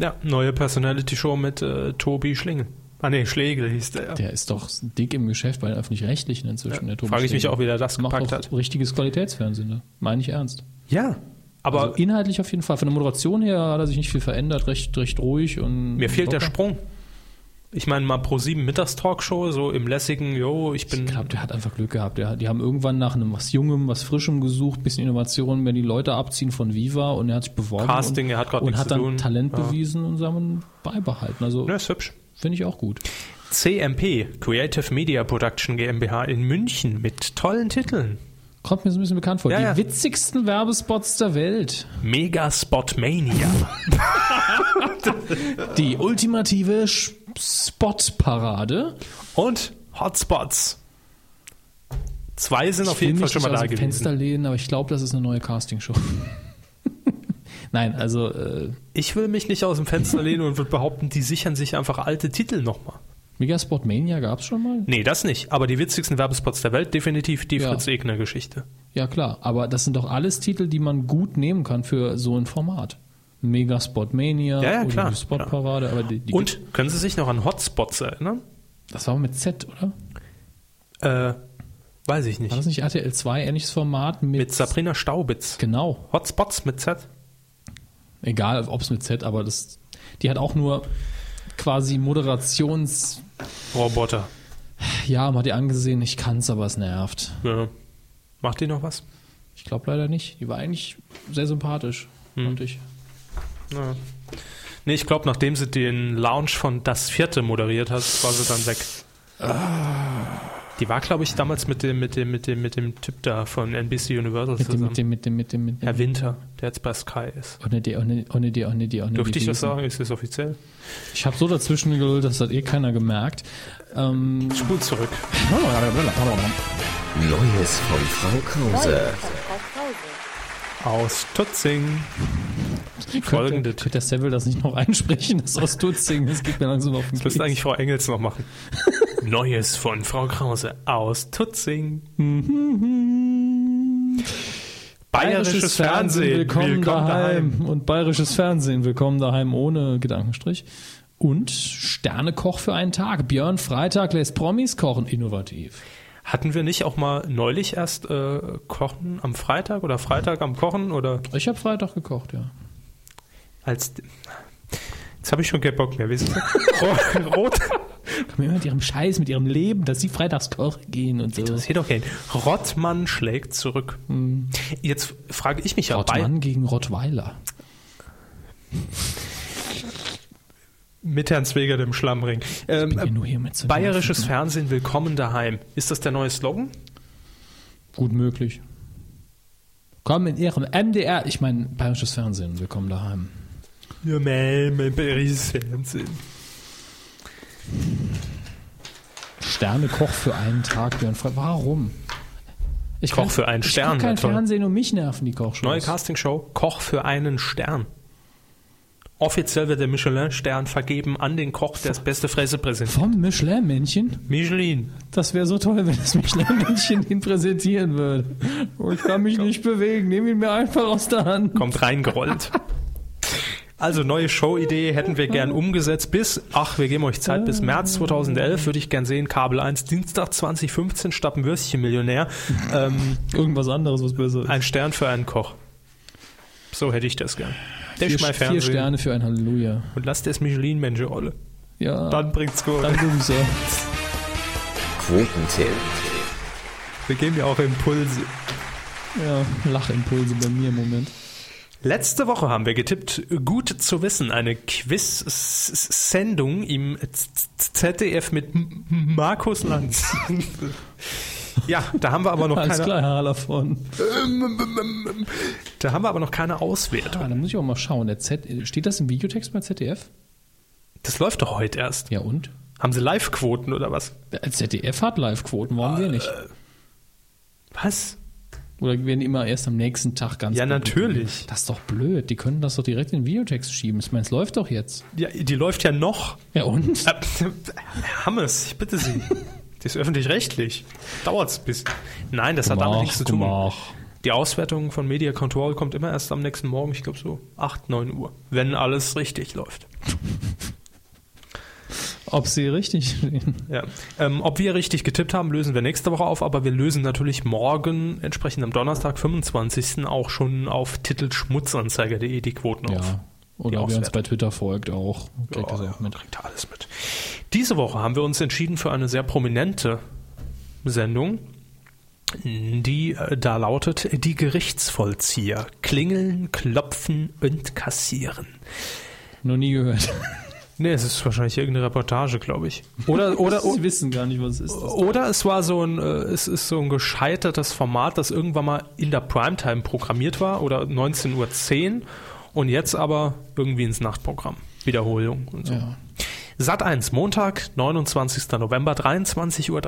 Speaker 1: ja, neue Personality Show mit äh, Tobi Schlingel. Ah nee, Schlegel hieß der.
Speaker 2: Der ist doch dick im Geschäft bei den Öffentlich-Rechtlichen inzwischen. der Thomas
Speaker 1: frage ich mich
Speaker 2: Schlingel.
Speaker 1: auch, wie der das
Speaker 2: Macht
Speaker 1: gepackt
Speaker 2: doch
Speaker 1: hat.
Speaker 2: richtiges Qualitätsfernsehen, ne? meine ich ernst.
Speaker 1: Ja, aber
Speaker 2: Also inhaltlich auf jeden Fall. Von der Moderation her hat er sich nicht viel verändert, recht, recht ruhig und.
Speaker 1: mir fehlt der
Speaker 2: locker.
Speaker 1: Sprung. Ich meine mal pro sieben Mittagstalkshow, so im lässigen, jo, ich bin
Speaker 2: Ich glaube, der hat einfach Glück gehabt. Der, hat- die haben irgendwann nach einem was Jungem, was Frischem gesucht, bisschen Innovationen, wenn die Leute abziehen von Viva und er hat sich beworben.
Speaker 1: Casting,
Speaker 2: und,
Speaker 1: er hat grad
Speaker 2: Und
Speaker 1: nichts
Speaker 2: hat
Speaker 1: zu
Speaker 2: dann
Speaker 1: tun.
Speaker 2: Talent
Speaker 1: Ja.
Speaker 2: bewiesen und sagen, beibehalten. Also
Speaker 1: ja, ist hübsch.
Speaker 2: finde ich auch gut.
Speaker 1: CMP, Creative Media Production GmbH in München mit tollen Titeln.
Speaker 2: Kommt mir so ein bisschen bekannt vor.
Speaker 1: Ja,
Speaker 2: die
Speaker 1: ja.
Speaker 2: witzigsten Werbespots der Welt.
Speaker 1: Mega Spotmania.
Speaker 2: Die ultimative Sch- Spot-Parade.
Speaker 1: und Hotspots. Zwei sind auf jeden
Speaker 2: will
Speaker 1: Fall
Speaker 2: mich
Speaker 1: schon mal
Speaker 2: nicht
Speaker 1: da
Speaker 2: aus dem
Speaker 1: gewesen.
Speaker 2: Fenster lehnen, aber ich glaube, das ist eine neue Castingshow. Nein, also äh,
Speaker 1: Ich will mich nicht aus dem Fenster lehnen und würde behaupten, die sichern sich einfach alte Titel nochmal.
Speaker 2: Megasport Mania gab es schon mal?
Speaker 1: Nee, das nicht. Aber die witzigsten Werbespots der Welt, definitiv die
Speaker 2: Ja.
Speaker 1: Fritz Egner Geschichte.
Speaker 2: Ja, klar. Aber das sind doch alles Titel, die man gut nehmen kann für so ein Format. Megasport Mania
Speaker 1: Ja, ja,
Speaker 2: oder
Speaker 1: klar,
Speaker 2: die Spotparade. Aber die, die
Speaker 1: Und können Sie sich noch an Hotspots erinnern?
Speaker 2: das war mit Z, oder?
Speaker 1: Äh, weiß ich
Speaker 2: War
Speaker 1: nicht.
Speaker 2: das nicht RTL 2 ähnliches Format mit,
Speaker 1: Mit Sabrina Staubitz.
Speaker 2: Genau.
Speaker 1: Hotspots mit Z.
Speaker 2: Egal, ob es mit Z, aber das, die hat auch nur quasi Moderations.
Speaker 1: Roboter.
Speaker 2: Ja, man hat ihr angesehen, ich kann's, aber es nervt.
Speaker 1: Ja. Macht die noch was?
Speaker 2: Ich glaube leider nicht. Die war eigentlich sehr sympathisch.
Speaker 1: Hm.
Speaker 2: Fand ich.
Speaker 1: Ja. Nee, ich glaube, nachdem sie den Lounge von Das Vierte moderiert hat, war sie dann weg.
Speaker 2: Ah.
Speaker 1: Die war, glaube ich, damals mit dem, mit dem, mit dem, mit dem Typ da von NBC Universal
Speaker 2: Mit dem,
Speaker 1: zusammen.
Speaker 2: mit dem, mit dem, mit dem, mit dem.
Speaker 1: Herr Winter, der jetzt bei Sky ist.
Speaker 2: Ohne die, ohne, ohne die, ohne die, ohne
Speaker 1: Dürfte ich
Speaker 2: die.
Speaker 1: das sagen? Ist das offiziell?
Speaker 2: Ich habe so dazwischen gelullt, das hat eh keiner gemerkt. Ähm,
Speaker 1: Spul zurück.
Speaker 5: Neues von Frau Krause.
Speaker 1: Aus Tutzing. Folgende-
Speaker 2: Könnte, könnte der Seville das nicht noch einsprechen, das aus Tutzing, das geht mir langsam auf den
Speaker 1: Das müsste
Speaker 2: Keks.
Speaker 1: eigentlich Frau Engels noch machen. Neues von Frau Krause aus Tutzing.
Speaker 2: Mhm,
Speaker 1: Bayerisches Fernsehen.
Speaker 2: willkommen, daheim. Und bayerisches Fernsehen, willkommen daheim ohne Gedankenstrich. Und Sternekoch für einen Tag. Björn Freitag lässt Promis kochen, innovativ.
Speaker 1: Hatten wir nicht auch mal neulich erst äh, Kochen am Freitag oder Freitag am Kochen oder
Speaker 2: Ich habe Freitag gekocht, ja.
Speaker 1: als. Jetzt habe ich schon keinen Bock mehr, wissen Sie? Ro- Rot,
Speaker 2: Kommen immer mit ihrem Scheiß, mit ihrem Leben, dass sie freitags kochen gehen und so.
Speaker 1: Interessiert doch keinen. Rottmann schlägt zurück. Jetzt frage ich mich ja bei,
Speaker 2: Rottmann gegen Rottweiler.
Speaker 1: mit Herrn Zweger dem Schlammring. Ähm,
Speaker 2: Bin ja nur hier mit so
Speaker 1: Bayerisches Fernsehen willkommen daheim. Ist das der neue Slogan?
Speaker 2: Gut möglich. Kommen in ihrem MDR, ich meine, bayerisches Fernsehen, willkommen daheim.
Speaker 1: Ja, mein, mein bayerisches Fernsehen.
Speaker 2: Sternekoch für einen Tag, Björn Frey. Warum? Ich
Speaker 1: Koch für einen
Speaker 2: Ich kann
Speaker 1: Stern,
Speaker 2: kein
Speaker 1: na toll.
Speaker 2: Fernsehen und mich nerven die Kochshows.
Speaker 1: Neue Castingshow, Koch für einen Stern. Offiziell wird der Michelin-Stern vergeben an den Koch, der das beste Fresse präsentiert.
Speaker 2: Vom Michelin-Männchen?
Speaker 1: Michelin.
Speaker 2: Das wäre so toll, wenn das Michelin-Männchen ihn präsentieren würde. Oh, ich kann mich nicht bewegen, nehme ihn mir einfach aus der Hand.
Speaker 1: kommt reingerollt. Also neue Show-Idee hätten wir gern umgesetzt bis, ach, wir geben euch Zeit, bis März 2011 würde ich gern sehen, Kabel 1, Dienstag 2015, Stappenwürstchen Millionär, ähm,
Speaker 2: Irgendwas anderes, was besser ist.
Speaker 1: ein Stern für einen Koch. So hätte ich das gern. Dash
Speaker 2: vier, vier
Speaker 1: mal Fernsehen
Speaker 2: Sterne für ein Halleluja.
Speaker 1: und lasst es Michelin-Mensch olle.
Speaker 2: Ja,
Speaker 1: Dann bringt's gut.
Speaker 2: dann gucken sie.
Speaker 5: Quotentipp.
Speaker 1: Wir geben ja auch Impulse.
Speaker 2: Ja, Lachimpulse bei mir im Moment.
Speaker 1: Letzte Woche haben wir getippt, gut zu wissen, eine Quiz-Sendung im Z- Z- ZDF mit M- M- Markus Lanz. ja, da haben wir aber noch
Speaker 2: Alles
Speaker 1: keine,
Speaker 2: klar, Herr Halafon.
Speaker 1: da haben wir aber noch keine Auswertung.
Speaker 2: Ah, da muss ich auch mal schauen. Der Z steht das im Videotext bei ZDF?
Speaker 1: Das läuft doch heute erst.
Speaker 2: Ja und?
Speaker 1: Haben sie Live-Quoten oder was?
Speaker 2: Der ZDF hat Live-Quoten, warum wir nicht?
Speaker 1: Äh. Was?
Speaker 2: Oder werden die immer erst am nächsten Tag ganz.
Speaker 1: Ja,
Speaker 2: publik?
Speaker 1: natürlich.
Speaker 2: Das ist doch blöd. Die können das doch direkt in den Videotext schieben. Ich meine, es läuft doch jetzt.
Speaker 1: Ja, die läuft ja noch.
Speaker 2: Ja und?
Speaker 1: Äh, Herr Hammes, ich bitte Sie. Das ist öffentlich-rechtlich. Dauert's bis. Nein, das hat damit nichts zu tun.
Speaker 2: Gemach.
Speaker 1: Die Auswertung von Media Control kommt immer erst am nächsten Morgen, ich glaube so 8, 9 Uhr, wenn alles richtig läuft.
Speaker 2: Ob sie richtig stehen.
Speaker 1: Ja. Ähm, ob wir richtig getippt haben, lösen wir nächste Woche auf, aber wir lösen natürlich morgen, entsprechend am Donnerstag, 25. auch schon auf titelschmutzanzeiger.de die Quoten auf.
Speaker 2: Ja. Oder wer uns bei Twitter folgt auch. Kriegt das auch mit.
Speaker 1: kriegt da alles mit. Diese Woche haben wir uns entschieden für eine sehr prominente Sendung, die äh, da lautet Die Gerichtsvollzieher. Klingeln, klopfen und kassieren.
Speaker 2: Noch nie gehört.
Speaker 1: Nee, es ist wahrscheinlich irgendeine Reportage, glaube ich. Oder, oder, Oh.
Speaker 2: sie wissen gar nicht, was es ist.
Speaker 1: oder es war so ein, äh, es ist so ein gescheitertes Format, das irgendwann mal in der Primetime programmiert war oder 19.10 Uhr und jetzt aber irgendwie ins Nachtprogramm. Wiederholung und so.
Speaker 2: Ja.
Speaker 1: Sat 1, Montag, 29. November, 23.30 Uhr.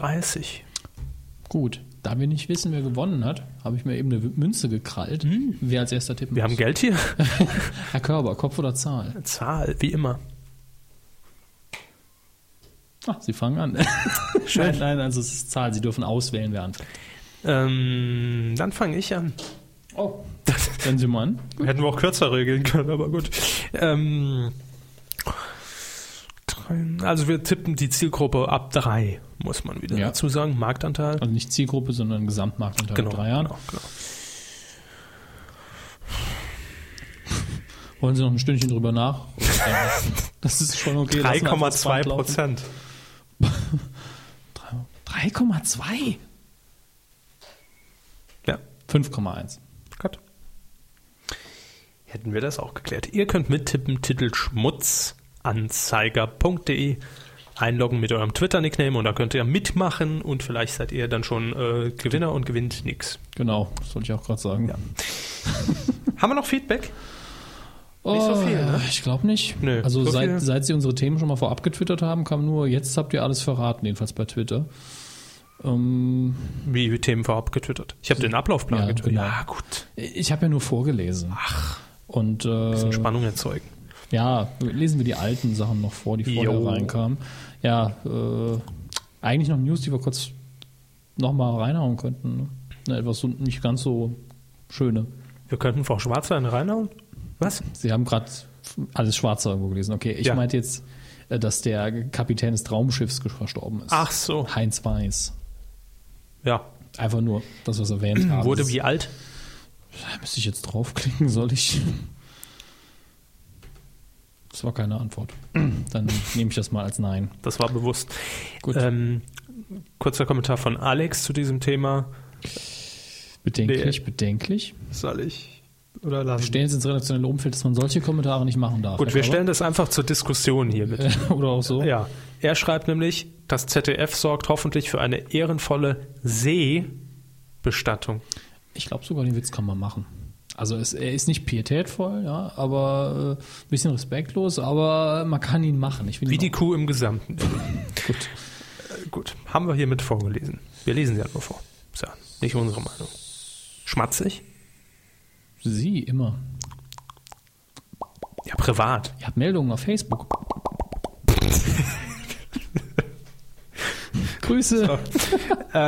Speaker 2: Gut. Da wir nicht wissen, wer gewonnen hat, habe ich mir eben eine Münze gekrallt. Wer als erster tippen
Speaker 1: Hm. Wir haben
Speaker 2: muss.
Speaker 1: Geld hier.
Speaker 2: Herr Körber, Kopf oder Zahl?
Speaker 1: Zahl, wie immer.
Speaker 2: Ah, Sie fangen an. nein, nein, also es ist Zahl. Sie dürfen auswählen, wer anfängt.
Speaker 1: Ähm, dann fange ich an.
Speaker 2: Oh. Hören Sie mal an.
Speaker 1: Hätten wir auch kürzer regeln können, aber gut. Ähm, drei- also wir tippen die Zielgruppe ab 3, muss man wieder
Speaker 2: Ja.
Speaker 1: dazu sagen. Marktanteil.
Speaker 2: Also nicht Zielgruppe, sondern Gesamtmarkt unter
Speaker 1: Genau,
Speaker 2: drei Jahren.
Speaker 1: genau, genau.
Speaker 2: Wollen Sie noch ein Stündchen drüber nach? das ist schon okay. Lassen wir einfach das Band
Speaker 1: 3,2
Speaker 2: laufen.
Speaker 1: Prozent.
Speaker 2: 3,2?
Speaker 1: Ja,
Speaker 2: 5,1.
Speaker 1: Gott. Hätten wir das auch geklärt. Ihr könnt mittippen, Titel schmutzanzeiger.de. Einloggen mit eurem Twitter-Nickname und da könnt ihr mitmachen und vielleicht seid ihr dann schon äh, Gewinner und gewinnt nichts.
Speaker 2: Genau, das wollte ich auch gerade sagen.
Speaker 1: Haben wir noch Feedback?
Speaker 2: Oh,
Speaker 1: Nicht so viel, ne?
Speaker 2: Ich glaube nicht.
Speaker 1: Nö,
Speaker 2: also
Speaker 1: so viel-
Speaker 2: seit, seit Sie unsere Themen schon mal vorab getwittert haben, kam nur, jetzt habt ihr alles verraten, jedenfalls bei Twitter. Ähm,
Speaker 1: Wie Themen vorab getwittert. Ich habe den Ablaufplan
Speaker 2: Ja,
Speaker 1: getwittert.
Speaker 2: genau.
Speaker 1: Ja, gut.
Speaker 2: ich habe ja nur vorgelesen. Ach. Und äh,
Speaker 1: Bisschen Spannung erzeugen.
Speaker 2: Ja, lesen wir die alten Sachen noch vor, die vorher
Speaker 1: Jo.
Speaker 2: reinkamen. Ja, äh, eigentlich noch News, die wir kurz nochmal reinhauen könnten. Ne? Eine etwas so- nicht ganz so schöne.
Speaker 1: Wir könnten Frau Schwarzer einen reinhauen. Was?
Speaker 2: Sie haben gerade alles Schwarze irgendwo gelesen. Okay, ich
Speaker 1: Ja.
Speaker 2: meinte jetzt, äh, dass der Kapitän des Traumschiffs ges- verstorben ist.
Speaker 1: Ach so.
Speaker 2: Heinz Weiß.
Speaker 1: Ja.
Speaker 2: Einfach nur das, was erwähnt haben.
Speaker 1: Wurde wie alt?
Speaker 2: Da müsste ich jetzt draufklicken, soll ich? Das war keine Antwort. Dann nehme ich das mal als Nein.
Speaker 1: Das war bewusst.
Speaker 2: Gut.
Speaker 1: Ähm, kurzer Kommentar von Alex zu diesem Thema.
Speaker 2: Bedenklich, bedenklich.
Speaker 1: Soll ich oder
Speaker 2: Wir
Speaker 1: lassen?
Speaker 2: stellen es ins redaktionelle Umfeld, dass man solche Kommentare nicht machen darf.
Speaker 1: Gut,
Speaker 2: Herr
Speaker 1: wir
Speaker 2: Körber.
Speaker 1: stellen das einfach zur Diskussion hier mit.
Speaker 2: Oder auch so.
Speaker 1: Ja, er schreibt nämlich, das ZDF sorgt hoffentlich für eine ehrenvolle Seebestattung.
Speaker 2: Ich glaube sogar, den Witz kann man machen. Also es, er ist nicht pietätvoll, ja, aber äh, ein bisschen respektlos, aber man kann ihn machen. Ich
Speaker 1: Wie die Kuh im Gesamten. Genau. Gut. Äh, Gut, haben wir hiermit vorgelesen. Wir lesen sie halt nur vor. Ist ja nicht unsere Meinung. Schmatzig?
Speaker 2: Sie immer.
Speaker 1: Ja, privat.
Speaker 2: Ihr habt Meldungen auf Facebook. Grüße.
Speaker 1: äh,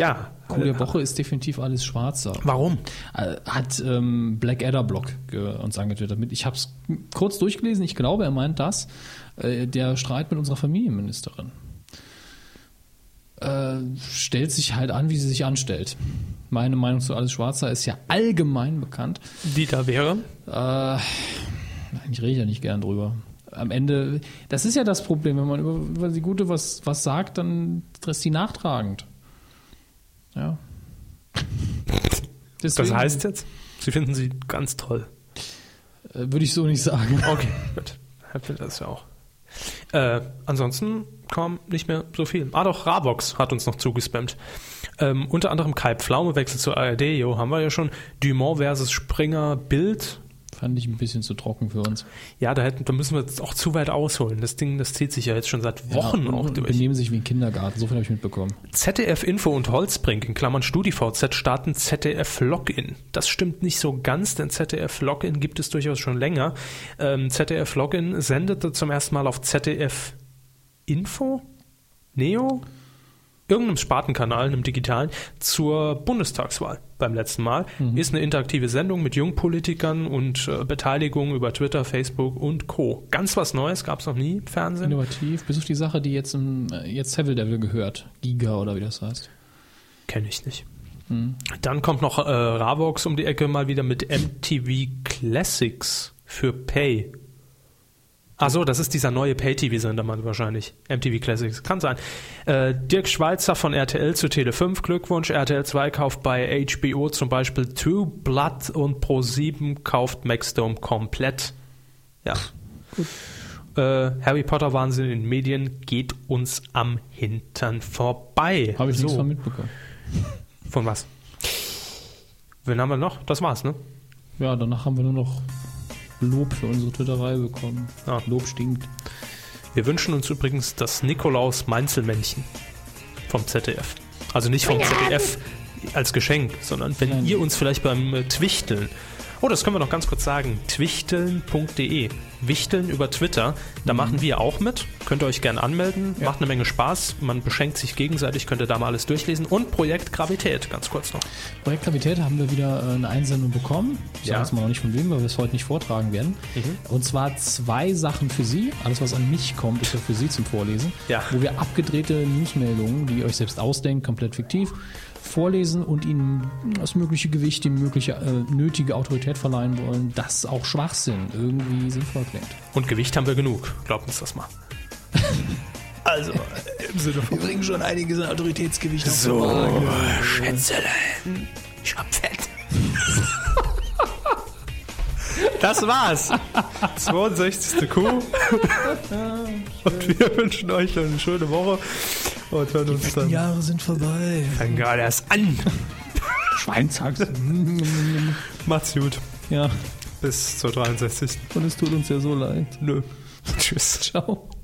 Speaker 1: ja.
Speaker 2: Kuh der Woche ist definitiv alles Schwarzer.
Speaker 1: Warum?
Speaker 2: Äh, Hat ähm, Black Adder Block ge uns angetwittert. mit. Ich habe es kurz durchgelesen. Ich glaube, er meint das. Äh, der Streit mit unserer Familienministerin. Äh, stellt sich halt an, wie sie sich anstellt. Meine Meinung zu Alles Schwarzer ist ja allgemein bekannt.
Speaker 1: Die da wäre?
Speaker 2: Äh, ich rede ja nicht gern drüber. Am Ende, das ist ja das Problem, wenn man über, über die Gute was, was sagt, dann ist die nachtragend. Ja.
Speaker 1: Das
Speaker 2: Deswegen,
Speaker 1: heißt jetzt, sie finden sie ganz toll.
Speaker 2: äh, würde ich so nicht sagen.
Speaker 1: Okay, gut. Dann findet das ja auch. Äh, ansonsten kam nicht mehr so viel. Ah doch, Rabox hat uns noch zugespammt. Ähm, unter anderem Kai Pflaume wechselt zur ARD, jo, haben wir ja schon. Dumont versus Springer, Bild.
Speaker 2: Fand ich ein bisschen zu trocken für uns.
Speaker 1: Ja, da, hätten, da müssen wir jetzt auch zu weit ausholen. Das Ding, das zieht sich ja jetzt schon seit Wochen
Speaker 2: ja,
Speaker 1: auch
Speaker 2: Genau. und
Speaker 1: durch.
Speaker 2: benehmen sich wie ein Kindergarten, so viel habe ich mitbekommen.
Speaker 1: ZDF Info und Holzbrink in Klammern StudiVZ starten ZDF Login. Das stimmt nicht so ganz, denn ZDF Login gibt es durchaus schon länger. Ähm, ZDF Login sendete zum ersten Mal auf ZDF Info? Neo? Irgendeinem Spartenkanal, einem digitalen, zur Bundestagswahl beim letzten Mal. Ist eine interaktive Sendung mit Jungpolitikern und äh, Beteiligung über Twitter, Facebook und Co. Ganz was Neues gab es noch nie im Fernsehen.
Speaker 2: Innovativ, bis auf die Sache, die jetzt im, äh, jetzt Seville Devil gehört. Giga oder wie das heißt.
Speaker 1: Kenne ich nicht.
Speaker 2: Hm.
Speaker 1: Dann kommt noch äh, Ravox um die Ecke mal wieder mit MTV Classics für Pay. Achso, das ist dieser neue Pay-TV-Sender Mann, wahrscheinlich. MTV Classics, kann sein. Äh, Dirk Schweizer von RTL zu Tele5, Glückwunsch. RTL 2 kauft bei HBO zum Beispiel True Blood und Pro7 kauft Maxdome komplett. Ja. Äh, Harry Potter Wahnsinn in Medien geht uns am Hintern vorbei.
Speaker 2: Habe ich
Speaker 1: so.
Speaker 2: nichts von mitbekommen.
Speaker 1: Von was? Wen haben wir noch? Das war's, ne?
Speaker 2: Ja, danach haben wir nur noch Lob für unsere Twitterei bekommen.
Speaker 1: Ah.
Speaker 2: Lob stinkt.
Speaker 1: Wir wünschen uns übrigens das Nikolaus Meinzelmännchen vom ZDF. Also nicht vom ZDF als Geschenk, sondern wenn
Speaker 2: Nein.
Speaker 1: ihr uns vielleicht beim äh, Twichteln. Oh, das können wir noch ganz kurz sagen. Twichteln.de. Wichteln über Twitter. Da machen wir auch mit. Könnt ihr euch gerne anmelden. Macht eine Menge Spaß. Man beschenkt sich gegenseitig. Könnt ihr da mal alles durchlesen. Und Projekt Gravität, ganz kurz noch.
Speaker 2: Projektkapität haben wir wieder äh, eine Einsendung bekommen. Ich
Speaker 1: Ja. Mhm.
Speaker 2: sage jetzt mal noch nicht von wem, weil wir es heute nicht vortragen werden. Und zwar zwei Sachen für Sie. Alles, was an mich kommt, ist ja für Sie zum Vorlesen.
Speaker 1: Ja.
Speaker 2: Wo wir abgedrehte Newsmeldungen, die ihr euch selbst ausdenkt, komplett fiktiv, vorlesen und Ihnen das mögliche Gewicht, die mögliche äh, nötige Autorität verleihen wollen, das auch Schwachsinn irgendwie sinnvoll klingt.
Speaker 1: Und Gewicht haben wir genug. Glaubt uns das mal. Also, im Sinne von.
Speaker 2: äh, Bringen schon einiges an Autoritätsgewicht.
Speaker 1: So, Schätzelein, ich hab Fett. Das war's. 62. Kuh. Und wir wünschen euch eine schöne Woche und hören uns dann.
Speaker 2: Jahre sind vorbei.
Speaker 1: Fang gerade erst an.
Speaker 2: Schweinshaxe.
Speaker 1: Macht's gut.
Speaker 2: ja,
Speaker 1: Bis zur 63.
Speaker 2: und es tut uns ja so leid.
Speaker 1: Nö. Tschüss.
Speaker 2: Ciao.